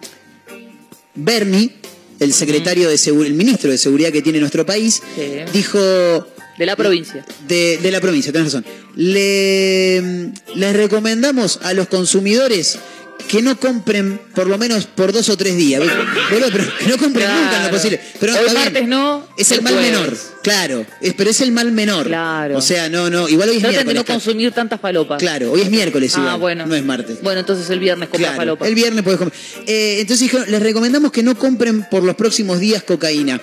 [SPEAKER 6] Bernie, el secretario de seguro, el ministro de seguridad que tiene nuestro país,
[SPEAKER 7] Sí.
[SPEAKER 6] dijo
[SPEAKER 7] De la provincia.
[SPEAKER 6] de, de la provincia, tenés razón. Le, mm, les recomendamos a los consumidores que no compren por lo menos por dos o tres días. Boludo, pero que no compren nunca en lo
[SPEAKER 7] Claro.
[SPEAKER 6] posible. Pero
[SPEAKER 7] Hoy
[SPEAKER 6] está bien.
[SPEAKER 7] martes no.
[SPEAKER 6] Es el
[SPEAKER 7] el
[SPEAKER 6] mal
[SPEAKER 7] jueves.
[SPEAKER 6] menor, claro. Es, pero es el mal menor. Claro. O sea, no, no. Igual hoy es
[SPEAKER 7] Traten de
[SPEAKER 6] miércoles.
[SPEAKER 7] no consumir tantas falopas.
[SPEAKER 6] Claro, hoy es miércoles
[SPEAKER 7] Ah,
[SPEAKER 6] igual.
[SPEAKER 7] bueno.
[SPEAKER 6] No es martes.
[SPEAKER 7] Bueno, entonces el viernes compra
[SPEAKER 6] Claro,
[SPEAKER 7] falopa.
[SPEAKER 6] el viernes podés comer. Eh, entonces dijeron, les recomendamos que no compren por los próximos días cocaína.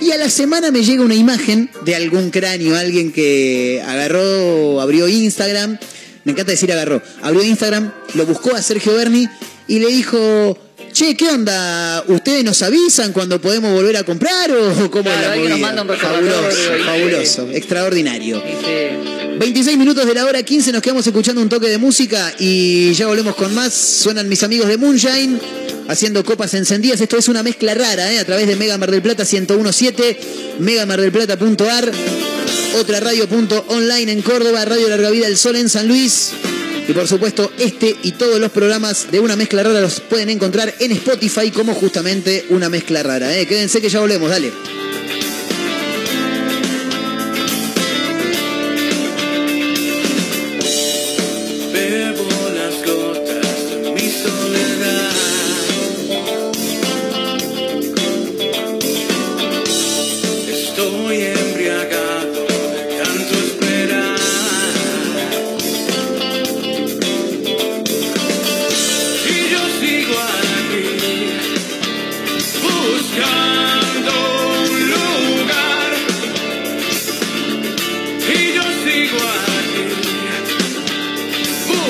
[SPEAKER 6] Y a la semana me llega una imagen de algún cráneo, alguien que agarró, abrió Instagram. Me encanta decir agarró. Abrió Instagram, lo buscó a Sergio Berni y le dijo, che, ¿qué onda? ¿Ustedes nos avisan cuando podemos volver a comprar o cómo es
[SPEAKER 7] Claro,
[SPEAKER 6] la
[SPEAKER 7] alguien nos
[SPEAKER 6] movida?"
[SPEAKER 7] manda un recordatorio
[SPEAKER 6] Fabuloso,
[SPEAKER 7] y-
[SPEAKER 6] fabuloso, extraordinario.
[SPEAKER 7] Sí.
[SPEAKER 6] 26 minutos de la hora 15, nos quedamos escuchando un toque de música y ya volvemos con más. Suenan mis amigos de Moonshine haciendo copas encendidas. Esto es una mezcla rara, ¿eh? a través de Mega Mar del Plata 1017, megamardelplata.ar, otra radio punto online en Córdoba, Radio Larga Vida del Sol en San Luis. Y por supuesto, este y todos los programas de Una Mezcla Rara los pueden encontrar en Spotify como justamente Una Mezcla Rara. ¿eh? Quédense que ya volvemos, dale.
[SPEAKER 5] Bebo las gotas de mi soledad. Estoy embriagado de tanto esperar. Y yo sigo aquí, buscando un lugar. Y yo sigo aquí.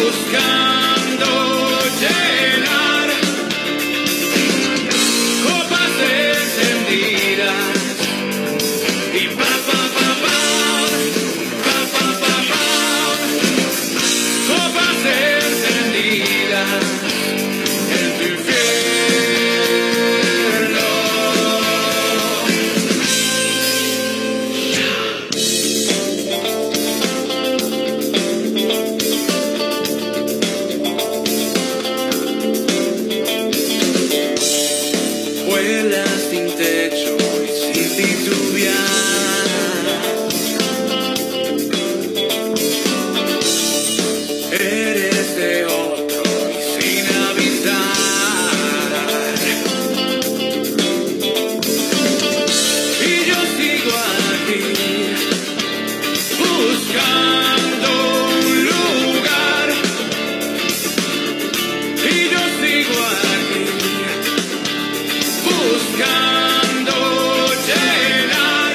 [SPEAKER 5] Buscando llenar copas encendidas y pa pa pa pa pa pa pa pa copas encendidas en tu infierno. Vuelas sin techo y sin titubear. Eres de otro y sin avisar. Y yo sigo aquí, buscando un lugar. Y yo sigo aquí. Buscando llenar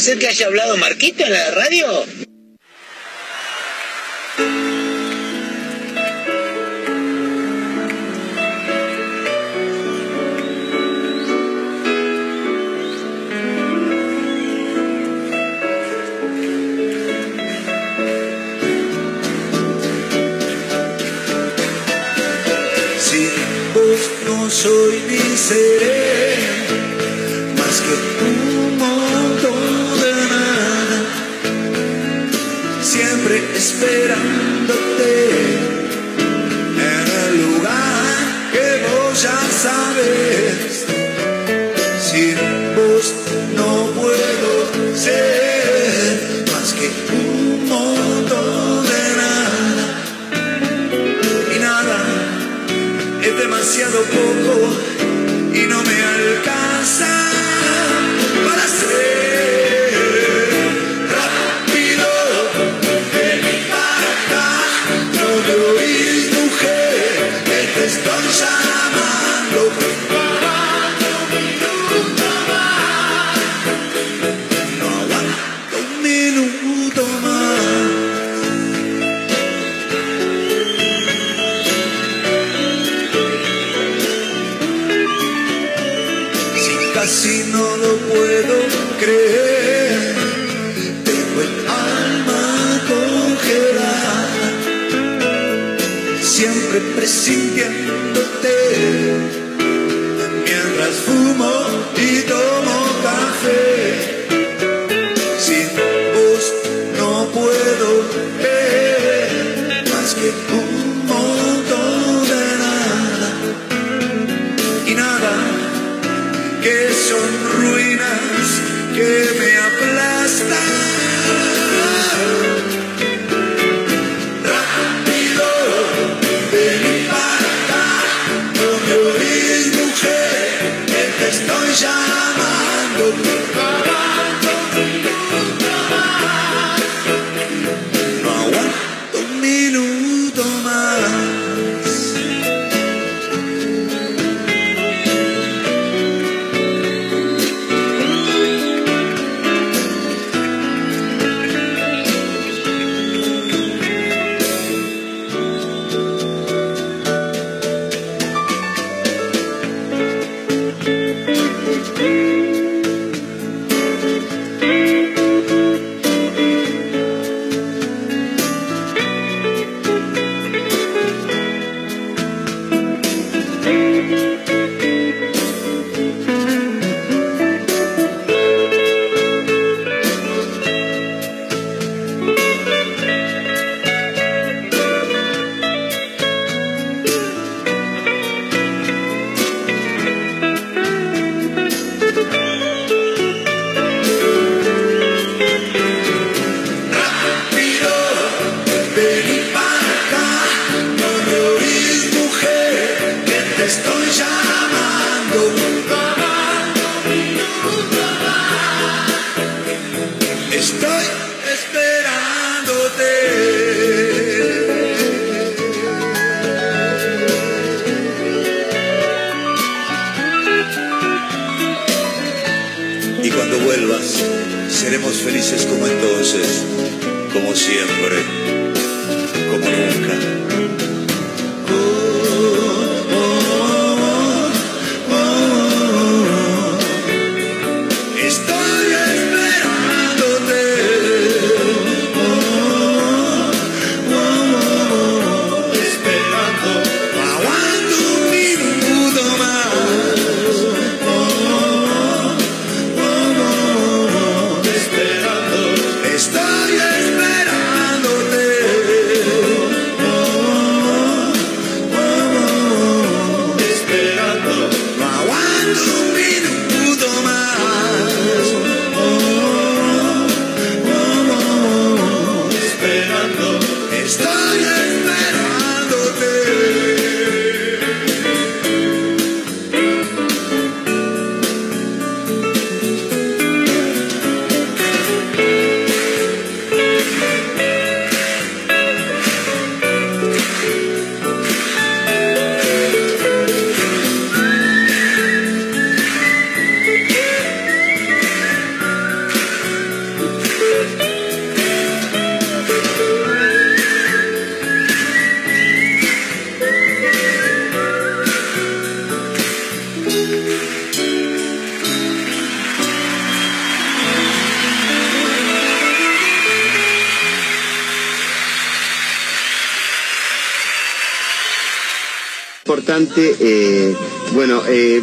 [SPEAKER 16] ser que haya hablado Marquito en la radio?
[SPEAKER 5] Si vos no soy ni seré más que un montón de nada, siempre esperándote en el lugar que vos ya sabes. Sin vos no puedo ser más que un montón de nada y nada es demasiado poco y no me alcanza para ser rápido. Vení para acá, no me oís, mujer, que te estoy llamando. Preparando mi minuto más. No aguanto un minuto más. si casi no lo puedo creer. Tengo el alma congelada, siempre presintiéndote. Mientras fumo y tomo café, sin vos no puedo ver más que un montón de nada y nada que son ruinas que me aplastan. Rápido, vení para acá, no me oís, mujer, que te estoy llamando. Preparando mi minuto más. No aguanto un minuto más. Rápido, vení para acá, no me oís, mujer, que te estoy llamando. Tomando mi minuto más. Estoy esperándote.
[SPEAKER 1] Y cuando vuelvas, seremos felices como entonces, como siempre, como nunca.
[SPEAKER 5] Estoy esperándote. Oh, oh, oh, esperando. Aguanto un minuto más. Oh, oh, oh, oh, esperando. Estoy esperándote. Oh, oh, oh, oh, esperando. Aguanto un minuto más. Oh, oh, oh, oh, esperando. Estoy esperándote.
[SPEAKER 9] importante, eh, bueno, eh,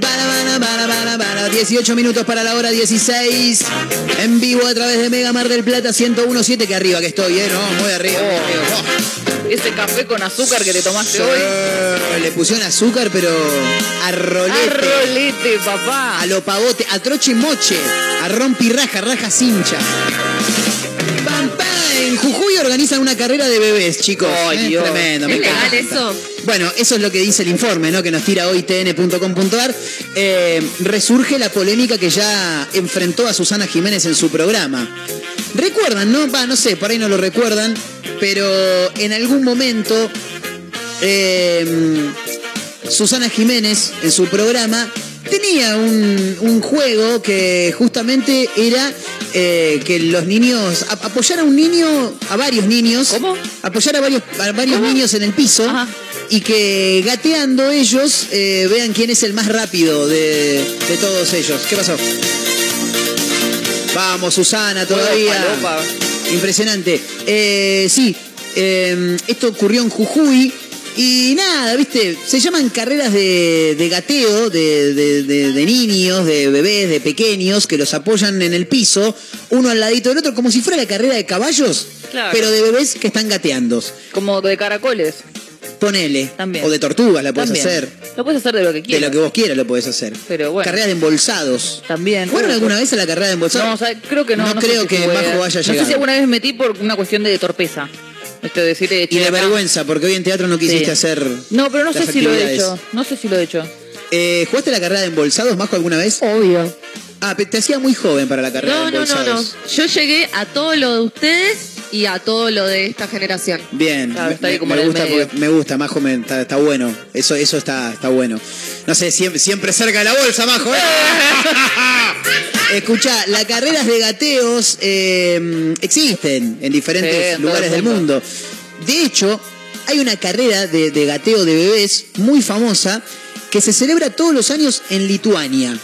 [SPEAKER 6] Bara, bara, bara, bara, bara. 18 minutos para la hora 16. En vivo a través de Mega Mar del Plata 1017. Que arriba que estoy, ¿eh? No, muy arriba. muy arriba.
[SPEAKER 7] "Oh, Ese café con azúcar que te tomaste
[SPEAKER 6] Sí,
[SPEAKER 7] hoy.
[SPEAKER 6] Le pusieron azúcar, pero a rolete.
[SPEAKER 7] papá.
[SPEAKER 6] A lo pavote, a troche moche, a rompi raja, raja cincha. Pam, pam. En Jujuy organizan una carrera de bebés, chicos. Eh,
[SPEAKER 7] Dios.
[SPEAKER 6] Tremendo, me
[SPEAKER 10] ¿Es legal
[SPEAKER 6] encanta.
[SPEAKER 10] eso?
[SPEAKER 6] Bueno, eso es lo que dice el informe, ¿no? Que nos tira hoy tn.com.ar. Eh, resurge la polémica que ya enfrentó a Susana Jiménez en su programa. ¿Recuerdan, no? Va, no sé, por ahí no lo recuerdan, pero en algún momento eh, Susana Jiménez en su programa tenía un, un juego que justamente era eh, que los niños a- apoyar a un niño a varios niños ¿Cómo? apoyar a varios a varios niños en el piso y que gateando ellos eh, vean quién es el más rápido de, de todos ellos qué pasó vamos Susana todavía Impresionante. Eh, sí, eh, esto ocurrió en Jujuy. Y nada, viste, se llaman carreras de, de gateo, de, de- de- de niños, de bebés, de pequeños, que los apoyan en el piso, uno al ladito del otro, como si fuera la carrera de caballos,
[SPEAKER 7] Claro.
[SPEAKER 6] pero de bebés que están gateando.
[SPEAKER 7] Como de caracoles.
[SPEAKER 6] Ponele.
[SPEAKER 7] También.
[SPEAKER 6] O de tortugas la puedes
[SPEAKER 7] También.
[SPEAKER 6] hacer.
[SPEAKER 7] Lo puedes hacer de lo que
[SPEAKER 6] De
[SPEAKER 7] quieras.
[SPEAKER 6] lo que vos quieras lo puedes hacer.
[SPEAKER 7] Pero bueno.
[SPEAKER 6] Carreras de embolsados.
[SPEAKER 7] También.
[SPEAKER 6] ¿Fueron alguna vez a la carrera de embolsados?
[SPEAKER 7] No, o sea, creo que no.
[SPEAKER 6] No
[SPEAKER 7] sé
[SPEAKER 6] creo
[SPEAKER 7] si
[SPEAKER 6] que
[SPEAKER 7] jugué.
[SPEAKER 6] Majo haya
[SPEAKER 7] No sé
[SPEAKER 6] llegado.
[SPEAKER 7] si alguna vez me metí por una cuestión de torpeza. Esto de decir, eh,
[SPEAKER 6] Y
[SPEAKER 7] che,
[SPEAKER 6] de
[SPEAKER 7] acá-
[SPEAKER 6] vergüenza, porque hoy en teatro no quisiste
[SPEAKER 7] Sí.
[SPEAKER 6] hacer.
[SPEAKER 7] No, pero no sé
[SPEAKER 6] las
[SPEAKER 7] si lo he
[SPEAKER 6] actividades.
[SPEAKER 7] hecho. No sé si lo he hecho.
[SPEAKER 6] Eh, ¿Jugaste la carrera de embolsados, Majo, alguna vez?
[SPEAKER 7] Obvio.
[SPEAKER 6] Ah, pe- te hacía muy joven para la carrera
[SPEAKER 10] No,
[SPEAKER 6] de
[SPEAKER 10] no, no,
[SPEAKER 6] embolsados.
[SPEAKER 10] no. Yo llegué a todo lo de ustedes y a todo lo de esta generación.
[SPEAKER 6] Bien,
[SPEAKER 10] Claro, está
[SPEAKER 6] me-
[SPEAKER 10] ahí como
[SPEAKER 6] me,
[SPEAKER 10] en el
[SPEAKER 6] gusta
[SPEAKER 10] medio.
[SPEAKER 6] porque- me gusta, Majo, me- está, está bueno. Eso, eso está, está bueno. No sé, siempre, siempre cerca de la bolsa, Majo. Escucha, las carreras de gateos eh, existen en diferentes
[SPEAKER 7] Sí, en todo
[SPEAKER 6] lugares
[SPEAKER 7] el
[SPEAKER 6] del mundo. De hecho, hay una carrera de, de gateo de bebés muy famosa que se celebra todos los años en Lituania.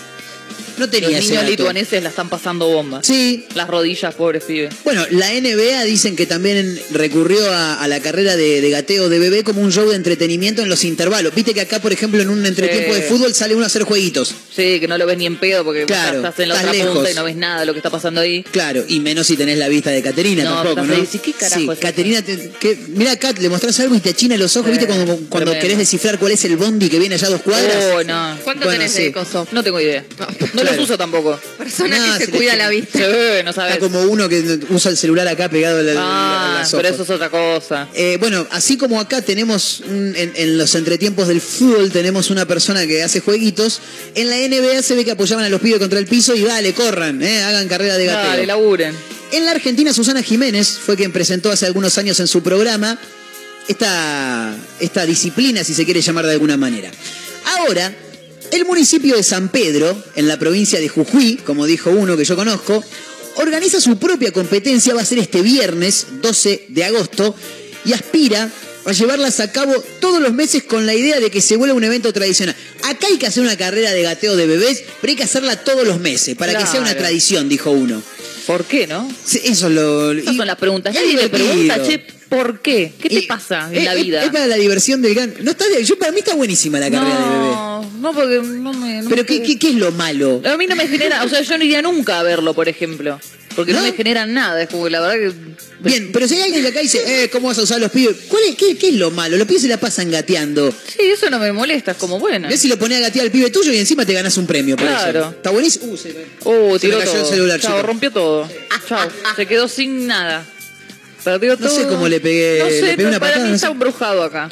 [SPEAKER 6] No tenía
[SPEAKER 7] Los
[SPEAKER 6] ese
[SPEAKER 7] niños
[SPEAKER 6] dato.
[SPEAKER 7] lituaneses la están pasando bombas.
[SPEAKER 6] Sí.
[SPEAKER 7] Las rodillas, pobres pibes.
[SPEAKER 6] Bueno, la NBA dicen que también recurrió a, a la carrera de, de gateo de bebé como un show de entretenimiento en los intervalos. Viste que acá, por ejemplo, en un entretiempo
[SPEAKER 7] Sí.
[SPEAKER 6] de fútbol sale uno a hacer jueguitos.
[SPEAKER 7] Sí, que no lo ves ni en pedo porque
[SPEAKER 6] Claro,
[SPEAKER 7] estás en la
[SPEAKER 6] estás
[SPEAKER 7] otra punta
[SPEAKER 6] lejos.
[SPEAKER 7] y no ves nada de lo que está pasando ahí.
[SPEAKER 6] Claro, y menos si tenés la vista de Caterina
[SPEAKER 7] No,
[SPEAKER 6] tampoco,
[SPEAKER 7] estás
[SPEAKER 6] ¿no?
[SPEAKER 7] ahí, sí, ¿qué carajo
[SPEAKER 6] Sí,
[SPEAKER 7] es eso?
[SPEAKER 6] Caterina, te- que- mira Cat, le mostrás algo y te achina los ojos,
[SPEAKER 7] Sí,
[SPEAKER 6] ¿viste? Cuando, cuando
[SPEAKER 7] tremendo.
[SPEAKER 6] querés descifrar cuál es el bondi que viene allá a dos cuadras.
[SPEAKER 7] Oh, no.
[SPEAKER 10] ¿Cuánto
[SPEAKER 6] Bueno,
[SPEAKER 10] tenés
[SPEAKER 6] sí.
[SPEAKER 10] de coso?
[SPEAKER 7] No tengo idea. No los
[SPEAKER 6] Claro.
[SPEAKER 7] uso tampoco.
[SPEAKER 10] Persona
[SPEAKER 6] No,
[SPEAKER 10] que se
[SPEAKER 6] si le
[SPEAKER 10] cuida
[SPEAKER 6] tiene-
[SPEAKER 10] la vista.
[SPEAKER 7] Sí, no
[SPEAKER 6] Está
[SPEAKER 7] sabes.
[SPEAKER 6] como uno que usa el celular acá pegado a la, a la- a
[SPEAKER 7] Ah,
[SPEAKER 6] las
[SPEAKER 7] pero
[SPEAKER 6] ojos.
[SPEAKER 7] eso es otra cosa.
[SPEAKER 6] Eh, bueno, así como acá tenemos un- en, en los entretiempos del fútbol, tenemos una persona que hace jueguitos, en la NBA se ve que apoyaban a los pibes contra el piso y dale, corran, eh, hagan carrera de gateo.
[SPEAKER 7] Dale, laburen.
[SPEAKER 6] En la Argentina, Susana Jiménez fue quien presentó hace algunos años en su programa esta, esta disciplina, si se quiere llamar de alguna manera. Ahora, el municipio de San Pedro, en la provincia de Jujuy, como dijo uno que yo conozco, organiza su propia competencia, va a ser este viernes 12 de agosto, y aspira a llevarlas a cabo todos los meses con la idea de que se vuelva un evento tradicional. Acá hay que hacer una carrera de gateo de bebés, pero hay que hacerla todos los meses, para que sea una
[SPEAKER 7] Claro.
[SPEAKER 6] tradición, dijo uno.
[SPEAKER 7] ¿Por qué, no?
[SPEAKER 6] Sí, eso es lo...
[SPEAKER 7] Esas son las preguntas.
[SPEAKER 6] y
[SPEAKER 7] Nadie me
[SPEAKER 6] divertido.
[SPEAKER 7] pregunta, che, ¿por qué? ¿Qué te pasa en
[SPEAKER 6] Es-
[SPEAKER 7] la
[SPEAKER 6] es-
[SPEAKER 7] vida?
[SPEAKER 6] Es, para la diversión del gran... No está, yo, para mí está buenísima la carrera de bebés.
[SPEAKER 7] no, no, porque no me. no
[SPEAKER 6] Pero
[SPEAKER 7] me-
[SPEAKER 6] ¿qué, qué, qué es lo malo?
[SPEAKER 7] A mí no me genera, o sea, yo no iría nunca a verlo, por ejemplo. Porque no, me genera nada, es como que la verdad que.
[SPEAKER 6] Bien, pero si hay alguien que acá dice, eh, ¿cómo vas a usar los pibes? ¿Cuál es, qué, qué es lo malo? Los pibes se la pasan gateando.
[SPEAKER 7] Sí, eso no me molesta, es como bueno.
[SPEAKER 6] Ves si lo ponés a gatear al pibe tuyo y encima te ganas un premio por eso.
[SPEAKER 7] Claro.
[SPEAKER 6] Está buenísimo. Uh, se me-
[SPEAKER 7] Oh,
[SPEAKER 6] Se me
[SPEAKER 7] tiró
[SPEAKER 6] cayó el
[SPEAKER 7] todo.
[SPEAKER 6] celular,
[SPEAKER 7] Chao,
[SPEAKER 6] chicos.
[SPEAKER 7] rompió todo. Chao. Se quedó sin nada. Perdió
[SPEAKER 6] No
[SPEAKER 7] todo.
[SPEAKER 6] sé cómo le pegué,
[SPEAKER 7] No sé,
[SPEAKER 6] le pegué
[SPEAKER 7] no,
[SPEAKER 6] una
[SPEAKER 7] para
[SPEAKER 6] patada,
[SPEAKER 7] mí
[SPEAKER 6] no
[SPEAKER 7] está
[SPEAKER 6] sé.
[SPEAKER 7] embrujado acá.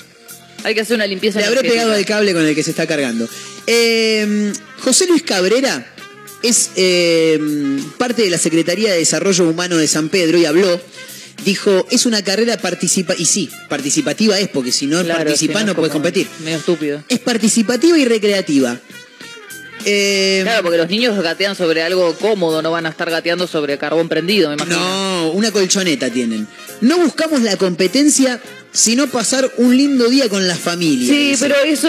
[SPEAKER 7] Hay que hacer una limpieza.
[SPEAKER 6] Le habré
[SPEAKER 7] energética.
[SPEAKER 6] pegado al cable con el que se está cargando. Eh, José Luis Cabrera es eh, parte de la Secretaría de Desarrollo Humano de San Pedro y habló. Dijo, es una carrera participa y sí, participativa es, porque si no participás
[SPEAKER 7] si no
[SPEAKER 6] no
[SPEAKER 7] es
[SPEAKER 6] puedes
[SPEAKER 7] como-
[SPEAKER 6] competir.
[SPEAKER 7] Medio estúpido.
[SPEAKER 6] Es participativa y recreativa. Eh,
[SPEAKER 7] claro, porque los niños gatean sobre algo cómodo, no van a estar gateando sobre carbón prendido, me imagino.
[SPEAKER 6] No, una colchoneta tienen. No buscamos la competencia, sino pasar un lindo día con la familia.
[SPEAKER 7] Sí,
[SPEAKER 6] dice.
[SPEAKER 7] pero eso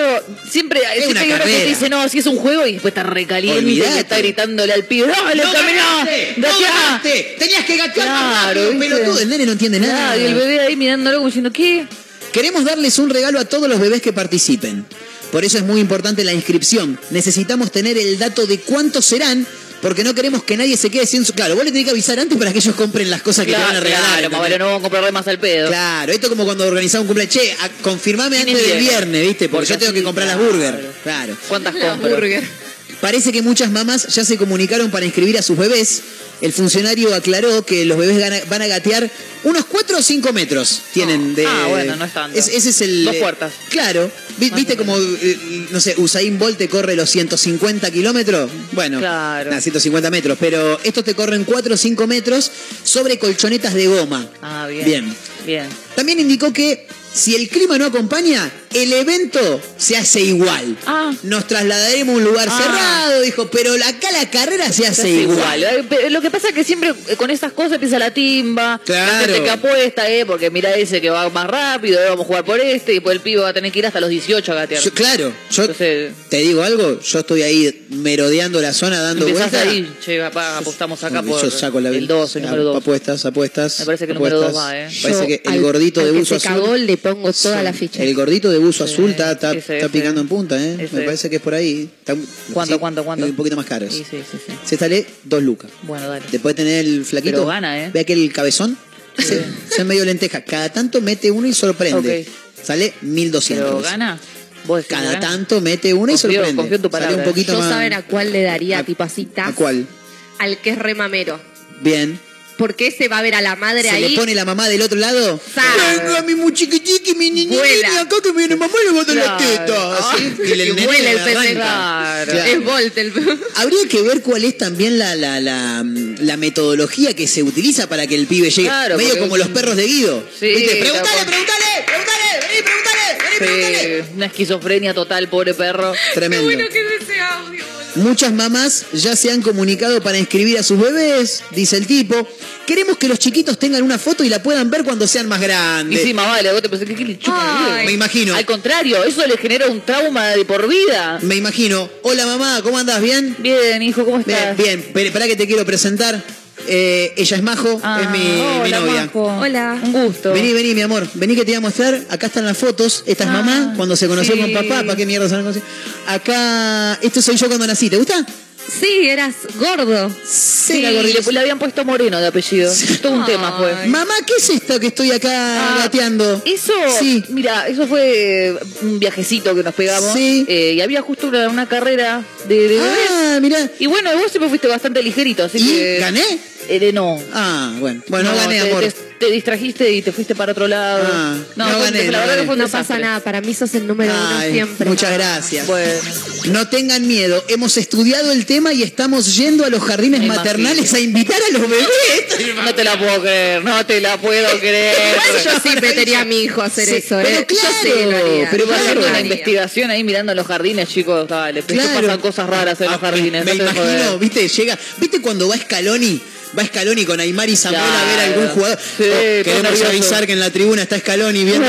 [SPEAKER 7] siempre es
[SPEAKER 6] una
[SPEAKER 7] que
[SPEAKER 6] carrera.
[SPEAKER 7] dice, no, si es un juego y después está recaliente y
[SPEAKER 6] Olvidate.
[SPEAKER 7] está gritándole al pibe, dale,
[SPEAKER 6] ¡No
[SPEAKER 7] caminá,
[SPEAKER 6] ganaste! ¡No
[SPEAKER 7] gateá".
[SPEAKER 6] ganaste! Tenías que gatear más rápido,
[SPEAKER 7] ¿viste?
[SPEAKER 6] pelotudo, el nene no entiende nada.
[SPEAKER 7] Claro, Y el bebé ahí mirándolo como diciendo, ¿qué?
[SPEAKER 6] Queremos darles un regalo a todos los bebés que participen. Por eso es muy importante la inscripción. Necesitamos tener el dato de cuántos serán, porque no queremos que nadie se quede sin su. Claro, vos le tenés que avisar antes para que ellos compren las cosas que te van a regalar.
[SPEAKER 7] Claro, más
[SPEAKER 6] ¿entendés?
[SPEAKER 7] vale, no vamos a comprarle más al pedo.
[SPEAKER 6] Claro, esto como cuando organizamos un cumpleaños. Che, a- confirmame
[SPEAKER 7] ¿Quién
[SPEAKER 6] antes del
[SPEAKER 7] viene?
[SPEAKER 6] viernes, ¿viste? Porque, yo tengo que comprar las burger.
[SPEAKER 7] claro.
[SPEAKER 6] Claro.
[SPEAKER 7] ¿Cuántas compras?
[SPEAKER 6] Parece que muchas mamás ya se comunicaron para inscribir a sus bebés. El funcionario aclaró que los bebés gana- van a gatear unos 4 o 5 metros. Tienen de.
[SPEAKER 7] Ah, bueno, no es tanto.
[SPEAKER 6] Es- ese es el.
[SPEAKER 7] Dos puertas.
[SPEAKER 6] Claro. Vi- ¿Viste como, eh, no sé, Usain Bolt te corre los 150 kilómetros? Bueno, nah, 150 metros. Pero estos te corren 4 o 5 metros sobre colchonetas de goma.
[SPEAKER 7] Ah, bien.
[SPEAKER 6] Bien.
[SPEAKER 7] Bien.
[SPEAKER 6] También indicó que si el clima no acompaña, el evento se hace igual. Nos trasladaremos a un lugar
[SPEAKER 7] Ah.
[SPEAKER 6] cerrado, dijo, pero acá la carrera se hace igual.
[SPEAKER 7] Eh, pe- Lo que pasa es que siempre eh, con esas cosas empieza la timba,
[SPEAKER 6] Claro.
[SPEAKER 7] la gente que apuesta, eh, porque mira ese que va más rápido, eh, vamos a jugar por este, y después el pibe va a tener que ir hasta los 18 a gatear.
[SPEAKER 6] Yo- claro, yo te digo algo, yo estoy ahí merodeando la zona, dando
[SPEAKER 7] Empezás
[SPEAKER 6] vueltas.
[SPEAKER 7] ahí, che, papá, apostamos acá por
[SPEAKER 6] Yo saco la
[SPEAKER 7] el 2, el número 2.
[SPEAKER 6] Ah, Apuestas, apuestas.
[SPEAKER 7] Me parece que el
[SPEAKER 6] apuestas.
[SPEAKER 7] número dos va, ¿eh?
[SPEAKER 6] Parece
[SPEAKER 7] Yo
[SPEAKER 6] que el
[SPEAKER 7] al-
[SPEAKER 6] gordito
[SPEAKER 7] al
[SPEAKER 6] de
[SPEAKER 7] que
[SPEAKER 6] buzo
[SPEAKER 7] se
[SPEAKER 6] azul.
[SPEAKER 7] cagó
[SPEAKER 14] le pongo toda la ficha.
[SPEAKER 6] El gordito de buzo azul está, está,
[SPEAKER 7] ese,
[SPEAKER 6] está
[SPEAKER 7] ese.
[SPEAKER 6] picando en punta, ¿eh?
[SPEAKER 7] Ese.
[SPEAKER 6] Me parece que es por ahí. Está-
[SPEAKER 7] ¿Cuánto,
[SPEAKER 6] sí,
[SPEAKER 7] cuánto, cuánto?
[SPEAKER 6] Un poquito más caro. ese.
[SPEAKER 7] Sí, sí, sí, sí.
[SPEAKER 6] Se sale dos lucas.
[SPEAKER 7] Bueno, dale.
[SPEAKER 6] Después de tener el flaquito.
[SPEAKER 7] Pero gana, ¿eh?
[SPEAKER 6] Ve aquel cabezón. Se, se medio lenteja. Cada tanto mete uno y sorprende. Sale 1200.
[SPEAKER 7] Pero
[SPEAKER 6] veces.
[SPEAKER 7] gana. Vos decís,
[SPEAKER 6] Cada
[SPEAKER 7] gana.
[SPEAKER 6] tanto mete uno y sorprende.
[SPEAKER 7] confío en tu palabra,
[SPEAKER 6] Sale un
[SPEAKER 7] ¿eh?
[SPEAKER 6] poquito
[SPEAKER 14] Yo
[SPEAKER 6] más.
[SPEAKER 14] saben a cuál le daría
[SPEAKER 6] ¿A
[SPEAKER 14] tipacitas.
[SPEAKER 6] cuál?
[SPEAKER 14] Al que es remamero.
[SPEAKER 6] Bien.
[SPEAKER 14] Porque se va a ver a la madre
[SPEAKER 6] ¿Se
[SPEAKER 14] ahí.
[SPEAKER 6] le pone la mamá del otro lado? Vengo a mi muchiquitiqui, mi niña, acá que viene mamá y le bota
[SPEAKER 14] Claro.
[SPEAKER 6] la
[SPEAKER 14] Ah,
[SPEAKER 6] teta. así, y le-
[SPEAKER 14] Y
[SPEAKER 6] nene
[SPEAKER 14] vuela el
[SPEAKER 6] la
[SPEAKER 14] pendejo.
[SPEAKER 6] arranca.
[SPEAKER 14] Claro. Es Bolt el
[SPEAKER 6] Habría que ver cuál es también la, la, la, mm, la metodología que se utiliza para que el pibe llegue.
[SPEAKER 7] Claro,
[SPEAKER 6] medio
[SPEAKER 7] porque-
[SPEAKER 6] como los perros de Guido.
[SPEAKER 7] Sí,
[SPEAKER 6] ¿Viste?
[SPEAKER 7] tal
[SPEAKER 6] Preguntale,
[SPEAKER 7] cual.
[SPEAKER 6] preguntale, preguntale, vení, preguntale, vení, preguntale.
[SPEAKER 7] Sí, una esquizofrenia total, pobre perro.
[SPEAKER 6] Tremendo. Qué bueno
[SPEAKER 7] que es ese audio.
[SPEAKER 6] Muchas mamás ya se han comunicado para inscribir a sus bebés, dice el tipo. Queremos que los chiquitos tengan una foto y la puedan ver cuando sean más
[SPEAKER 7] Y
[SPEAKER 6] grandes.
[SPEAKER 7] sí, más vale, vos te pensás que ¿qué le chupa el huevo?
[SPEAKER 6] Me imagino.
[SPEAKER 7] Al contrario, eso le genera un trauma de por vida.
[SPEAKER 6] Me imagino. Hola mamá, ¿cómo andás? ¿Bien?
[SPEAKER 7] Bien, hijo, ¿cómo
[SPEAKER 6] estás? Bien, bien. Pero, Pará que te quiero presentar. Eh, ella es Majo,
[SPEAKER 7] Ah,
[SPEAKER 6] es mi, mi novia.
[SPEAKER 14] Hola.
[SPEAKER 7] Un gusto.
[SPEAKER 6] Vení, vení, mi amor. Vení que te voy a mostrar. Acá están las fotos. Esta es mamá cuando se conoció
[SPEAKER 14] sí.
[SPEAKER 6] con papá. ¿Para qué mierda se conoció? Acá, este soy yo cuando nací. ¿Te gusta?
[SPEAKER 14] Sí, eras gordo.
[SPEAKER 6] Sí, era gordito.
[SPEAKER 7] le, le habían puesto moreno de apellido. Todo un tema fue. Ah,
[SPEAKER 6] Mamá, ¿qué es esto que estoy acá gateando?
[SPEAKER 7] Eso, mira, eso fue eh, un viajecito que nos pegamos. Eh, y había justo una, una carrera de, de
[SPEAKER 6] Ah, mira.
[SPEAKER 7] Y bueno, vos siempre fuiste bastante ligerito, así que.
[SPEAKER 6] ¿Gané?
[SPEAKER 7] Eh, no.
[SPEAKER 6] Ah, bueno. Bueno, gané,
[SPEAKER 7] te,
[SPEAKER 6] amor.
[SPEAKER 7] Te, te distrajiste y te fuiste para otro lado.
[SPEAKER 6] Ah, no
[SPEAKER 7] fue-
[SPEAKER 6] gané,
[SPEAKER 7] la
[SPEAKER 6] no
[SPEAKER 7] verdad
[SPEAKER 6] gané.
[SPEAKER 7] que fue un
[SPEAKER 6] No
[SPEAKER 7] desastre.
[SPEAKER 14] pasa nada, para mí sos el número uno
[SPEAKER 6] Ay,
[SPEAKER 14] siempre.
[SPEAKER 6] Muchas gracias. No tengan miedo, hemos estudiado el tema y estamos yendo a los jardines
[SPEAKER 7] Me
[SPEAKER 6] maternales
[SPEAKER 7] imagino.
[SPEAKER 6] a invitar a los bebés.
[SPEAKER 7] No te la puedo creer, no te la puedo creer.
[SPEAKER 14] Igual yo sí metería a mi hijo a hacer
[SPEAKER 7] Sí,
[SPEAKER 14] eso,
[SPEAKER 7] pero
[SPEAKER 14] ¿eh? Yo sí lo haría.
[SPEAKER 7] Pero va
[SPEAKER 14] Yo
[SPEAKER 7] haciendo
[SPEAKER 14] lo
[SPEAKER 7] una
[SPEAKER 14] haría.
[SPEAKER 7] investigación ahí mirando los jardines, chicos. Dale, pero
[SPEAKER 6] Claro.
[SPEAKER 7] pasan cosas raras en los jardines.
[SPEAKER 6] Ah, Me
[SPEAKER 7] no te
[SPEAKER 6] imagino,
[SPEAKER 7] jodas.
[SPEAKER 6] viste, llega, viste cuando va Scaloni va Scaloni con Aymar y Samuel a ver a
[SPEAKER 7] Claro.
[SPEAKER 6] algún jugador.
[SPEAKER 7] Sí,
[SPEAKER 6] Oh,
[SPEAKER 7] todo
[SPEAKER 6] queremos
[SPEAKER 7] nervioso.
[SPEAKER 6] avisar que en la tribuna está Scaloni viendo,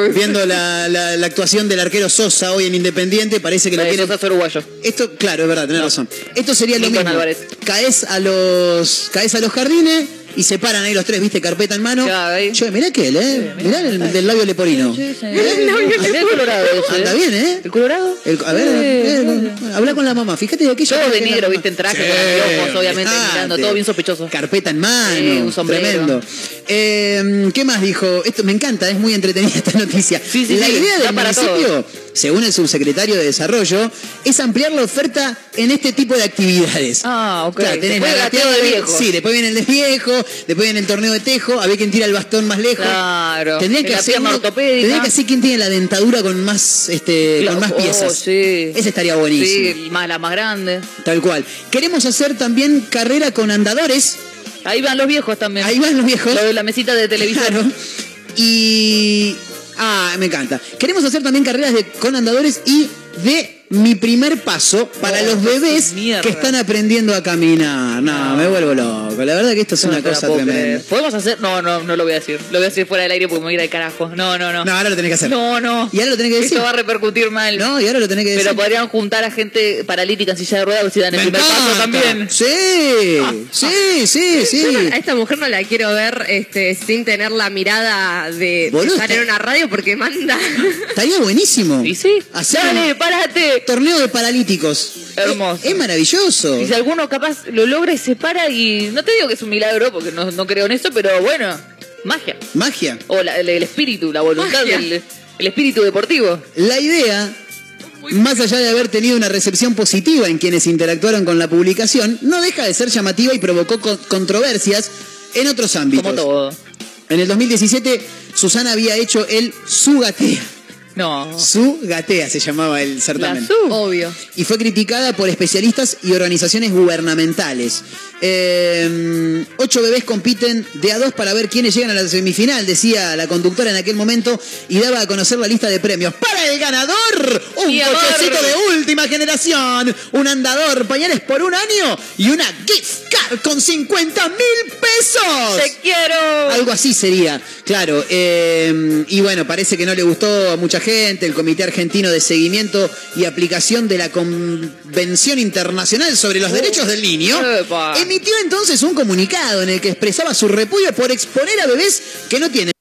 [SPEAKER 7] Uy.
[SPEAKER 6] viendo la, la- la actuación del arquero Sosa hoy en Independiente. Parece que lo quieren.
[SPEAKER 7] uruguayo.
[SPEAKER 6] Esto, claro, es verdad, tenés razón. Esto sería lo
[SPEAKER 7] Lincoln
[SPEAKER 6] mismo.
[SPEAKER 7] Álvarez.
[SPEAKER 6] Caes a los. Caes a los jardines y se paran ahí los tres, viste, carpeta en mano. Che, mirá aquel, eh. mirá el del labio leporino.
[SPEAKER 7] El colorado. ese,
[SPEAKER 6] Anda
[SPEAKER 7] ¿eh?
[SPEAKER 6] bien, ¿eh?
[SPEAKER 7] El colorado.
[SPEAKER 6] El- a ver,
[SPEAKER 7] Sí,
[SPEAKER 6] eh, bueno, habla con la mamá. Fíjate de aquello.
[SPEAKER 7] Todo de negro, viste, en traje, con anteojos, obviamente, mirando, todo bien
[SPEAKER 6] sospechoso. Carpeta en mano.
[SPEAKER 7] Sí, un sombrero.
[SPEAKER 6] Tremendo. Eh, ¿Qué más dijo? Esto me encanta, es muy entretenida esta noticia.
[SPEAKER 7] sí,
[SPEAKER 6] la
[SPEAKER 7] sí,
[SPEAKER 6] idea
[SPEAKER 7] da
[SPEAKER 6] del
[SPEAKER 7] para todo.
[SPEAKER 6] municipio, según el subsecretario de Desarrollo, es ampliar la oferta en este tipo de actividades.
[SPEAKER 7] Ah, ok.
[SPEAKER 6] Claro, tenés
[SPEAKER 7] Después
[SPEAKER 6] la
[SPEAKER 7] gateo
[SPEAKER 6] gateada
[SPEAKER 7] de
[SPEAKER 6] de-
[SPEAKER 7] viejo.
[SPEAKER 6] Sí, después viene el desviejo, después viene el torneo de tejo, a ver quién tira el bastón más lejos.
[SPEAKER 7] Claro.
[SPEAKER 6] Tendrían que
[SPEAKER 7] La
[SPEAKER 6] hacer
[SPEAKER 7] pierna
[SPEAKER 6] uno-
[SPEAKER 7] ortopédica.
[SPEAKER 6] tendrían que hacer quién tiene la dentadura con más este
[SPEAKER 7] Claro.
[SPEAKER 6] con más
[SPEAKER 7] Oh,
[SPEAKER 6] piezas.
[SPEAKER 7] sí.
[SPEAKER 6] Ese estaría buenísimo.
[SPEAKER 7] Sí, más, la más grande.
[SPEAKER 6] Tal cual. Queremos hacer también carrera con andadores.
[SPEAKER 7] Ahí van los viejos también.
[SPEAKER 6] Ahí van los viejos.
[SPEAKER 7] Lo de la mesita de televisión.
[SPEAKER 6] Claro. Y ah, me encanta. Queremos hacer también carreras de con andadores y de mi primer paso para los bebés
[SPEAKER 7] Oh, mierda.
[SPEAKER 6] que están aprendiendo a caminar. No, me vuelvo loco. La verdad que esto es
[SPEAKER 7] No
[SPEAKER 6] una
[SPEAKER 7] te la
[SPEAKER 6] cosa
[SPEAKER 7] puedo
[SPEAKER 6] tremenda.
[SPEAKER 7] creer. ¿Podemos hacer? No, no, no lo voy a decir. Lo voy a decir fuera del aire porque me voy a ir al carajo. No, no, no.
[SPEAKER 6] No, ahora lo tenés que hacer.
[SPEAKER 7] No, no.
[SPEAKER 6] Y ahora lo tenés que decir.
[SPEAKER 7] Esto va a repercutir mal.
[SPEAKER 6] No, y ahora lo tenés que
[SPEAKER 7] Pero
[SPEAKER 6] decir.
[SPEAKER 7] podrían juntar a gente paralítica en silla de ruedas si dan el
[SPEAKER 6] Me
[SPEAKER 7] primer paso
[SPEAKER 6] encanta.
[SPEAKER 7] también.
[SPEAKER 6] Sí, sí, sí,
[SPEAKER 14] Yo no-
[SPEAKER 6] sí.
[SPEAKER 14] a esta mujer no la quiero ver este, sin tener la mirada de, de
[SPEAKER 6] Boludo, eh.
[SPEAKER 14] estar en
[SPEAKER 6] está-
[SPEAKER 14] una radio porque manda.
[SPEAKER 6] Estaría buenísimo. ¿Y sí?
[SPEAKER 7] Dale, párate.
[SPEAKER 6] Torneo de paralíticos.
[SPEAKER 7] Hermoso.
[SPEAKER 6] Es maravilloso.
[SPEAKER 7] Y si alguno capaz lo logra y se para y no te digo que es un milagro porque no, no creo en eso, pero bueno, magia.
[SPEAKER 6] Magia.
[SPEAKER 7] O la- el, el espíritu, la voluntad,
[SPEAKER 6] Magia.
[SPEAKER 7] del, el espíritu deportivo.
[SPEAKER 6] La idea, más allá de haber tenido una recepción positiva en quienes interactuaron con la publicación, no deja de ser llamativa y provocó co- controversias en otros ámbitos. Como
[SPEAKER 7] todo.
[SPEAKER 6] En el 2017, Susana había hecho el Su Gatea.
[SPEAKER 7] No.
[SPEAKER 6] Su Gatea se llamaba el certamen.
[SPEAKER 14] Obvio.
[SPEAKER 6] y fue criticada por especialistas y organizaciones gubernamentales. Eh, ocho bebés compiten de a dos para ver quiénes llegan a la semifinal, decía la conductora en aquel momento, y daba a conocer la lista de premios. ¡Para el ganador! ¡Un
[SPEAKER 7] Mi amor.
[SPEAKER 6] cochecito de última generación! ¡Un andador, pañales por un año! ¡Y una gift card con 50 mil pesos!
[SPEAKER 7] ¡Te quiero!
[SPEAKER 6] Algo así sería, claro. eh, y bueno, parece que no le gustó a mucha gente. El Comité Argentino de Seguimiento y Aplicación de la Convención Internacional sobre los Derechos del Niño
[SPEAKER 7] Epa.
[SPEAKER 6] emitió entonces un comunicado en el que expresaba su repudio por exponer a bebés que no tienen.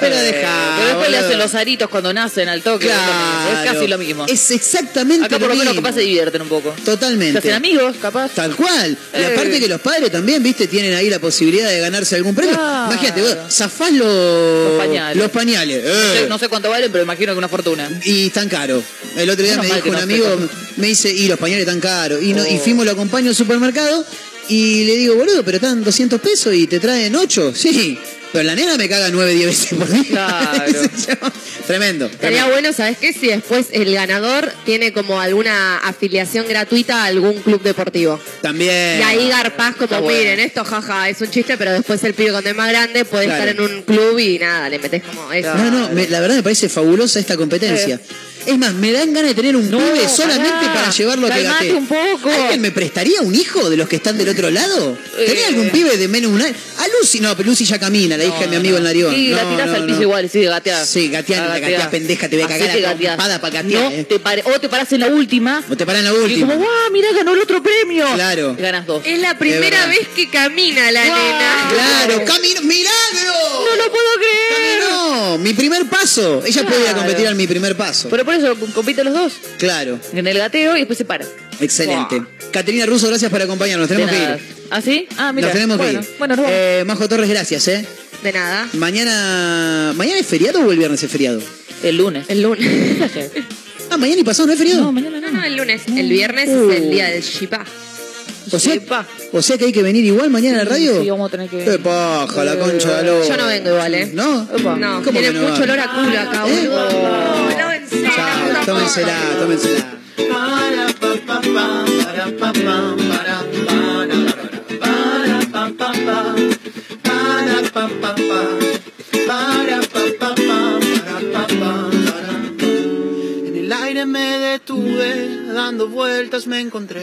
[SPEAKER 6] Pero deja.
[SPEAKER 7] Pero después le
[SPEAKER 6] Ah, boludo.
[SPEAKER 7] hacen los aritos cuando nacen al toque.
[SPEAKER 6] Claro.
[SPEAKER 7] Es casi lo mismo.
[SPEAKER 6] Es exactamente
[SPEAKER 7] Acá por
[SPEAKER 6] lo
[SPEAKER 7] lo menos
[SPEAKER 6] mismo.
[SPEAKER 7] capaz se divierten un poco. Se
[SPEAKER 6] Totalmente.
[SPEAKER 7] hacen amigos, capaz.
[SPEAKER 6] Tal cual. Y
[SPEAKER 7] Eh.
[SPEAKER 6] aparte que los padres también, viste, tienen ahí la posibilidad de ganarse algún premio.
[SPEAKER 7] Claro.
[SPEAKER 6] Imagínate, vos zafás los,
[SPEAKER 7] Los pañales.
[SPEAKER 6] Oh, los pañales, eh.
[SPEAKER 7] No, sé, no sé cuánto valen, pero imagino que una fortuna.
[SPEAKER 6] Y tan caro. El otro día
[SPEAKER 7] Menos
[SPEAKER 6] me
[SPEAKER 7] mal
[SPEAKER 6] dijo un
[SPEAKER 7] que no
[SPEAKER 6] amigo,
[SPEAKER 7] sé
[SPEAKER 6] me dice, y los pañales tan caros. Y, no, y
[SPEAKER 7] Oh.
[SPEAKER 6] fuimos, lo acompaño al supermercado y le digo, boludo, pero están 200 pesos y te traen 8. Sí, pero la nena me caga 9, 10 veces por día. tremendo.
[SPEAKER 14] Sería
[SPEAKER 6] tremendo.
[SPEAKER 14] bueno, ¿sabes qué? Si después el ganador tiene como alguna afiliación gratuita a algún club deportivo.
[SPEAKER 6] También.
[SPEAKER 14] Y ahí garpás como,
[SPEAKER 6] Está bueno.
[SPEAKER 14] miren, esto jaja, es un chiste, pero después el pibe cuando es más grande puede
[SPEAKER 6] Claro.
[SPEAKER 14] estar en un club y nada, le metés como eso.
[SPEAKER 6] No, no, me- la verdad me parece fabulosa esta
[SPEAKER 7] Eh.
[SPEAKER 6] competencia. Es más, me dan ganas de tener un pibe solamente
[SPEAKER 7] pará,
[SPEAKER 6] para llevarlo a que
[SPEAKER 7] calmate
[SPEAKER 6] gatee.
[SPEAKER 7] un poco.
[SPEAKER 6] ¿Alguien me prestaría un hijo de los que están del otro lado? ¿Tenés
[SPEAKER 7] Eh.
[SPEAKER 6] algún pibe de menos de un año? A Lucy, no, pero Lucy ya camina, la hija de mi amigo el Narión.
[SPEAKER 7] Sí, la
[SPEAKER 6] No,
[SPEAKER 7] tirás
[SPEAKER 6] no,
[SPEAKER 7] al
[SPEAKER 6] no.
[SPEAKER 7] piso igual, sí, gateás.
[SPEAKER 6] Sí, gateás,
[SPEAKER 7] Ah,
[SPEAKER 6] la gateás, pendeja, te voy a
[SPEAKER 7] Así
[SPEAKER 6] cagar
[SPEAKER 7] te
[SPEAKER 6] a
[SPEAKER 7] gateás.
[SPEAKER 6] trompada pa' gatear,
[SPEAKER 7] No,
[SPEAKER 6] eh.
[SPEAKER 7] te pare- o te parás en la última.
[SPEAKER 6] O te paran la
[SPEAKER 7] Y
[SPEAKER 6] última.
[SPEAKER 7] como, ¡guau, mirá, ganó el otro premio!
[SPEAKER 6] Claro.
[SPEAKER 7] Y Ganas dos.
[SPEAKER 14] Es la
[SPEAKER 6] primera
[SPEAKER 14] primera
[SPEAKER 6] verdad.
[SPEAKER 14] vez que camina la nena.
[SPEAKER 6] Claro, camino, milagro. No
[SPEAKER 7] lo puedo creer.
[SPEAKER 6] No, mi primer paso. Ella
[SPEAKER 7] Claro.
[SPEAKER 6] podía competir al mi primer paso.
[SPEAKER 7] Pero por eso compiten los dos.
[SPEAKER 6] Claro,
[SPEAKER 7] En el gateo y después se paran.
[SPEAKER 6] excelente. Caterina Russo, gracias por acompañarnos. Tenemos que ir.
[SPEAKER 7] ¿Ah, sí? Ah, mira.
[SPEAKER 6] Nos tenemos
[SPEAKER 7] bueno,
[SPEAKER 6] que ir.
[SPEAKER 7] Bueno, nos vamos.
[SPEAKER 6] Eh, Majo Torres, gracias, ¿eh?
[SPEAKER 14] De nada.
[SPEAKER 6] Mañana. ¿Mañana es feriado o el viernes es feriado?
[SPEAKER 7] El lunes.
[SPEAKER 14] El lunes.
[SPEAKER 6] Ah, mañana y pasado no es
[SPEAKER 14] No,
[SPEAKER 6] feriado.
[SPEAKER 14] no, el lunes. El viernes
[SPEAKER 6] Uh.
[SPEAKER 14] es el día del Shipá.
[SPEAKER 6] o, sea, o sea que hay que venir igual mañana a la radio.
[SPEAKER 7] Sí, vamos a tener que
[SPEAKER 6] Qué paja, la concha de la lora.
[SPEAKER 14] Yo no vengo igual, ¿eh?
[SPEAKER 6] ¿No?
[SPEAKER 14] No,
[SPEAKER 6] ¿Cómo
[SPEAKER 14] tiene
[SPEAKER 6] que no
[SPEAKER 14] mucho
[SPEAKER 6] va? Eh.
[SPEAKER 14] olor a culo acá, boludo. No, en serio.
[SPEAKER 6] Chao, tómensela, tómensela.
[SPEAKER 17] En el aire me detuve, dando vueltas vos me encontré.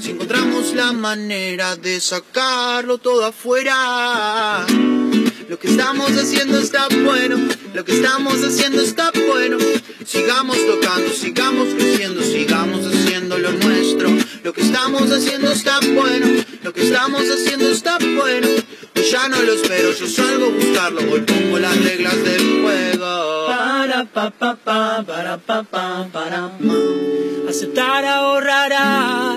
[SPEAKER 17] Si encontramos la manera de sacarlo todo afuera. Lo que estamos haciendo está bueno, lo que estamos haciendo está bueno. Sigamos tocando, sigamos creciendo, sigamos haciendo lo nuestro. Lo que estamos haciendo está bueno, lo que estamos haciendo está bueno. Yo ya no lo espero, yo salgo a buscarlo, hoy pongo las reglas del juego.
[SPEAKER 5] Para pa pa pa, para pa pa, para ma. Aceptar ahorrará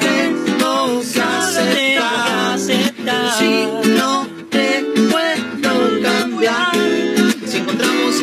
[SPEAKER 17] tengo que aceptar, si no te puedo cambiar. Si encontramos